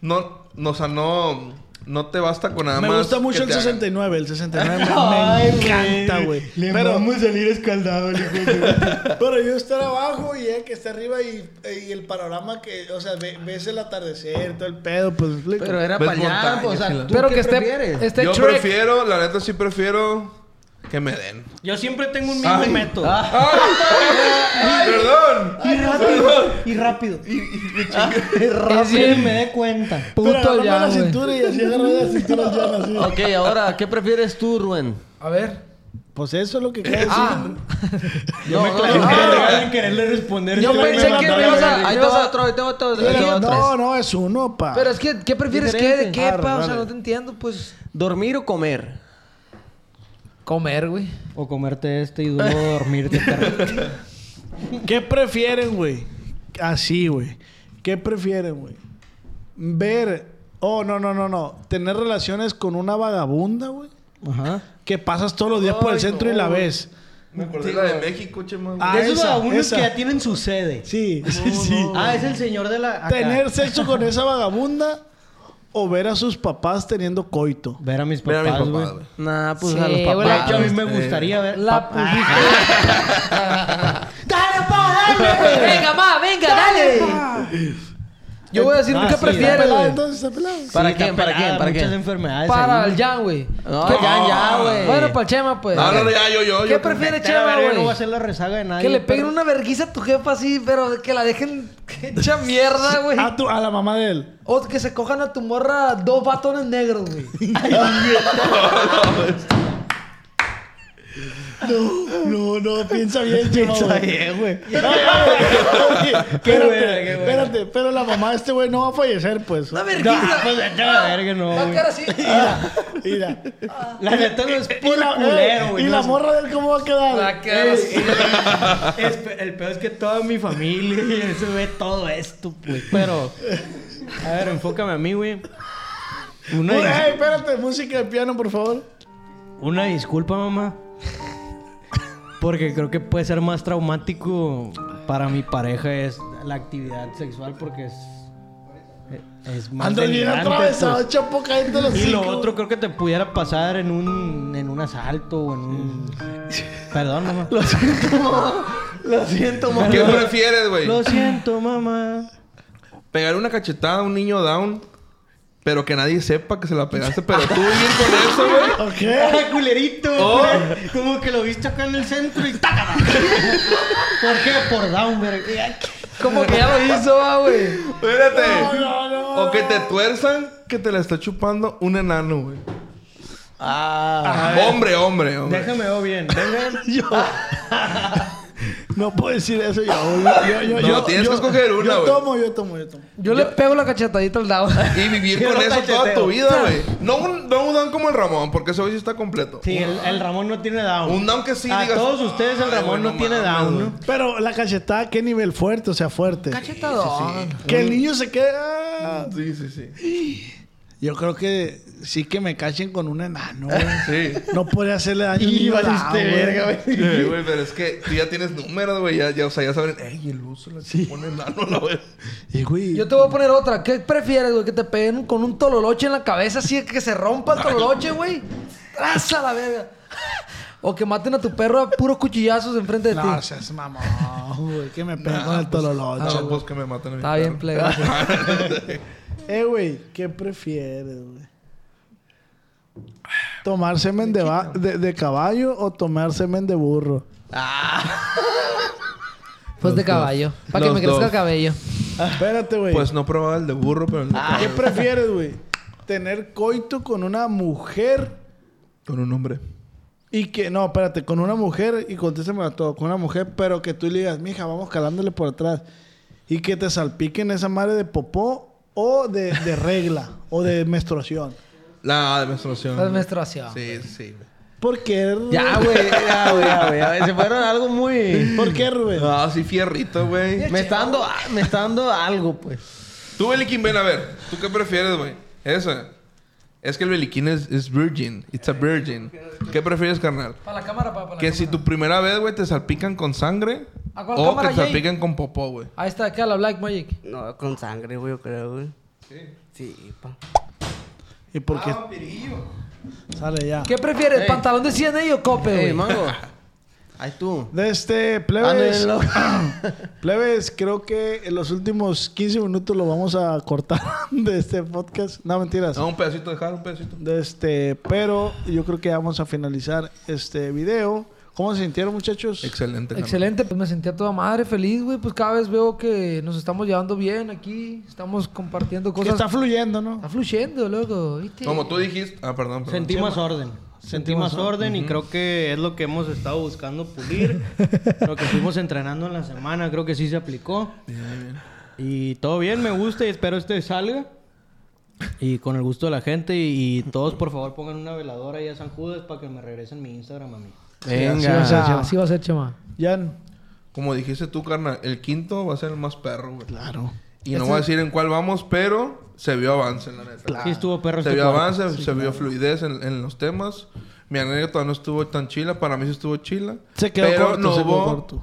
[SPEAKER 4] No, no, o sea, no, no te basta con nada
[SPEAKER 6] Me
[SPEAKER 4] más.
[SPEAKER 6] gusta mucho
[SPEAKER 4] que
[SPEAKER 6] el
[SPEAKER 4] te hagan.
[SPEAKER 6] 69, el 69 me, me
[SPEAKER 10] Ay, güey.
[SPEAKER 6] encanta, güey.
[SPEAKER 10] Le
[SPEAKER 6] Pero,
[SPEAKER 10] vamos a salir escaldado, el hijo de-
[SPEAKER 6] pero yo estar abajo y él que está arriba y, eh, y el panorama que, o sea, ve- ves el atardecer, todo el pedo, pues me explico.
[SPEAKER 3] Pero era
[SPEAKER 4] Ves
[SPEAKER 3] para allá,
[SPEAKER 4] montañas
[SPEAKER 3] pues, o
[SPEAKER 4] y
[SPEAKER 3] sea,
[SPEAKER 4] la-
[SPEAKER 3] ¿tú
[SPEAKER 2] Pero
[SPEAKER 3] qué
[SPEAKER 2] que esté-
[SPEAKER 3] prefieres?
[SPEAKER 2] esté
[SPEAKER 4] Yo
[SPEAKER 2] Este Shrek.
[SPEAKER 4] prefiero, la neta sí prefiero que me den.
[SPEAKER 7] Yo siempre tengo un mismo
[SPEAKER 4] Ay.
[SPEAKER 7] método.
[SPEAKER 4] Perdón.
[SPEAKER 7] Y rápido, y rápido. Es bien, me dé cuenta.
[SPEAKER 6] Pero
[SPEAKER 2] Puto
[SPEAKER 6] agarrame
[SPEAKER 2] ya,
[SPEAKER 6] la
[SPEAKER 2] güey.
[SPEAKER 6] cintura y así agarrame la cintura ya, así.
[SPEAKER 3] Ok, ahora, ¿qué prefieres tú, Rubén?
[SPEAKER 2] A ver.
[SPEAKER 6] Pues eso es lo que quiero decir.
[SPEAKER 2] Ah.
[SPEAKER 3] Yo me
[SPEAKER 7] Alguien quererle responder.
[SPEAKER 2] Yo
[SPEAKER 7] este güey
[SPEAKER 2] pensé
[SPEAKER 7] me
[SPEAKER 2] que
[SPEAKER 7] mandó
[SPEAKER 2] me
[SPEAKER 7] la
[SPEAKER 2] ibas a-
[SPEAKER 7] verga.
[SPEAKER 3] Ahí
[SPEAKER 2] yo-
[SPEAKER 3] te vas a otro, ahí te vas a
[SPEAKER 6] pues,
[SPEAKER 3] otro. ahí te vas a otro.
[SPEAKER 6] no, no, es uno, pa.
[SPEAKER 2] Pero es que, ¿qué prefieres? ¿Qué, ¿De qué,
[SPEAKER 6] Diferente.
[SPEAKER 2] pa? O
[SPEAKER 6] Arre,
[SPEAKER 2] sea, no
[SPEAKER 6] arre.
[SPEAKER 2] te entiendo, pues.
[SPEAKER 3] ¿Dormir o comer?
[SPEAKER 2] Comer, güey.
[SPEAKER 7] O comerte este y luego dormirte. perro.
[SPEAKER 6] ¿Qué prefieren, güey? Así, güey. ¿Qué prefieren, güey? Ver. Oh, no, no, no, no. Tener relaciones con una vagabunda, güey.
[SPEAKER 7] Ajá.
[SPEAKER 6] Que pasas todos los días por el
[SPEAKER 4] Ay,
[SPEAKER 6] centro y
[SPEAKER 4] no,
[SPEAKER 6] la
[SPEAKER 4] güey.
[SPEAKER 6] ves.
[SPEAKER 4] Me acordé de la de México, chema. güey.
[SPEAKER 6] Ah,
[SPEAKER 7] de esos
[SPEAKER 6] esa,
[SPEAKER 7] vagabundos
[SPEAKER 6] esa.
[SPEAKER 7] que ya tienen su sede.
[SPEAKER 6] Sí, sí, sí.
[SPEAKER 7] Ah, es el señor de la. acá.
[SPEAKER 6] Tener sexo con esa vagabunda o ver a sus papás teniendo coito.
[SPEAKER 7] Ver a mis
[SPEAKER 4] Ver a mis
[SPEAKER 7] papás,
[SPEAKER 4] papás,
[SPEAKER 7] güey.
[SPEAKER 4] güey.
[SPEAKER 3] Nah, pues
[SPEAKER 2] Sí,
[SPEAKER 3] a los
[SPEAKER 2] güey,
[SPEAKER 7] De hecho, a mí
[SPEAKER 3] papás.
[SPEAKER 7] me
[SPEAKER 4] Eh.
[SPEAKER 7] gustaría ver.
[SPEAKER 2] La
[SPEAKER 7] papá.
[SPEAKER 2] pusiste.
[SPEAKER 9] ¡Dale, pa, dale!
[SPEAKER 2] venga, ma, venga, dale. Yo voy a decir,
[SPEAKER 7] Ah,
[SPEAKER 2] ¿qué
[SPEAKER 7] sí,
[SPEAKER 6] ¿Está
[SPEAKER 2] prefieres?
[SPEAKER 6] pelado
[SPEAKER 2] güey?
[SPEAKER 6] entonces? ¿Está pelado?
[SPEAKER 3] ¿Para
[SPEAKER 7] Sí,
[SPEAKER 3] quién?
[SPEAKER 7] está
[SPEAKER 3] ¿Para
[SPEAKER 7] pelada,
[SPEAKER 3] quién? ¿Para
[SPEAKER 7] Muchas
[SPEAKER 3] quién?
[SPEAKER 7] enfermedades.
[SPEAKER 2] Para
[SPEAKER 7] ahí,
[SPEAKER 2] el Jan, güey.
[SPEAKER 3] No,
[SPEAKER 2] ¿Qué-
[SPEAKER 3] ya, ya, güey.
[SPEAKER 2] Bueno, para el Chema, pues.
[SPEAKER 4] No, no, no, ya, yo, yo.
[SPEAKER 2] ¿Qué
[SPEAKER 4] yo.
[SPEAKER 2] prefieres,
[SPEAKER 7] Vete a la
[SPEAKER 2] Chema,
[SPEAKER 7] verga, no va a
[SPEAKER 2] güey?
[SPEAKER 7] ser la rezaga de nadie.
[SPEAKER 2] Que le peguen
[SPEAKER 7] perro.
[SPEAKER 2] una verguiza a tu jefa así, pero que la dejen hecha mierda, güey.
[SPEAKER 6] A, tu- Ah, a la mamá de él.
[SPEAKER 2] O que se cojan a tu morra dos batones negros, güey.
[SPEAKER 6] No, no, piensa bien, Chema, güey. Oye,
[SPEAKER 7] güey. Qué
[SPEAKER 6] espérate,
[SPEAKER 7] buena, qué buena.
[SPEAKER 6] espérate, pero la mamá de este güey no va a fallecer, pues.
[SPEAKER 2] Una
[SPEAKER 7] No,
[SPEAKER 2] verguiza.
[SPEAKER 7] pues vete a la verga, no,
[SPEAKER 2] Va a
[SPEAKER 7] güey.
[SPEAKER 2] quedar así.
[SPEAKER 6] Mira.
[SPEAKER 7] La neta no es
[SPEAKER 6] Y
[SPEAKER 7] por
[SPEAKER 6] la,
[SPEAKER 7] culero,
[SPEAKER 6] eh,
[SPEAKER 7] güey.
[SPEAKER 6] y
[SPEAKER 7] no
[SPEAKER 6] la
[SPEAKER 7] es-
[SPEAKER 6] morra de él, ¿cómo va a
[SPEAKER 2] Va
[SPEAKER 6] quedar?
[SPEAKER 2] a quedar así.
[SPEAKER 7] es pe- el peor es que toda mi familia y eso ve todo esto, pues. Pero, a ver, enfócame a mí, güey. Una,
[SPEAKER 6] Ey,
[SPEAKER 7] dis-
[SPEAKER 6] espérate, música de piano, por favor.
[SPEAKER 7] una disculpa, mamá. Porque creo que puede ser más traumático para mi pareja es la actividad sexual porque es. Es más.
[SPEAKER 6] Andas bien
[SPEAKER 7] delirante,
[SPEAKER 6] atravesado,
[SPEAKER 7] pues.
[SPEAKER 6] chapo, cállate los
[SPEAKER 7] Y lo
[SPEAKER 6] cinco.
[SPEAKER 7] otro creo que te pudiera pasar en un, en un asalto o en un... Perdón, mamá. Lo siento, mamá. Lo siento, mamá.
[SPEAKER 4] ¿Qué prefieres, güey?
[SPEAKER 7] Lo siento, mamá.
[SPEAKER 4] Pegar una cachetada a un niño down, pero que nadie sepa que se la pegaste, pero tú vivir con eso, güey.
[SPEAKER 6] ¿Qué?
[SPEAKER 7] Ah, culerito.
[SPEAKER 6] Oh.
[SPEAKER 7] güey. Como que lo viste acá en el centro y ¡tácala! ¿Por qué? Por Downberg.
[SPEAKER 2] Como que ya lo hizo, va, güey.
[SPEAKER 4] Espérate.
[SPEAKER 6] No, no,
[SPEAKER 4] O que te tuerzan que te la está chupando un enano, güey.
[SPEAKER 3] Ah,
[SPEAKER 6] Ah.
[SPEAKER 7] Ah, oh,
[SPEAKER 4] Hombre, hombre, hombre.
[SPEAKER 7] Déjame ver bien. Déjame-
[SPEAKER 6] No puedo decir eso yo. Yo, yo, yo,
[SPEAKER 4] No,
[SPEAKER 6] yo-
[SPEAKER 4] tienes
[SPEAKER 6] yo-
[SPEAKER 4] que escoger una,
[SPEAKER 6] Yo
[SPEAKER 4] güey.
[SPEAKER 6] tomo, yo tomo, yo tomo.
[SPEAKER 2] Yo le pego la cachetadita al dado.
[SPEAKER 4] Y vivir
[SPEAKER 6] Yo
[SPEAKER 4] con
[SPEAKER 6] no
[SPEAKER 4] eso toda
[SPEAKER 6] cacheteo.
[SPEAKER 4] tu vida, güey. No un, no un down como el Ramón, porque ese güey sí está completo.
[SPEAKER 7] Sí, el, el Ramón no tiene down.
[SPEAKER 4] Un down que sí
[SPEAKER 7] A
[SPEAKER 4] digas,
[SPEAKER 7] todos ustedes el
[SPEAKER 4] "Ay, güey,
[SPEAKER 7] Ramón no,
[SPEAKER 4] no
[SPEAKER 7] tiene
[SPEAKER 4] mames,
[SPEAKER 7] down,
[SPEAKER 4] güey".
[SPEAKER 7] ¿no?
[SPEAKER 6] Pero la cachetada, ¿qué nivel fuerte? O sea, fuerte.
[SPEAKER 2] Cachetadón.
[SPEAKER 6] Que el niño se quede. "Ah".
[SPEAKER 4] Sí, sí, sí.
[SPEAKER 6] Yo creo que sí que me cachen con un enano. güey.
[SPEAKER 4] Sí.
[SPEAKER 6] No podría hacerle daño. a
[SPEAKER 7] Y
[SPEAKER 6] ningún
[SPEAKER 7] valiste
[SPEAKER 6] lado, güey.
[SPEAKER 7] verga, güey.
[SPEAKER 4] Sí, güey, pero es que tú ya tienes números, güey. Ya, ya, o sea, ya saben, ey, el uso la sí. pone enano la vez.
[SPEAKER 6] Y güey.
[SPEAKER 2] Yo te voy a poner otra. ¿Qué prefieres, güey? Que te peguen con un tololoche en la cabeza así de que se rompa el tololoche, güey. Traza la verga. O que maten a tu perro a puros cuchillazos enfrente de ti.
[SPEAKER 6] No, seas mamón, güey. Que me peguen con el
[SPEAKER 7] Ah,
[SPEAKER 6] tololoche.
[SPEAKER 4] No, pues que me matan a mi
[SPEAKER 2] Está
[SPEAKER 4] perro.
[SPEAKER 2] bien, plegado.
[SPEAKER 6] Eh, güey, ¿qué prefieres, güey? ¿Tomar semen de, va- de, de caballo o tomar semen de burro?
[SPEAKER 2] Pues de caballo. Para que
[SPEAKER 4] Los
[SPEAKER 2] me crezca el
[SPEAKER 4] dos.
[SPEAKER 2] cabello.
[SPEAKER 6] Espérate, güey.
[SPEAKER 4] Pues no probaba el de burro, pero el de
[SPEAKER 6] ¿Qué prefieres, güey? ¿Tener coito con una mujer
[SPEAKER 4] con un hombre.
[SPEAKER 6] y que... No, espérate. Con una mujer y contéstame a todo. Con una mujer, pero que tú le digas, mija, vamos calándole por atrás. Y que te salpiquen esa madre de popó o de, de regla o de menstruación.
[SPEAKER 4] La de menstruación.
[SPEAKER 2] La menstruación.
[SPEAKER 4] Sí, sí, güey.
[SPEAKER 6] ¿Por qué?
[SPEAKER 3] Ya, güey, ya, güey, ya, güey. A ver, Se fueron a algo muy.
[SPEAKER 6] ¿Por qué, Rubén?
[SPEAKER 4] Ah, sí, fierrito, güey.
[SPEAKER 3] Me está dando, ah, me está dando algo, pues.
[SPEAKER 4] Tú, Beliquín, ven a ver. ¿Tú qué prefieres, güey? Esa. Es que el Beliquín es, es virgin. It's a virgin. ¿Qué prefieres, carnal?
[SPEAKER 2] Para la cámara, para, la
[SPEAKER 4] Que
[SPEAKER 2] cámara.
[SPEAKER 4] si tu primera vez, güey, te salpican con sangre.
[SPEAKER 2] ¿A cuál
[SPEAKER 4] O que
[SPEAKER 2] cámara,
[SPEAKER 4] te
[SPEAKER 2] Jay?
[SPEAKER 4] salpican con popó, güey.
[SPEAKER 2] Ahí está, queda la Black Magic.
[SPEAKER 9] No, con sangre, güey, yo creo, güey. Sí. Sí, pa.
[SPEAKER 6] ¿Y por qué?
[SPEAKER 3] Ah,
[SPEAKER 6] Sale ya.
[SPEAKER 2] ¿Qué prefieres?
[SPEAKER 3] Ey.
[SPEAKER 2] ¿Pantalón de CNA o cope,
[SPEAKER 3] Ey,
[SPEAKER 2] güey?
[SPEAKER 3] mango. Ahí tú.
[SPEAKER 6] De este, plebes.
[SPEAKER 3] Ándelo.
[SPEAKER 6] Plebes, creo que en los últimos 15 minutos lo vamos a cortar de este podcast. No, mentiras.
[SPEAKER 4] No, un pedacito, dejar un pedacito.
[SPEAKER 6] De este, pero yo creo que vamos a finalizar este video. ¿Cómo se sintieron, muchachos?
[SPEAKER 4] Excelente, carnal.
[SPEAKER 2] Excelente, pues me sentía toda madre, feliz, güey. Pues cada vez veo que nos estamos llevando bien aquí. Estamos compartiendo
[SPEAKER 6] Que
[SPEAKER 2] cosas.
[SPEAKER 6] está fluyendo, ¿no?
[SPEAKER 2] Está fluyendo, loco, ¿viste?
[SPEAKER 4] Como tú dijiste. Ah, perdón, perdón.
[SPEAKER 7] Sentí más orden. Sentí más orden y creo que es lo que hemos estado buscando pulir. lo que fuimos entrenando en la semana, creo que sí se aplicó. Y todo bien, me gusta y espero este salga. Y con el gusto de la gente y, y todos por favor pongan una veladora ahí a San Judas para que me regresen mi Instagram a mí.
[SPEAKER 2] Así va a
[SPEAKER 3] Venga.
[SPEAKER 2] ser, Chema, así va a ser, Chema.
[SPEAKER 6] Jan.
[SPEAKER 4] Como dijiste tú, carnal, el quinto va a ser el más perro, güey.
[SPEAKER 6] Claro.
[SPEAKER 4] Y no voy a decir en cuál vamos, pero se vio avance, la neta.
[SPEAKER 7] Sí estuvo perro
[SPEAKER 4] Se
[SPEAKER 7] este
[SPEAKER 4] vio
[SPEAKER 7] cuarto.
[SPEAKER 4] avance, se vio fluidez en, en los temas. Mi anécdota no estuvo tan chila, para mí sí estuvo chila.
[SPEAKER 6] Se quedó
[SPEAKER 4] pero
[SPEAKER 6] corto,
[SPEAKER 4] no
[SPEAKER 6] se quedó
[SPEAKER 4] hubo-
[SPEAKER 6] corto.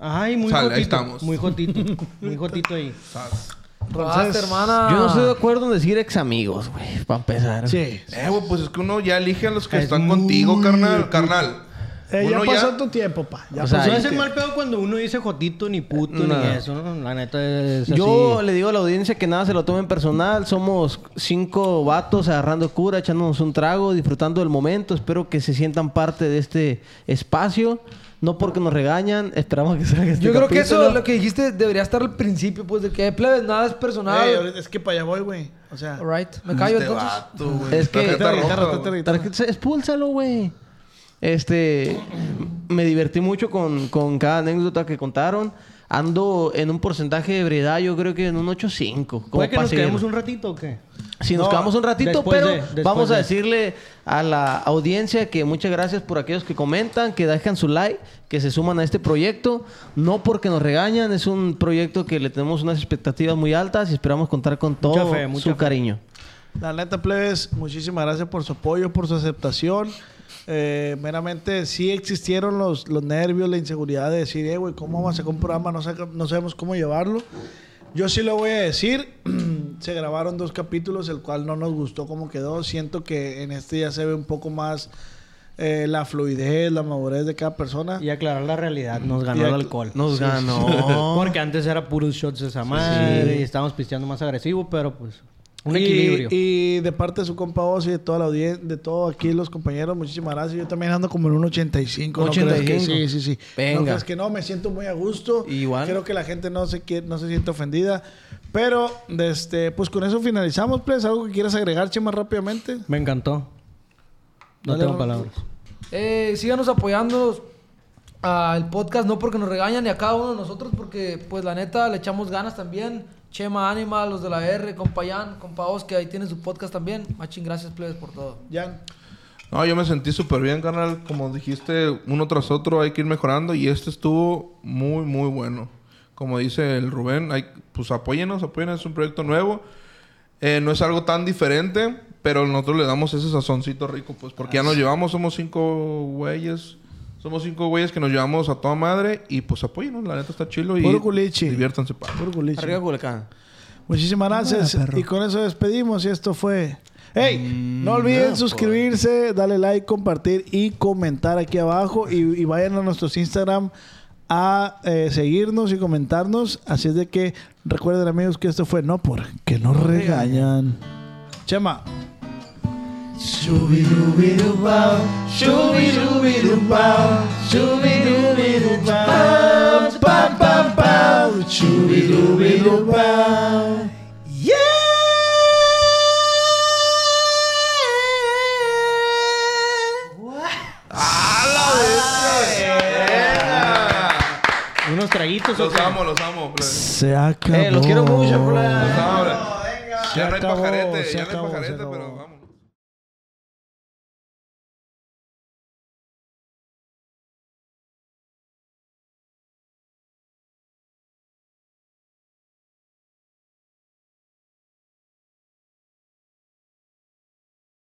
[SPEAKER 7] Ay, muy
[SPEAKER 4] Sale, ahí
[SPEAKER 7] jotito.
[SPEAKER 4] estamos.
[SPEAKER 7] Muy jotito. muy jotito ahí.
[SPEAKER 4] Sas.
[SPEAKER 2] Robaste, hermana.
[SPEAKER 3] Yo no estoy de acuerdo en decir ex amigos, güey. Para empezar.
[SPEAKER 6] Sí.
[SPEAKER 4] Eh, güey, pues es que uno ya elige a los que
[SPEAKER 7] Es
[SPEAKER 4] están
[SPEAKER 7] muy-
[SPEAKER 4] contigo, carnal. Carnal.
[SPEAKER 6] Eh, ya
[SPEAKER 4] Uno
[SPEAKER 6] pasó tu tiempo, pa. Ya
[SPEAKER 3] O sea,
[SPEAKER 6] pasó
[SPEAKER 7] No
[SPEAKER 6] el
[SPEAKER 7] es el
[SPEAKER 6] tiempo.
[SPEAKER 7] Pues
[SPEAKER 6] Eh,
[SPEAKER 7] mal pedo cuando uno dice jotito ni puto
[SPEAKER 3] No.
[SPEAKER 7] ni eso, ¿no? La neta es así.
[SPEAKER 3] Yo le digo a la audiencia que nada se lo tomen personal. Somos cinco vatos agarrando cura, echándonos un trago, disfrutando del momento. Espero que se sientan parte de este espacio. No porque nos regañan. Esperamos que salga este
[SPEAKER 2] Yo creo que eso,
[SPEAKER 3] capítulo.
[SPEAKER 2] lo que dijiste, debería estar al principio, pues, de que plebes, nada es
[SPEAKER 6] Ey,
[SPEAKER 2] personal.
[SPEAKER 6] ahorita- es que para allá voy, güey. O sea,
[SPEAKER 2] Alright, me callo
[SPEAKER 4] Este
[SPEAKER 2] entonces.
[SPEAKER 4] vato, güey.
[SPEAKER 3] Es que-
[SPEAKER 6] Guitarra,
[SPEAKER 4] Tarjeta roja,
[SPEAKER 6] guitarra,
[SPEAKER 4] güey.
[SPEAKER 3] Tarjeta- expúlsalo, güey. Este, me divertí mucho con, con cada anécdota que contaron. Ando en un porcentaje de ebriedad, yo creo que en un 8.5. como
[SPEAKER 7] ¿Puede que
[SPEAKER 3] pa'
[SPEAKER 7] nos
[SPEAKER 3] seguir.
[SPEAKER 7] quedemos un ratito o qué?
[SPEAKER 3] Si nos
[SPEAKER 7] No,
[SPEAKER 3] quedamos un ratito,
[SPEAKER 7] después
[SPEAKER 3] pero
[SPEAKER 7] de- después
[SPEAKER 3] vamos a
[SPEAKER 7] de.
[SPEAKER 3] decirle a la audiencia que muchas gracias por aquellos que comentan, que dejan su like, que se suman a este proyecto. No porque nos regañan, es un proyecto que le tenemos unas expectativas muy altas y esperamos contar con todo
[SPEAKER 7] fe, mucha
[SPEAKER 3] su
[SPEAKER 7] fe.
[SPEAKER 3] cariño.
[SPEAKER 6] La neta, plebes, muchísimas gracias por su apoyo, por su aceptación. Eh, meramente, sí existieron los, los nervios, la inseguridad de decir, eh, güey, ¿cómo vamos a sacar un programa? No, saca- no sabemos cómo llevarlo. Yo sí lo voy a decir. Se grabaron dos capítulos, el cual no nos gustó cómo quedó. Siento que en este ya se ve un poco más eh, la fluidez, la madurez de cada persona.
[SPEAKER 7] Y aclarar la realidad, nos
[SPEAKER 6] Y
[SPEAKER 7] ganó el
[SPEAKER 6] acla-
[SPEAKER 7] alcohol.
[SPEAKER 3] Nos ganó.
[SPEAKER 7] Porque antes era puros shots esa madre y estábamos pisteando más agresivo, pero pues un
[SPEAKER 6] Y-
[SPEAKER 7] equilibrio.
[SPEAKER 6] Y de parte de su compa Oz y de toda la audiencia, de todos aquí los compañeros, muchísimas gracias. Yo también ando como en un 85. ¿no creas que
[SPEAKER 3] 85?
[SPEAKER 6] sí, sí, sí.
[SPEAKER 3] Venga.
[SPEAKER 6] No creas que no, me siento muy a gusto.
[SPEAKER 3] Igual.
[SPEAKER 6] Creo que la gente no se quiere, no se siente ofendida. Pero, de este, pues con eso finalizamos, pues. ¿Algo que quieras agregar, Chema, rápidamente?
[SPEAKER 7] Me encantó. No
[SPEAKER 6] Dale,
[SPEAKER 7] tengo
[SPEAKER 6] Roberto.
[SPEAKER 7] palabras.
[SPEAKER 2] Eh, síganos apoyando al podcast, no porque nos regañan ni a cada uno de nosotros, porque pues la neta le echamos ganas también. Chema Anima, los de la R, compa Jan, compa Oz, que ahí tiene su podcast también. Machín, gracias, plebes, por todo.
[SPEAKER 6] Jan.
[SPEAKER 4] No, yo me sentí súper bien, carnal. Como dijiste, uno tras otro hay que ir mejorando. Y este estuvo muy, muy bueno. Como dice el Rubén, hay, pues apóyenos, apóyenos. Es un proyecto nuevo. Eh, no es algo tan diferente, pero nosotros le damos ese sazoncito rico, pues. Porque ya nos llevamos, somos cinco güeyes. Somos cinco güeyes que nos llevamos a toda madre. Y pues apóyenos, la neta está chilo. Y
[SPEAKER 6] Puro culichi.
[SPEAKER 4] diviértanse, pa.
[SPEAKER 6] Puro culichi.
[SPEAKER 3] Arriba Culiacán.
[SPEAKER 6] Muchísimas gracias. y con eso despedimos. Y esto fue. ¡Hey! no olviden suscribirse, darle like, compartir y comentar aquí abajo. Y, y vayan a nuestros Instagram a eh, seguirnos y comentarnos. Así es de que recuerden, amigos, que esto fue No Por, que nos regañan. Chema.
[SPEAKER 10] Shubidubidubow, shubidubidubow, shubidubidubow, pam pam pam, shubidubidubow.
[SPEAKER 7] Unos traguitos.
[SPEAKER 4] Los amo, los amo. plebe.
[SPEAKER 6] Se acabó.
[SPEAKER 4] Eh, los quiero mucho, plebe. Los amo, plebe.
[SPEAKER 6] Se
[SPEAKER 4] Ya no hay
[SPEAKER 6] acabó,
[SPEAKER 4] pajarete,
[SPEAKER 6] se
[SPEAKER 4] ya no hay
[SPEAKER 6] acabó, se
[SPEAKER 4] pajarete,
[SPEAKER 6] acabó.
[SPEAKER 4] pero vamos.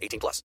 [SPEAKER 13] 18 plus.